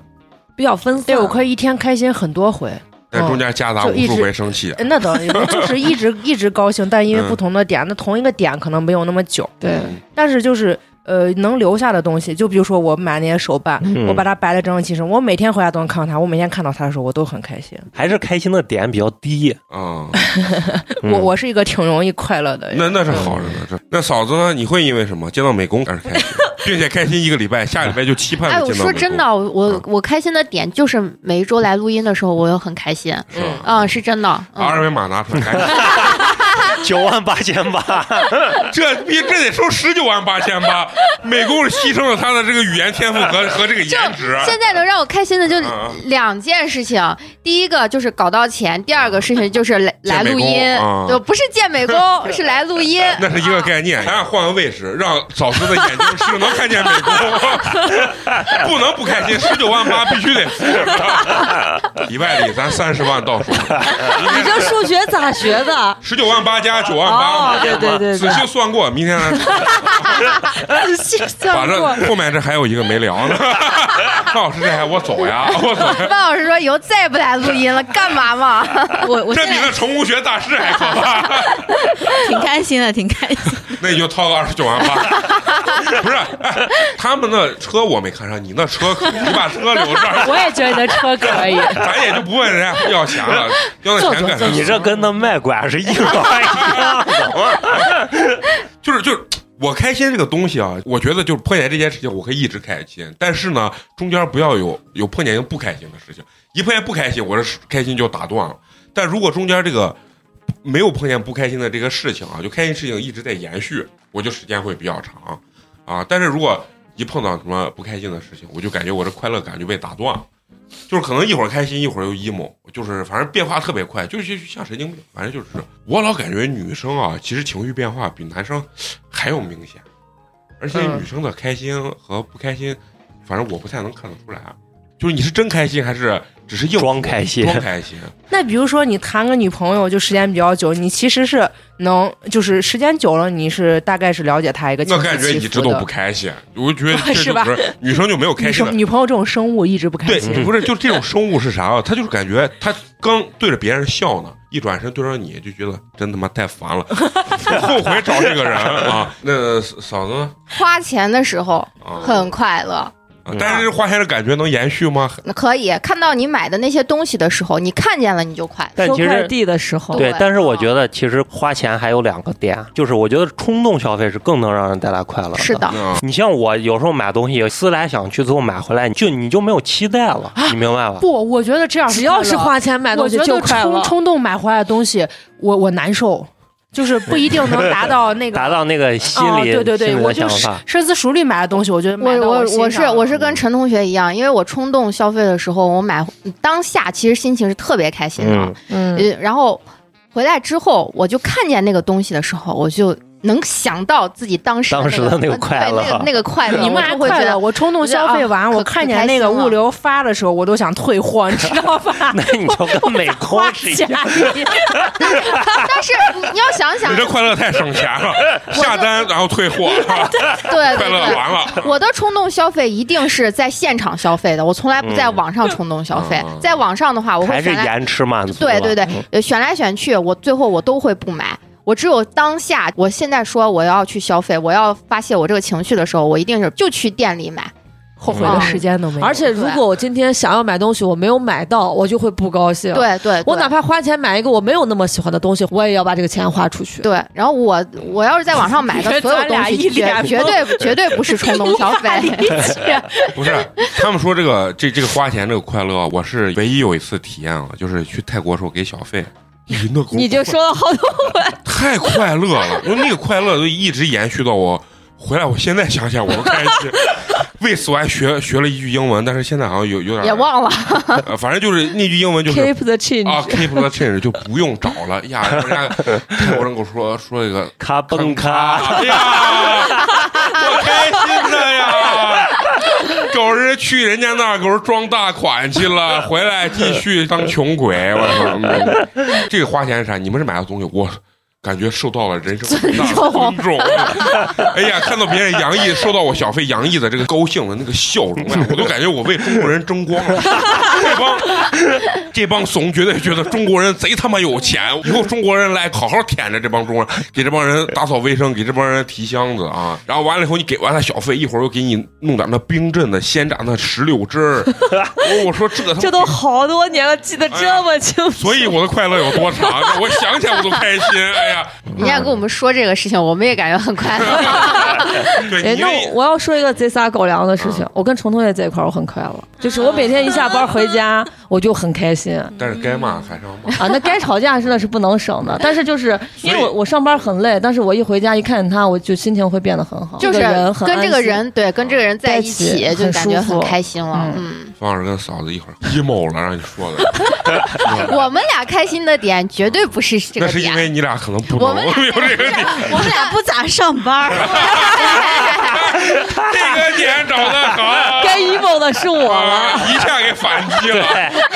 [SPEAKER 5] 比较分散。
[SPEAKER 2] 对我可以一天开心很多回，
[SPEAKER 1] 在
[SPEAKER 3] 哦
[SPEAKER 1] 中间夹杂
[SPEAKER 2] 就
[SPEAKER 1] 无
[SPEAKER 2] 一
[SPEAKER 1] 数
[SPEAKER 2] 直
[SPEAKER 1] 回生气，
[SPEAKER 2] 呃那倒也不就是一
[SPEAKER 6] <laughs>
[SPEAKER 2] 直一直高兴，但因
[SPEAKER 6] 嗯
[SPEAKER 2] 为不同的点，那同一个点可能没有那么久，
[SPEAKER 5] 对
[SPEAKER 2] 但是就是。呃，能留下的东西，就比如说我买那些手办，
[SPEAKER 6] 嗯
[SPEAKER 2] 我把它摆的整整齐齐，我每天回家都能看到它，我每天看到它的时候，我都很开心。
[SPEAKER 6] 还是开心的点比较 <laughs> 低。
[SPEAKER 1] 嗯，
[SPEAKER 6] 嗯
[SPEAKER 2] 我我是一个挺容易快乐的人，
[SPEAKER 1] 那那是好着
[SPEAKER 3] 嗯
[SPEAKER 1] 呢。这那嫂子呢？你会因为什么见到美工而开
[SPEAKER 3] <laughs>
[SPEAKER 1] 心，并且开心一个礼拜，下礼拜就期盼着
[SPEAKER 3] 哎，
[SPEAKER 1] 见到嗯
[SPEAKER 3] 我
[SPEAKER 1] 美工？
[SPEAKER 3] 说真的，我我开心的点就是每一周来录音的时候，我又很开心。
[SPEAKER 1] 是吧，
[SPEAKER 3] 嗯，是真的。
[SPEAKER 1] 把二
[SPEAKER 3] 嗯，
[SPEAKER 1] 维码拿出来，
[SPEAKER 3] <laughs>
[SPEAKER 1] 赶紧
[SPEAKER 6] 九万八千 <laughs> 八，
[SPEAKER 1] 这逼这得收十九万八千八，美工是牺牲了他的这个语言天赋
[SPEAKER 3] <laughs>
[SPEAKER 1] 和和这个颜值。啊
[SPEAKER 3] 现在能让我开心的就
[SPEAKER 1] 嗯
[SPEAKER 3] 两件事情，第一个就是搞到钱，第二个事情就是来
[SPEAKER 1] <laughs> 见
[SPEAKER 3] 来
[SPEAKER 1] 美
[SPEAKER 3] 录
[SPEAKER 1] 工
[SPEAKER 3] 音
[SPEAKER 1] 嗯，
[SPEAKER 3] 就不是见美工，
[SPEAKER 1] <laughs>
[SPEAKER 3] 是来录音。
[SPEAKER 1] 那是一个概
[SPEAKER 3] 啊
[SPEAKER 1] 念，咱俩换个位置，让嫂子的眼睛只能看见美工， <laughs> 不能不开心。十九万八必须得付。礼拜里咱三十万倒
[SPEAKER 3] <laughs>
[SPEAKER 1] 数，？
[SPEAKER 5] 你这数学咋学
[SPEAKER 6] <laughs>
[SPEAKER 5] 的
[SPEAKER 1] 十九万八加九万八
[SPEAKER 5] 哦，对对对对
[SPEAKER 1] 仔细算过，明天咱
[SPEAKER 5] <laughs> 仔细
[SPEAKER 1] 把
[SPEAKER 5] 算
[SPEAKER 1] 这
[SPEAKER 5] 过，
[SPEAKER 1] 后面这还有一个没聊呢。 <laughs> 范老师这还我走呀，我走。
[SPEAKER 3] 范老师说以后再也不来录音了，干嘛嘛？ <laughs>
[SPEAKER 4] 我我
[SPEAKER 1] 这
[SPEAKER 4] 现
[SPEAKER 1] 比
[SPEAKER 4] 在
[SPEAKER 1] 那成功学大师还可怕。
[SPEAKER 4] 挺开心的，挺开心。
[SPEAKER 1] 那你就掏个二十九万八，不是、哎他们那车我没看上，你那车可，你把车留这儿，
[SPEAKER 2] 我也觉得你的车可以。
[SPEAKER 1] 咱也就不问人家要钱了，要那钱干啥？
[SPEAKER 6] 你这跟那卖拐是一毛
[SPEAKER 2] <laughs>
[SPEAKER 6] 一样的。
[SPEAKER 1] 就是就是。我开心这个东西啊，我觉得就是碰见这件事情，我可以一直开心。但是呢，中间不要有有碰见不开心的事情，一碰见不开心，我这开心就打断了。但如果中间这个没有碰见不开心的这个事情啊，就开心事情一直在延续，我就时间会比较长啊。但是如果一碰到什么不开心的事情，我就感觉我这快乐感就被打断了，就是可能一会儿开心，一会儿又 emo，就是反正变化特别快，就是像神经病。反正就是我老感觉女生啊，其实情绪变化比男生还要明显，而且
[SPEAKER 5] 嗯
[SPEAKER 1] 女生的开心和不开心，反正我不太能看得出来，啊就是你是真开心还是只是硬
[SPEAKER 6] 装开心
[SPEAKER 1] 装开
[SPEAKER 2] <laughs>
[SPEAKER 1] 心。
[SPEAKER 2] 那比如说你谈个女朋友，就时间比较久，你其实是能，就是时间久了，你是大概是了解她一个情
[SPEAKER 1] 我
[SPEAKER 2] 绪
[SPEAKER 1] 感觉
[SPEAKER 2] 起
[SPEAKER 1] 一直
[SPEAKER 2] 伏
[SPEAKER 1] 都
[SPEAKER 2] 的
[SPEAKER 1] 不开心，我觉得这
[SPEAKER 2] <laughs> 是
[SPEAKER 1] 就
[SPEAKER 2] 吧
[SPEAKER 1] 是 <laughs> 女生就没有开
[SPEAKER 2] 女
[SPEAKER 1] 心的
[SPEAKER 2] 生。嗯女朋友这种生物一直不开
[SPEAKER 1] 对
[SPEAKER 2] 心，，
[SPEAKER 1] 不是，就这种生物是啥啊？他就是感觉他刚对着别人笑呢，一转身对着你就觉得真他妈太烦
[SPEAKER 2] <laughs>
[SPEAKER 1] 了，后悔找这个人啊。那嫂子呢
[SPEAKER 3] 花钱的时候
[SPEAKER 1] 啊，
[SPEAKER 3] 很快乐，
[SPEAKER 1] 啊但是花钱的感觉能延续
[SPEAKER 2] <laughs>
[SPEAKER 1] 吗？
[SPEAKER 3] 那可以看到你买的那些东西的时候，你看见了你就快乐。
[SPEAKER 6] <laughs> 但
[SPEAKER 5] 收
[SPEAKER 6] 其
[SPEAKER 5] 快
[SPEAKER 6] 实。
[SPEAKER 5] 递的时候，
[SPEAKER 6] 对
[SPEAKER 3] 对，
[SPEAKER 6] 但是我觉得其实花钱还有两个点，就是我觉得冲动消费是更能让人带来快乐。
[SPEAKER 3] 是，的，
[SPEAKER 1] 啊，
[SPEAKER 6] 你像我有时候买东西思来想去，最后买回来，你就你就没有期待了，你明白吧？
[SPEAKER 2] 啊不，我觉得这样
[SPEAKER 5] 只要是
[SPEAKER 2] 快乐
[SPEAKER 5] 花钱买
[SPEAKER 2] 我
[SPEAKER 5] 东西
[SPEAKER 2] 觉得
[SPEAKER 5] 就快
[SPEAKER 2] 冲
[SPEAKER 5] 乐。
[SPEAKER 2] 冲动买回来的东西，我我难受，就是不一定 <laughs> 能达到那个
[SPEAKER 6] 达到那个心
[SPEAKER 2] 哦
[SPEAKER 6] 理、
[SPEAKER 2] 对对对，
[SPEAKER 6] 心里
[SPEAKER 2] 我
[SPEAKER 6] 的
[SPEAKER 2] 就
[SPEAKER 6] 想
[SPEAKER 2] 是
[SPEAKER 6] 法。
[SPEAKER 2] 深思熟虑买的东西，我觉得
[SPEAKER 3] 我
[SPEAKER 2] 买到
[SPEAKER 3] 我
[SPEAKER 2] 心
[SPEAKER 3] 我
[SPEAKER 2] 上
[SPEAKER 3] 是
[SPEAKER 2] 了
[SPEAKER 3] 我
[SPEAKER 6] 嗯
[SPEAKER 3] 是跟陈同学一样，因为我冲动消费的时候，我买嗯当下其实心情是特别开心的，
[SPEAKER 6] 嗯，
[SPEAKER 5] 嗯，
[SPEAKER 3] 呃，然后回来之后，我就看见那个东西的时候，我就能想到自己当时
[SPEAKER 6] 当时的那个
[SPEAKER 3] 呃
[SPEAKER 6] 快乐？
[SPEAKER 3] 对那个那个快乐，
[SPEAKER 2] <laughs> 你们
[SPEAKER 3] 我
[SPEAKER 2] 还
[SPEAKER 3] 就会觉
[SPEAKER 2] 快乐，
[SPEAKER 3] 得。
[SPEAKER 2] 我冲动消费完，
[SPEAKER 3] 我觉得啊
[SPEAKER 2] 我
[SPEAKER 3] 可
[SPEAKER 2] 看见那个物流发的时候，我都想退货，你知道吧
[SPEAKER 6] <laughs> 那你就跟美工
[SPEAKER 2] 花
[SPEAKER 6] 是一
[SPEAKER 2] 钱 <laughs>
[SPEAKER 6] 样。，
[SPEAKER 3] 啊但是你要想想
[SPEAKER 1] 你，这快乐太省钱
[SPEAKER 2] <laughs>
[SPEAKER 1] 了，下单然后退货，啊
[SPEAKER 3] 对
[SPEAKER 1] 快
[SPEAKER 3] 对
[SPEAKER 1] 乐
[SPEAKER 3] 对，
[SPEAKER 1] 完了。
[SPEAKER 3] 我的冲动消费一定是在现场消费的，我从来不在
[SPEAKER 6] 嗯
[SPEAKER 3] 网上冲动消费
[SPEAKER 1] 嗯嗯嗯，
[SPEAKER 3] 在网上的话，我会
[SPEAKER 6] 还是
[SPEAKER 3] 选来
[SPEAKER 6] 延迟满足
[SPEAKER 3] 对
[SPEAKER 6] 了。
[SPEAKER 3] 对对
[SPEAKER 6] 嗯，
[SPEAKER 3] 呃选来选去，我最后我都会不买。我只有当下，我现在说我要去消费，我要发泄我这个情绪的时候，我一定是就去店里买。
[SPEAKER 2] 后悔的时间都没有。
[SPEAKER 5] 而且如果我今天想要买东西，我没有买到，我就会不高兴。，
[SPEAKER 3] 对对，
[SPEAKER 5] 我
[SPEAKER 3] 对
[SPEAKER 5] 哪怕花钱买一个我没有那么喜欢的东西，我也要把这个钱花出去。
[SPEAKER 3] 对，然后我我要是在网上买
[SPEAKER 5] 你
[SPEAKER 3] 的
[SPEAKER 5] 看
[SPEAKER 3] 所有
[SPEAKER 5] 咱
[SPEAKER 3] 东
[SPEAKER 5] 俩
[SPEAKER 3] 西，
[SPEAKER 5] 一
[SPEAKER 3] 绝
[SPEAKER 5] 脸
[SPEAKER 3] 绝对绝对不是冲动
[SPEAKER 5] <laughs>
[SPEAKER 3] 消费。
[SPEAKER 1] 不是， <laughs> 他们说这个这这个花钱这个快乐，我是唯一有一次体验了，就是去泰国的时候给小费，咦，那给我
[SPEAKER 5] 你就说了好多，
[SPEAKER 1] 太快乐了，就那个快乐就一直延续到我回来。我现在想想，我都开心。为此我还学学了一句英文，但是现在好像有有点
[SPEAKER 3] 也忘了，
[SPEAKER 1] 呃反正就是那句英文就是
[SPEAKER 5] keep the change，、
[SPEAKER 1] 啊，keep the change 就不用找了哎呀。人家泰国人跟我说说一个
[SPEAKER 6] 咔
[SPEAKER 1] 很
[SPEAKER 6] 嘣咔，
[SPEAKER 1] 哎呀，我开心的呀！狗日去人家那儿，狗日装大款去 <laughs> 了，回来继续当穷鬼。我操！嗯这个花钱是啥？你们是买的东西，我感觉受到了人生很大的尊重。 <laughs> 哎呀，看到别人洋溢受到我小费洋溢的这个高兴的那个笑容
[SPEAKER 5] <laughs>
[SPEAKER 1] 啊，我都感觉我为中国人争光了。这帮这帮怂绝对觉得中国人贼他妈有钱，以后中国人来好好舔着这帮中国人，给这帮人打扫卫生，给这帮人提箱子啊。然后完了以后，你给完了小费，一会儿又给你弄点那冰镇的鲜榨那石榴汁
[SPEAKER 5] <laughs>
[SPEAKER 1] 儿。哦我我说这他妈
[SPEAKER 5] 这都好多年了，记得这么清楚。
[SPEAKER 1] 哎所以我的快乐有多长？我想起来我都开心。哎呀，
[SPEAKER 3] 人家跟我们说这个事情，我们也感觉很快
[SPEAKER 5] <laughs>
[SPEAKER 3] 乐。
[SPEAKER 1] 对，
[SPEAKER 5] 哎，
[SPEAKER 1] 因
[SPEAKER 5] 那
[SPEAKER 1] 为
[SPEAKER 5] 我要说一个贼撒狗粮的事情。我跟虫同学在一块儿，我很快乐，就是我每天一下班回家，我就很开心啊。
[SPEAKER 1] 但是该
[SPEAKER 3] 嗯
[SPEAKER 1] 骂还是要骂。
[SPEAKER 5] 那该吵架真的是不能省的，但是就是
[SPEAKER 1] 所
[SPEAKER 5] 因为
[SPEAKER 1] 以
[SPEAKER 5] 我我上班很累，但是我一回家一看见他，我就心情会变得很好，
[SPEAKER 3] 就
[SPEAKER 5] 这
[SPEAKER 3] 是
[SPEAKER 5] 个人很
[SPEAKER 3] 跟这个
[SPEAKER 5] 安心
[SPEAKER 3] 人对，跟这个人在一
[SPEAKER 5] 在一
[SPEAKER 3] 起
[SPEAKER 5] 起
[SPEAKER 3] 就
[SPEAKER 5] 很
[SPEAKER 3] 感觉
[SPEAKER 5] 舒
[SPEAKER 3] 很
[SPEAKER 5] 服
[SPEAKER 3] 开心了。嗯，
[SPEAKER 1] 方老师跟嫂子一会儿 emo 了，让你说的，
[SPEAKER 3] 嗯我们俩开心的点绝对不是这
[SPEAKER 1] 那
[SPEAKER 3] 个
[SPEAKER 1] 是因
[SPEAKER 3] <laughs> 点。
[SPEAKER 1] 为你俩可能不
[SPEAKER 3] 我
[SPEAKER 1] 能
[SPEAKER 3] 们
[SPEAKER 1] <laughs> 有
[SPEAKER 3] 俩
[SPEAKER 1] 这个点，
[SPEAKER 4] 我们俩不咋上班儿，
[SPEAKER 1] 这个点找的
[SPEAKER 3] <laughs>
[SPEAKER 1] 好。
[SPEAKER 5] 该 emo 的是我了。
[SPEAKER 1] <laughs> 啊！一下给反击了。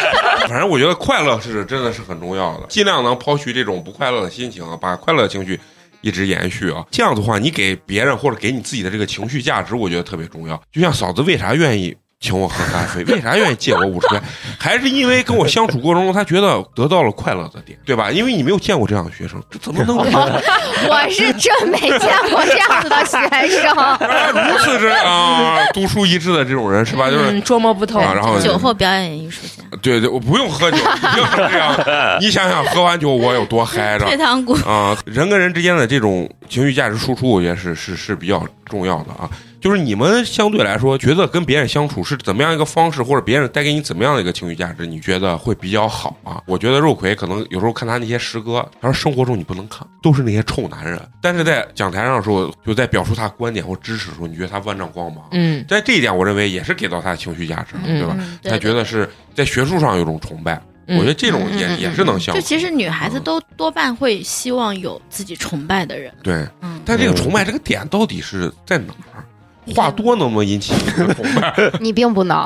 [SPEAKER 1] <laughs> 反正我觉得快乐是真的是很重要的，尽量能抛去这种不快乐的心情啊，把快乐的情绪一直延续啊。这样的话，你给别人或者给你自己的这个情绪价值，我觉得特别重要。就像嫂子为啥愿意请我喝咖啡，为啥愿意借我五十块，还是因为跟我相处过程中，他觉得得到了快乐的点，对吧？因为你没有见过这样的学生，这怎么能够
[SPEAKER 6] 啊
[SPEAKER 3] <laughs> 我是真没见过这样子的学生。
[SPEAKER 1] <laughs> 如此之啊独树一帜的这种人是吧？就是
[SPEAKER 2] 嗯，捉摸不透。
[SPEAKER 1] 啊，然后
[SPEAKER 4] 酒后表演艺术家，
[SPEAKER 1] 对对，我不用
[SPEAKER 2] <laughs>
[SPEAKER 1] 喝酒，一定是这样。你想想，喝完酒我有多嗨着
[SPEAKER 4] 退堂鼓。
[SPEAKER 1] 啊！人跟人之间的这种情绪价值输出，我觉得是是是比较重要的啊。就是你们相对来说，觉得跟别人相处是怎么样一个方式，或者别人带给你怎么样的一个情绪价值，你觉得会比较好啊？我觉得肉葵可能有时候看他那些诗歌，他说生活中你不能看，都是那些臭男人，但是在讲台上的时候，就在表述他观点或支持的时候，你觉得他万丈光芒。
[SPEAKER 2] 嗯
[SPEAKER 1] 在这一点，我认为也是给到他情绪价值了，啊
[SPEAKER 2] 嗯
[SPEAKER 1] 对吧？
[SPEAKER 4] 嗯对
[SPEAKER 1] 他觉得是在学术上有种崇拜，我觉得这种也、
[SPEAKER 4] 嗯嗯嗯
[SPEAKER 1] 也是能相
[SPEAKER 4] 就
[SPEAKER 1] 互。
[SPEAKER 4] 其实女孩子
[SPEAKER 1] 嗯
[SPEAKER 4] 都多半会希望有自己崇拜的人，
[SPEAKER 1] 对，
[SPEAKER 4] 嗯，
[SPEAKER 1] 但这个崇拜这个点到底是在哪儿？ <laughs> 话多能不能引起你的崇拜？
[SPEAKER 3] 你并不能。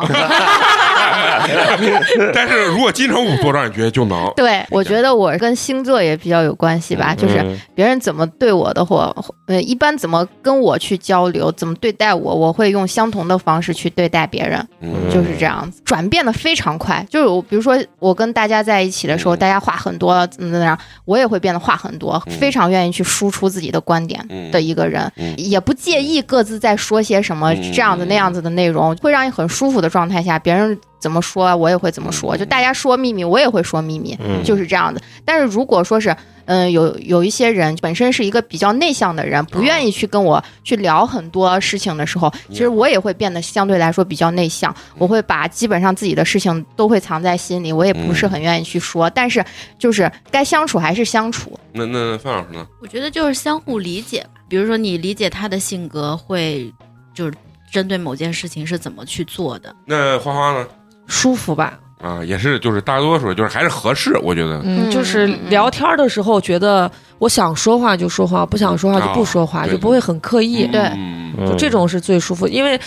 [SPEAKER 1] 但是如果金城武做让你觉得就能，
[SPEAKER 3] 对，我觉得我跟星座也比较有关系吧，就是
[SPEAKER 6] 嗯
[SPEAKER 3] 别人怎么对我的或呃，一般怎么跟我去交流，怎么对待我，我会用相同的方式去对待别人，
[SPEAKER 1] 嗯，
[SPEAKER 3] 就是这样子，转变的非常快。就是我，比如说我跟大家在一起的时候，
[SPEAKER 1] 嗯
[SPEAKER 3] 大家话很多，怎么怎么样，我也会变得话很多
[SPEAKER 1] 嗯，
[SPEAKER 3] 非常愿意去输出自己的观点
[SPEAKER 1] 嗯
[SPEAKER 3] 的一个人，
[SPEAKER 1] 嗯
[SPEAKER 3] 也不介意各自在说些什么
[SPEAKER 1] 嗯
[SPEAKER 3] 这样子那样子的内容，会让你很舒服的状态下，别人怎么说我也会怎么
[SPEAKER 1] 嗯
[SPEAKER 3] 说，就大家说秘密，我也会说秘密，
[SPEAKER 6] 嗯
[SPEAKER 3] 就是这样的。但是如果说是，嗯，有有一些人本身是一个比较内向的人，不愿意去跟我去聊很多事情的时候，
[SPEAKER 1] 嗯
[SPEAKER 3] 其实我也会变得相对来说比较内向，我会把基本上自己的事情都会藏在心里，我也
[SPEAKER 1] 嗯
[SPEAKER 3] 不是很愿意去说。但是就是该相处还是相处，
[SPEAKER 1] 那那那范老师呢？
[SPEAKER 4] 我觉得就是相互理解吧。比如说你理解他的性格，会就是针对某件事情是怎么去做的。
[SPEAKER 1] 那花花呢？
[SPEAKER 5] 舒服吧，
[SPEAKER 1] 啊，也是，就是大多数就是还是合适，我觉得。
[SPEAKER 5] 嗯，就是聊天儿的时候觉得我想说话就说话，不想说话就不说
[SPEAKER 1] 啊
[SPEAKER 5] 话，
[SPEAKER 1] 对
[SPEAKER 5] 就不会很刻意。
[SPEAKER 3] 对
[SPEAKER 1] 嗯
[SPEAKER 6] 嗯
[SPEAKER 5] 就这种是最舒服，因为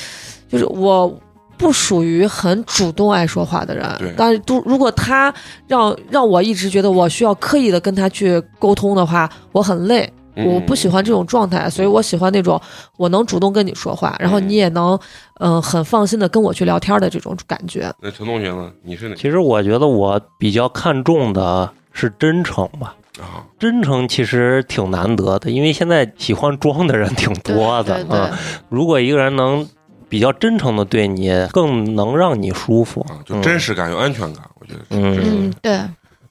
[SPEAKER 5] 就是我不属于很主动爱说话的人
[SPEAKER 1] 对，
[SPEAKER 5] 但是都如果他让让我一直觉得我需要刻意的跟他去沟通的话，我很累，
[SPEAKER 1] 嗯
[SPEAKER 5] 我不喜欢这种状态，所以我喜欢那种我能主动跟你说话，然后你也能嗯、呃很放心的跟我去聊天的这种感觉。
[SPEAKER 1] 那陈同学呢？你是哪
[SPEAKER 6] 其实我觉得我比较看重的是真诚吧。
[SPEAKER 1] 啊？
[SPEAKER 6] 真诚其实挺难得的，因为现在喜欢装的人挺多的
[SPEAKER 3] 对
[SPEAKER 6] 嗯
[SPEAKER 3] 对对
[SPEAKER 6] 啊。如果一个人能比较真诚的对你，更能让你舒服
[SPEAKER 1] 啊，就真。实感、有安全感，我觉得。
[SPEAKER 6] 嗯嗯，
[SPEAKER 3] 嗯，对，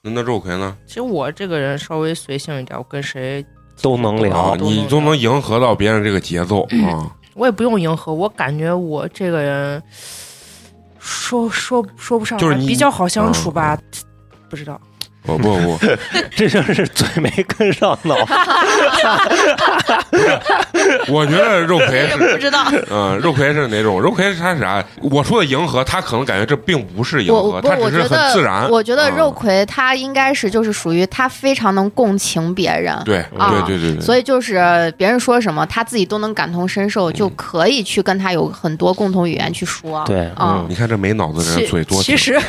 [SPEAKER 1] 那那肉葵呢？
[SPEAKER 2] 其实我这个人稍微随性一点，我跟谁
[SPEAKER 6] 都能聊
[SPEAKER 1] 啊，
[SPEAKER 2] 都
[SPEAKER 1] 你
[SPEAKER 2] 能
[SPEAKER 1] 都能迎合到别人这个节奏
[SPEAKER 4] 嗯
[SPEAKER 1] 啊， <laughs>
[SPEAKER 2] 我也不用迎合，我感觉我这个人说说说不上来，
[SPEAKER 1] 就是你嗯
[SPEAKER 2] 比较好相处吧，不知道。
[SPEAKER 1] 不不不，
[SPEAKER 6] <laughs> 这就是嘴没跟上
[SPEAKER 3] <laughs>
[SPEAKER 6] 脑。
[SPEAKER 1] <laughs> 我觉得肉
[SPEAKER 3] <laughs>
[SPEAKER 1] 葵
[SPEAKER 4] 也
[SPEAKER 1] 是
[SPEAKER 4] 不知道。
[SPEAKER 1] 嗯，肉葵是哪种？肉葵是它是啥？我说的迎合，他可能感觉这并不是迎合，
[SPEAKER 3] 我不，
[SPEAKER 1] 他
[SPEAKER 3] 我
[SPEAKER 1] 只是
[SPEAKER 3] 觉
[SPEAKER 1] 很自
[SPEAKER 3] 得
[SPEAKER 1] 然。
[SPEAKER 3] 我觉得
[SPEAKER 1] 嗯
[SPEAKER 3] 肉葵他应该是就是属于他非常能共情别人，
[SPEAKER 1] 对
[SPEAKER 3] 啊
[SPEAKER 1] 对对对对，
[SPEAKER 3] 所以就是别人说什么他自己都能感同身受，就
[SPEAKER 1] 嗯
[SPEAKER 3] 可以去跟他有很多共同语言去说。
[SPEAKER 6] 对，
[SPEAKER 3] 啊
[SPEAKER 6] 嗯，
[SPEAKER 1] 你看这没脑子的人嘴多
[SPEAKER 2] 其
[SPEAKER 1] 甜，
[SPEAKER 2] 实，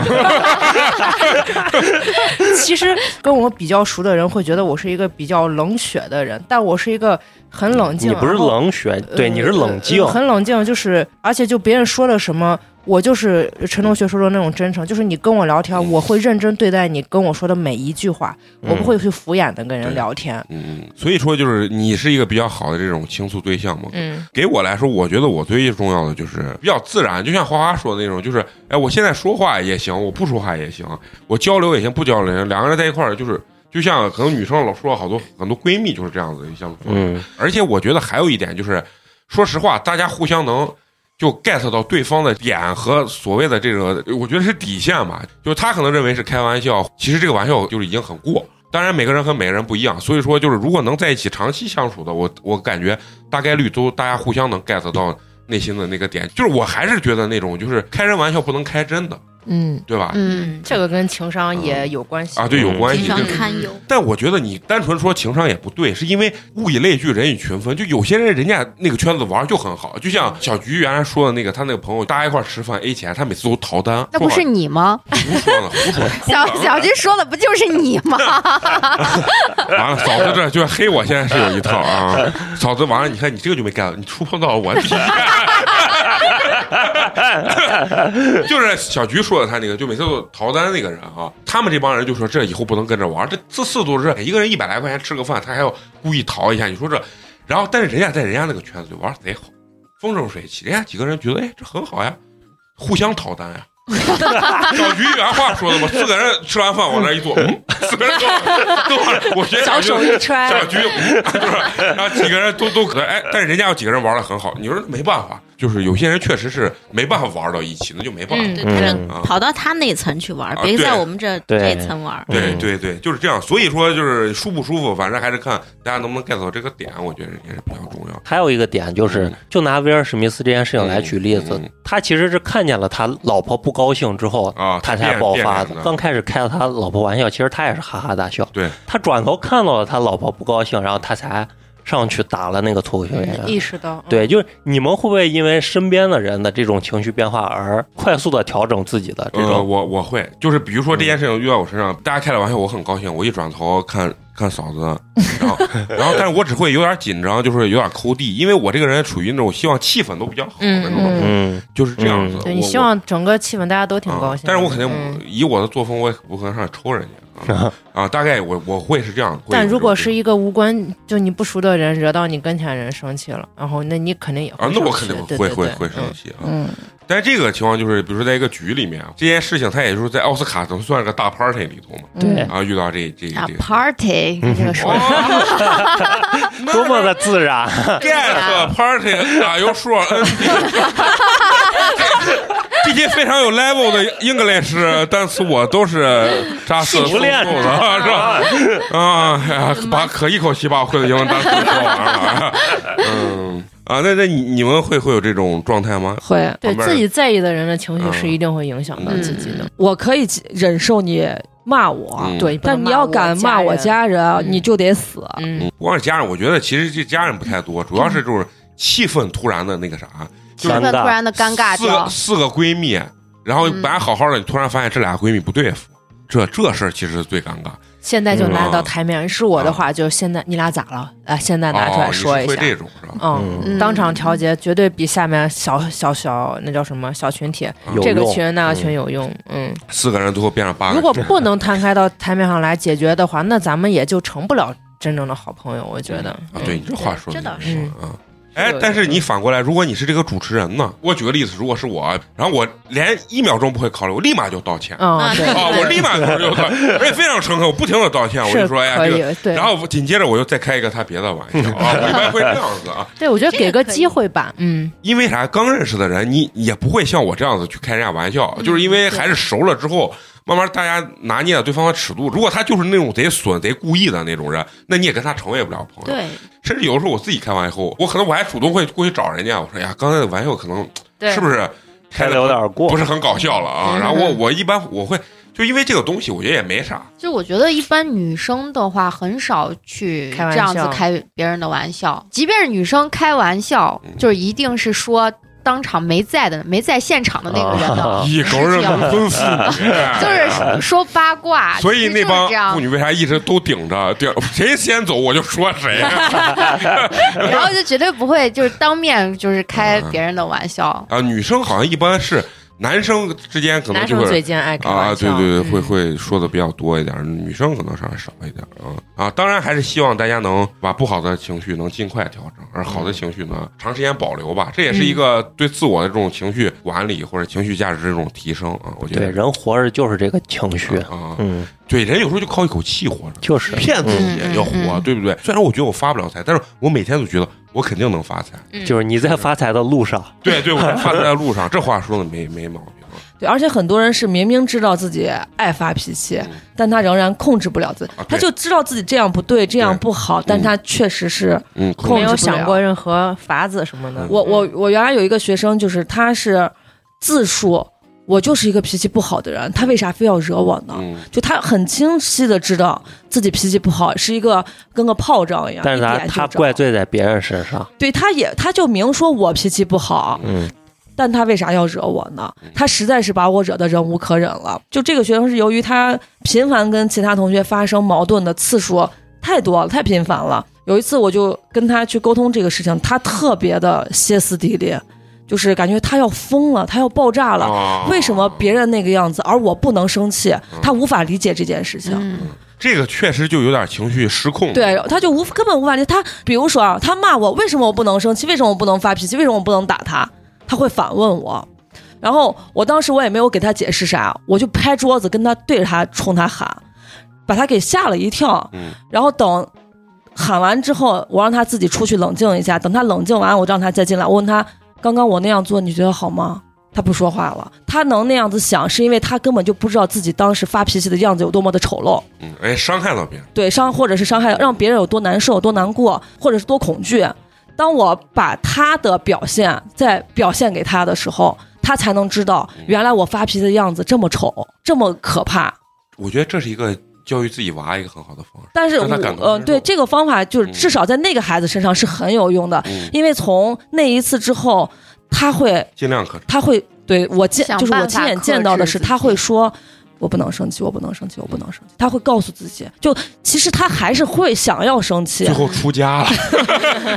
[SPEAKER 2] <laughs> 其实跟我比较熟的人会觉得我是一个比较冷血的人，但我是一个很冷静。
[SPEAKER 6] 你不是
[SPEAKER 2] 然后
[SPEAKER 6] 冷血，对，
[SPEAKER 2] 呃
[SPEAKER 6] 你是冷静
[SPEAKER 2] 呃。很冷静，就是而且就别人说了什么，我就是陈同学说的那种真诚，就是你跟我聊天，
[SPEAKER 1] 嗯
[SPEAKER 2] 我会认真对待你跟我说的每一句话，我不会去敷衍的跟人
[SPEAKER 1] 嗯对
[SPEAKER 2] 聊天。
[SPEAKER 1] 嗯，所以说就是你是一个比较好的这种倾诉对象嘛。
[SPEAKER 2] 嗯
[SPEAKER 1] 给我来说，我觉得我最重要的就是比较自然，就像花花说的那种，就是哎，我现在说话也行，我不说话也行，我交流也行，不交流也行，两个人在一块儿就是。就像可能女生老说好多很多闺蜜就是这样子相处，
[SPEAKER 6] 嗯，
[SPEAKER 1] 而且我觉得还有一点就是，说实话，大家互相能就 get 到对方的点和所谓的这个，我觉得是底线吧。就是他可能认为是开玩笑，其实这个玩笑就是已经很过。当然，每个人和每个人不一样，所以说就是如果能在一起长期相处的，我我感觉大概率都大家互相能 get 到内心的那个点。就是我还是觉得那种就是开人玩笑不能开真的，
[SPEAKER 2] 嗯，
[SPEAKER 1] 对吧？
[SPEAKER 3] 嗯，
[SPEAKER 2] 这个跟情商也有关系
[SPEAKER 1] 啊，对，有
[SPEAKER 6] 嗯
[SPEAKER 1] 关
[SPEAKER 4] 情
[SPEAKER 1] 系。
[SPEAKER 4] 商
[SPEAKER 1] 这
[SPEAKER 4] 堪忧，
[SPEAKER 1] 但我觉得你单纯说情商也不对，是因为物以类聚，人以群分。就有些人人家那个圈子玩就很好，就像小菊原来说的那个，他那个朋友大家一块儿吃饭 A 钱，他每次都逃单，
[SPEAKER 3] 那不是
[SPEAKER 1] <laughs>
[SPEAKER 3] 你吗？。
[SPEAKER 1] 胡说呢，胡说呢
[SPEAKER 3] 小小军说的不就是你
[SPEAKER 1] <laughs>
[SPEAKER 3] 吗？
[SPEAKER 1] 完
[SPEAKER 3] <laughs>
[SPEAKER 1] 了，嫂子这就是黑我，现在是有一套啊。嫂子，完了，你看你这个就没 get，你触碰到我底线。 <laughs> 就是小菊说的，他那个就每次都逃单那个人啊，他们这帮人就说这以后不能跟着玩，这次次都是一个人一百来块钱吃个饭，他还要故意逃一下，你说这，然后但是人家在人家那个圈子里玩得贼好，风生水起，人家几个人觉得哎这很好呀，互相逃单呀。 <laughs> 小菊原话说的嘛，四个人吃完饭往那一坐，嗯，四个人都都往那，我觉得小菊
[SPEAKER 6] 哎
[SPEAKER 2] 揣
[SPEAKER 1] 小菊，
[SPEAKER 6] <laughs>
[SPEAKER 1] 嗯就是然后几个人都都可哎，但是人家有几个人玩的很好，你说没办法，就是有些人确实是没办法玩到一起，那就没办法。
[SPEAKER 4] 对，
[SPEAKER 6] 嗯
[SPEAKER 4] 他
[SPEAKER 1] 啊
[SPEAKER 4] 就跑到他那层去玩
[SPEAKER 1] 啊，
[SPEAKER 4] 别在
[SPEAKER 1] 对
[SPEAKER 4] 我们这
[SPEAKER 6] 对
[SPEAKER 4] 这一层玩。
[SPEAKER 1] 对
[SPEAKER 6] 嗯
[SPEAKER 1] 对对，就是这样。所以说，就是舒不舒服，反正还是看大家能不能 get 到这个点，我觉得也是比较重要。
[SPEAKER 6] 还有一个点就是
[SPEAKER 1] 嗯，
[SPEAKER 6] 就拿威尔史密斯这件事情来举例子
[SPEAKER 1] 嗯嗯，
[SPEAKER 6] 他其实是看见了他老婆不高兴之后
[SPEAKER 1] 啊，
[SPEAKER 6] 他才
[SPEAKER 1] 变
[SPEAKER 6] 爆发
[SPEAKER 1] 变
[SPEAKER 6] 的
[SPEAKER 1] 脸。
[SPEAKER 6] 刚开始开了他老婆玩笑，其实他也是哈哈大笑。
[SPEAKER 1] 对，
[SPEAKER 6] 他转头看到了他老婆不高兴，然后他才上去打了那个脱口秀演
[SPEAKER 1] 啊
[SPEAKER 6] 员。
[SPEAKER 2] 意识到，嗯
[SPEAKER 6] 对，就是你们会不会因为身边的人的这种情绪变化而快速的调整自己的这
[SPEAKER 1] 呃，
[SPEAKER 6] 种？
[SPEAKER 1] 我我会，就是比如说这件事情遇到我身上，大家开了玩笑，我很高兴，我一转头看看嫂子，然后 <laughs> 然后，但是我只会有点紧张，就是有点抠地，因为我这个人属于那种希望气氛都比较好的那种，
[SPEAKER 2] 嗯
[SPEAKER 6] 嗯，
[SPEAKER 1] 就是这样子。
[SPEAKER 2] 对
[SPEAKER 1] 我
[SPEAKER 2] 你希望整个气氛大家都挺
[SPEAKER 1] 啊
[SPEAKER 2] 高兴的。
[SPEAKER 1] 但是我肯定
[SPEAKER 2] 嗯
[SPEAKER 1] 不以我的作风，我也不可能上去抽人家 <laughs> 啊啊！大概我我会是这样。会有
[SPEAKER 2] 但如
[SPEAKER 1] 这
[SPEAKER 2] 果
[SPEAKER 1] 种
[SPEAKER 2] 是一个无关就你不熟的人惹到你跟前人生气了，然后那你肯定也会
[SPEAKER 1] 啊，那我肯
[SPEAKER 2] 生气
[SPEAKER 1] 定
[SPEAKER 2] 对
[SPEAKER 1] 会
[SPEAKER 2] 对
[SPEAKER 1] 会
[SPEAKER 2] 对
[SPEAKER 1] 会生
[SPEAKER 2] 嗯
[SPEAKER 1] 气啊。
[SPEAKER 5] 嗯，
[SPEAKER 1] 但是这个情况就是，比如说在一个局里面，啊这件事情它也就是在奥斯卡总算是个大 party 里头嘛，
[SPEAKER 5] 嗯
[SPEAKER 6] 对，
[SPEAKER 1] 啊，遇到这这
[SPEAKER 3] 啊
[SPEAKER 1] 这个。
[SPEAKER 3] ，party 这个说
[SPEAKER 1] 哦
[SPEAKER 6] 多么的自然。啊
[SPEAKER 1] get party 打油
[SPEAKER 2] <laughs>
[SPEAKER 1] 数 <laughs> N B，这些非常有 level 的 English 单词我都是扎实
[SPEAKER 6] 熟练
[SPEAKER 1] 的，是吧？啊，哎呀
[SPEAKER 2] 嗯
[SPEAKER 1] 把可一口气把我会的英文单词都说完
[SPEAKER 2] <laughs>
[SPEAKER 1] 了，啊嗯啊，那那你你们会会有这种状态吗？
[SPEAKER 5] 会，
[SPEAKER 2] 对
[SPEAKER 1] 旁边
[SPEAKER 2] 自己在意的人的情绪是
[SPEAKER 1] 嗯
[SPEAKER 2] 一定会影响到自己的。
[SPEAKER 5] 我可以忍受你骂我，
[SPEAKER 1] 嗯
[SPEAKER 2] 对，不能
[SPEAKER 5] 但你要敢骂我
[SPEAKER 2] 家人，
[SPEAKER 5] 家人，
[SPEAKER 2] 嗯
[SPEAKER 5] 你就得死。
[SPEAKER 2] 嗯
[SPEAKER 1] 嗯，不光是家人，我觉得其实这家人不太多，主要是就是气氛突然的那个啥，
[SPEAKER 3] 气氛突然的尴尬
[SPEAKER 1] 四个
[SPEAKER 3] 掉，
[SPEAKER 1] 四个闺蜜，然后本来好好的，你突然发现这俩闺蜜不对付，这这事儿其实是最尴尬。
[SPEAKER 2] 现在就拉
[SPEAKER 1] 嗯
[SPEAKER 2] 到台面。是我的话，就现在你俩咋了？啊，现在拿出来说一
[SPEAKER 1] 哦、你是
[SPEAKER 2] 下
[SPEAKER 1] 会。这种是吧？
[SPEAKER 2] 嗯，
[SPEAKER 3] 嗯
[SPEAKER 2] 当场调节绝对比下面小小小那叫什么小群体，
[SPEAKER 6] 有
[SPEAKER 2] 这个
[SPEAKER 6] 用
[SPEAKER 2] 群那个群有用。嗯，
[SPEAKER 1] 四个人最后变成八个
[SPEAKER 2] 如
[SPEAKER 1] 人，
[SPEAKER 2] 果不能摊开到台面上来解决的话，那咱们也就成不了真正的好朋友。我觉得，
[SPEAKER 1] 啊嗯啊，对你这话说的
[SPEAKER 4] 这倒
[SPEAKER 2] 是
[SPEAKER 1] 啊。哎，但是你反过来，如果你是这个主持人呢？我举个例子，如果是我，啊然后我连一秒钟不会考虑，我立马就道歉。
[SPEAKER 2] 嗯，
[SPEAKER 4] 啊
[SPEAKER 2] 对，
[SPEAKER 1] 啊！我立马
[SPEAKER 2] <laughs>
[SPEAKER 1] 就道歉，而且非常诚恳，我不停的道歉，我就是说，哎呀，
[SPEAKER 2] 可
[SPEAKER 1] 这个
[SPEAKER 2] 以，对，
[SPEAKER 1] 然后紧接着我又再开一个他别的玩笑啊，我一般会这样子啊，
[SPEAKER 2] 对我觉得
[SPEAKER 4] 这个
[SPEAKER 2] 给个
[SPEAKER 4] 可以
[SPEAKER 2] 机会吧，嗯，
[SPEAKER 1] 因为啥？刚认识的人，你也不会像我这样子去开人家玩
[SPEAKER 2] 嗯
[SPEAKER 1] 笑，就是因为还是熟了之后。慢慢大家拿捏了对方的尺度，如果他就是那种贼损、贼故意的那种人，那你也跟他成为不了朋友。
[SPEAKER 4] 对，
[SPEAKER 1] 甚至有的时候我自己开玩笑后，我可能我还主动会过去找人家，我说：“哎呀，刚才的玩笑可能
[SPEAKER 2] 对
[SPEAKER 1] 是不是
[SPEAKER 6] 开的有点过，
[SPEAKER 1] 不是很搞笑了啊？”然后我我一般我会就因为这个东西，我觉得也没啥，
[SPEAKER 3] 就我觉得一般女生的话很少去
[SPEAKER 2] 开玩
[SPEAKER 3] 这样子
[SPEAKER 2] 笑
[SPEAKER 3] 开别人的玩笑，即便是女生开玩笑，
[SPEAKER 1] 嗯
[SPEAKER 3] 就是一定是说当场没在的、没在现场的那个
[SPEAKER 1] <laughs>
[SPEAKER 3] 人的，
[SPEAKER 6] 啊
[SPEAKER 1] 一狗日的分妇女，
[SPEAKER 3] 啊就是说八卦。
[SPEAKER 1] 哎所以
[SPEAKER 3] 其实
[SPEAKER 1] 那
[SPEAKER 3] 就是
[SPEAKER 1] 帮
[SPEAKER 3] 这样
[SPEAKER 1] 妇女为啥一直都顶着顶？谁先走我就说
[SPEAKER 3] <laughs>
[SPEAKER 1] 谁。啊
[SPEAKER 3] 然后就绝对不会就是当面就是开别人的玩笑。
[SPEAKER 1] 啊，女生好像一般是男生之间可能
[SPEAKER 2] 男
[SPEAKER 1] 就
[SPEAKER 2] 生
[SPEAKER 1] 会
[SPEAKER 2] 最近爱开
[SPEAKER 1] 啊，
[SPEAKER 2] 玩
[SPEAKER 1] 对
[SPEAKER 2] 笑，
[SPEAKER 1] 对对，
[SPEAKER 2] 嗯
[SPEAKER 1] 会会说的比较多一点，女生可能稍微少一点啊啊，当然还是希望大家能把不好的情绪能尽快调整，而好的情绪呢长时间保留吧，这也是一个对自我的这种情绪管理或者情绪价值这种提升啊，我觉
[SPEAKER 6] 对，
[SPEAKER 1] 得
[SPEAKER 6] 人活着就是这个情绪，
[SPEAKER 1] 啊，
[SPEAKER 6] 嗯，
[SPEAKER 1] 对，人有时候就靠一口气活着。
[SPEAKER 6] 就是
[SPEAKER 1] 骗自己
[SPEAKER 3] 嗯嗯
[SPEAKER 1] 要活，
[SPEAKER 3] 嗯
[SPEAKER 1] 对不对？虽然我觉得我发不了财，但是我每天都觉得我肯定能发财。
[SPEAKER 6] 就是你在发财的路上，
[SPEAKER 1] 对对，我在发财的路上，这话说的没没毛病。
[SPEAKER 5] 对，而且很多人是明明知道自己爱发脾气，
[SPEAKER 1] 嗯
[SPEAKER 5] 但他仍然控制不了自己
[SPEAKER 1] 啊对，
[SPEAKER 5] 他就知道自己这样不对，这样不好，但他确实是
[SPEAKER 1] 嗯，
[SPEAKER 5] 控制
[SPEAKER 2] 没有
[SPEAKER 5] 不了
[SPEAKER 2] 想过任何法子什么的，
[SPEAKER 5] 我我我原来有一个学生，就是他是自述我就是一个脾气不好的人，他为啥非要惹我呢？
[SPEAKER 1] 嗯，
[SPEAKER 5] 就他很清晰的知道自己脾气不好，是一个跟个炮仗一样，
[SPEAKER 6] 但是
[SPEAKER 5] 一
[SPEAKER 6] 他
[SPEAKER 5] 点就
[SPEAKER 6] 他
[SPEAKER 5] 着
[SPEAKER 6] 怪罪在别人身上，
[SPEAKER 5] 对，他也他就明说我脾气不好，
[SPEAKER 6] 嗯，
[SPEAKER 5] 但他为啥要惹我呢？他实在是把我惹得忍无可忍了。就这个学生是由于他频繁跟其他同学发生矛盾的次数太多了，太频繁了。有一次我就跟他去沟通这个事情，他特别的歇斯底里，就是感觉他要疯了，他要爆炸了。
[SPEAKER 1] 啊
[SPEAKER 5] 为什么别人那个样子，而我不能生气？他无法理解这件事情。
[SPEAKER 3] 嗯，
[SPEAKER 1] 这个确实就有点情绪失控？
[SPEAKER 5] 对，他就无根本无法理解。他比如说啊，他骂我，为什么我不能生气？为什么我不能发脾气？为什么我不能打他？他会反问我。然后我当时我也没有给他解释啥，我就拍桌子跟他对着他冲他喊，把他给吓了一跳。
[SPEAKER 1] 嗯
[SPEAKER 5] 然后等喊完之后，我让他自己出去冷静一下。等他冷静完，我让他再进来。我问他，刚刚我那样做，你觉得好吗？他不说话了。他能那样子想，是因为他根本就不知道自己当时发脾气的样子有多么的丑陋。
[SPEAKER 1] 嗯，哎，伤害到别人，
[SPEAKER 5] 对伤或者是伤害，让别人有多难受、多难过，或者是多恐惧。当我把他的表现再表现给他的时候，他才能知道
[SPEAKER 1] 嗯
[SPEAKER 5] 原来我发脾气的样子这么丑，这么可怕。
[SPEAKER 1] 我觉得这是一个教育自己娃一个很好的方式。
[SPEAKER 5] 但是我
[SPEAKER 1] 让他感同
[SPEAKER 5] 呃，
[SPEAKER 1] 身受
[SPEAKER 5] 对这个方法，就是
[SPEAKER 1] 嗯
[SPEAKER 5] 至少在那个孩子身上是很有用的，
[SPEAKER 1] 嗯，
[SPEAKER 5] 因为从那一次之后，他会
[SPEAKER 1] 尽量可
[SPEAKER 5] 他会对我见
[SPEAKER 3] 想
[SPEAKER 5] 就是我
[SPEAKER 3] 办法
[SPEAKER 5] 亲眼
[SPEAKER 3] 克
[SPEAKER 5] 见到的
[SPEAKER 3] 制
[SPEAKER 5] 是，
[SPEAKER 3] 自
[SPEAKER 5] 他
[SPEAKER 3] 己
[SPEAKER 5] 会说。我不能生气，我不能生气，我不能生气。他会告诉自己，就其实他还是会想要生气，
[SPEAKER 1] 最后出家了。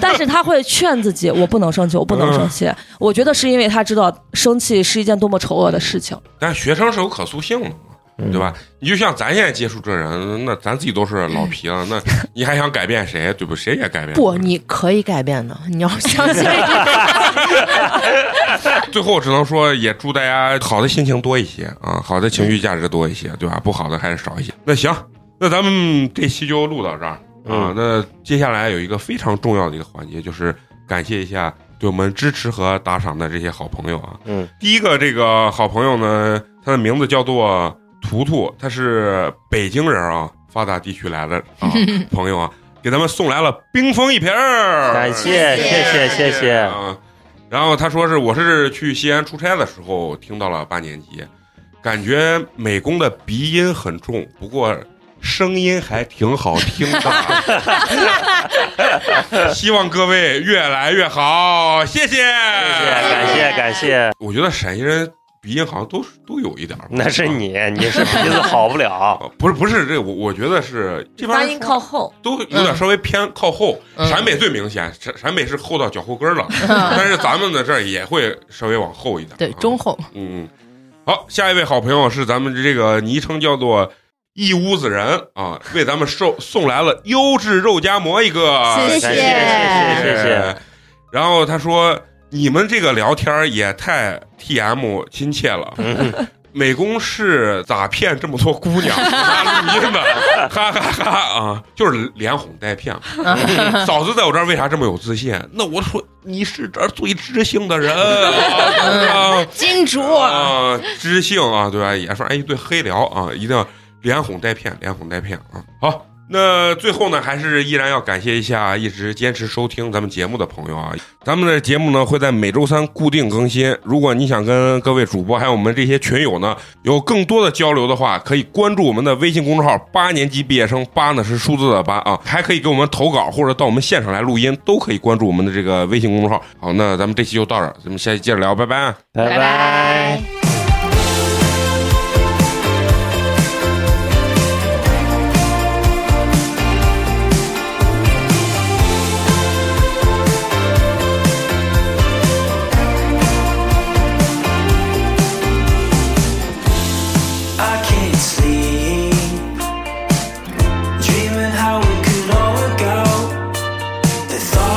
[SPEAKER 5] 但是他会劝自己，我不能生气，我不能生气。我觉得是因为他知道生气是一件多么丑恶的事情。
[SPEAKER 1] 但是学生是有可塑性的嘛，
[SPEAKER 6] 嗯
[SPEAKER 1] 对吧？你就像咱现在接触这人，那咱自己都是老皮了，那你还想改变谁？对不？谁也改变
[SPEAKER 2] 不，
[SPEAKER 1] 了
[SPEAKER 2] 你可以改变的，你要相信。
[SPEAKER 1] 最后只能说，也祝大家好的心情多一些啊，好的情绪价值多一些，对吧？不好的还是少一些。那行，那咱们这期就录到这儿啊
[SPEAKER 6] 嗯。
[SPEAKER 1] 那接下来有一个非常重要的一个环节，就是感谢一下对我们支持和打赏的这些好朋友啊。
[SPEAKER 6] 嗯，
[SPEAKER 1] 第一个这个好朋友呢，他的名字叫做图图，他是北京人啊，发达地区来的
[SPEAKER 6] <laughs>
[SPEAKER 1] 啊朋友啊，给咱们送来了冰封一瓶儿，
[SPEAKER 6] 感谢
[SPEAKER 3] 谢谢
[SPEAKER 6] 谢谢谢谢
[SPEAKER 1] 啊。然后他说是我是去西安出差的时候听到了八年级，感觉美工的鼻音很重，不过声音还挺好听的。
[SPEAKER 6] <laughs>
[SPEAKER 1] 希望各位越来越好，谢谢。
[SPEAKER 6] 谢谢，感谢感谢，
[SPEAKER 1] 我觉得陕西人鼻音好像都是都有一点儿吧。啊
[SPEAKER 6] 那是你，你是鼻子好不了，
[SPEAKER 1] 啊，不是不是这个我我觉得是这帮人
[SPEAKER 5] 后，
[SPEAKER 1] 都有点稍微偏靠后，
[SPEAKER 2] 嗯
[SPEAKER 1] 陕北最明显，陕陕北是后到脚后跟儿了，但是咱们呢这儿也会稍微往后一点，
[SPEAKER 2] 对
[SPEAKER 1] 啊，
[SPEAKER 2] 忠厚，
[SPEAKER 1] 嗯，好，下一位好朋友是咱们这个昵称叫做一屋子人啊，为咱们送送来了优质肉夹馍一个，哎
[SPEAKER 3] 谢
[SPEAKER 6] 感谢谢谢谢谢。
[SPEAKER 1] 然后他说：“你们这个聊天儿也太 T M 亲切了。美工是咋骗这么多姑娘？ <laughs> 他录音的，哈哈哈啊！就是连哄带骗。嫂子在我这儿为啥这么有自信？那我说你是这儿最知性的
[SPEAKER 3] <laughs>
[SPEAKER 1] 人啊，
[SPEAKER 2] 金主
[SPEAKER 1] 啊，知性啊，对吧？也算哎一对黑聊啊，一定要连哄带骗，连哄带骗啊。好，那最后呢，还是依然要感谢一下一直坚持收听咱们节目的朋友啊。咱们的节目呢会在每周三固定更新。如果你想跟各位主播还有我们这些群友呢有更多的交流的话，可以关注我们的微信公众号“八年级毕业生”，八呢是数字的八啊，还可以给我们投稿或者到我们现场来录音，都可以关注我们的这个微信公众号。好，那咱们这期就到这儿，咱们下期接着聊， <laughs> 拜拜啊。
[SPEAKER 6] 拜拜。
[SPEAKER 7] I can't sleep, dreaming how it could all work out. The thought.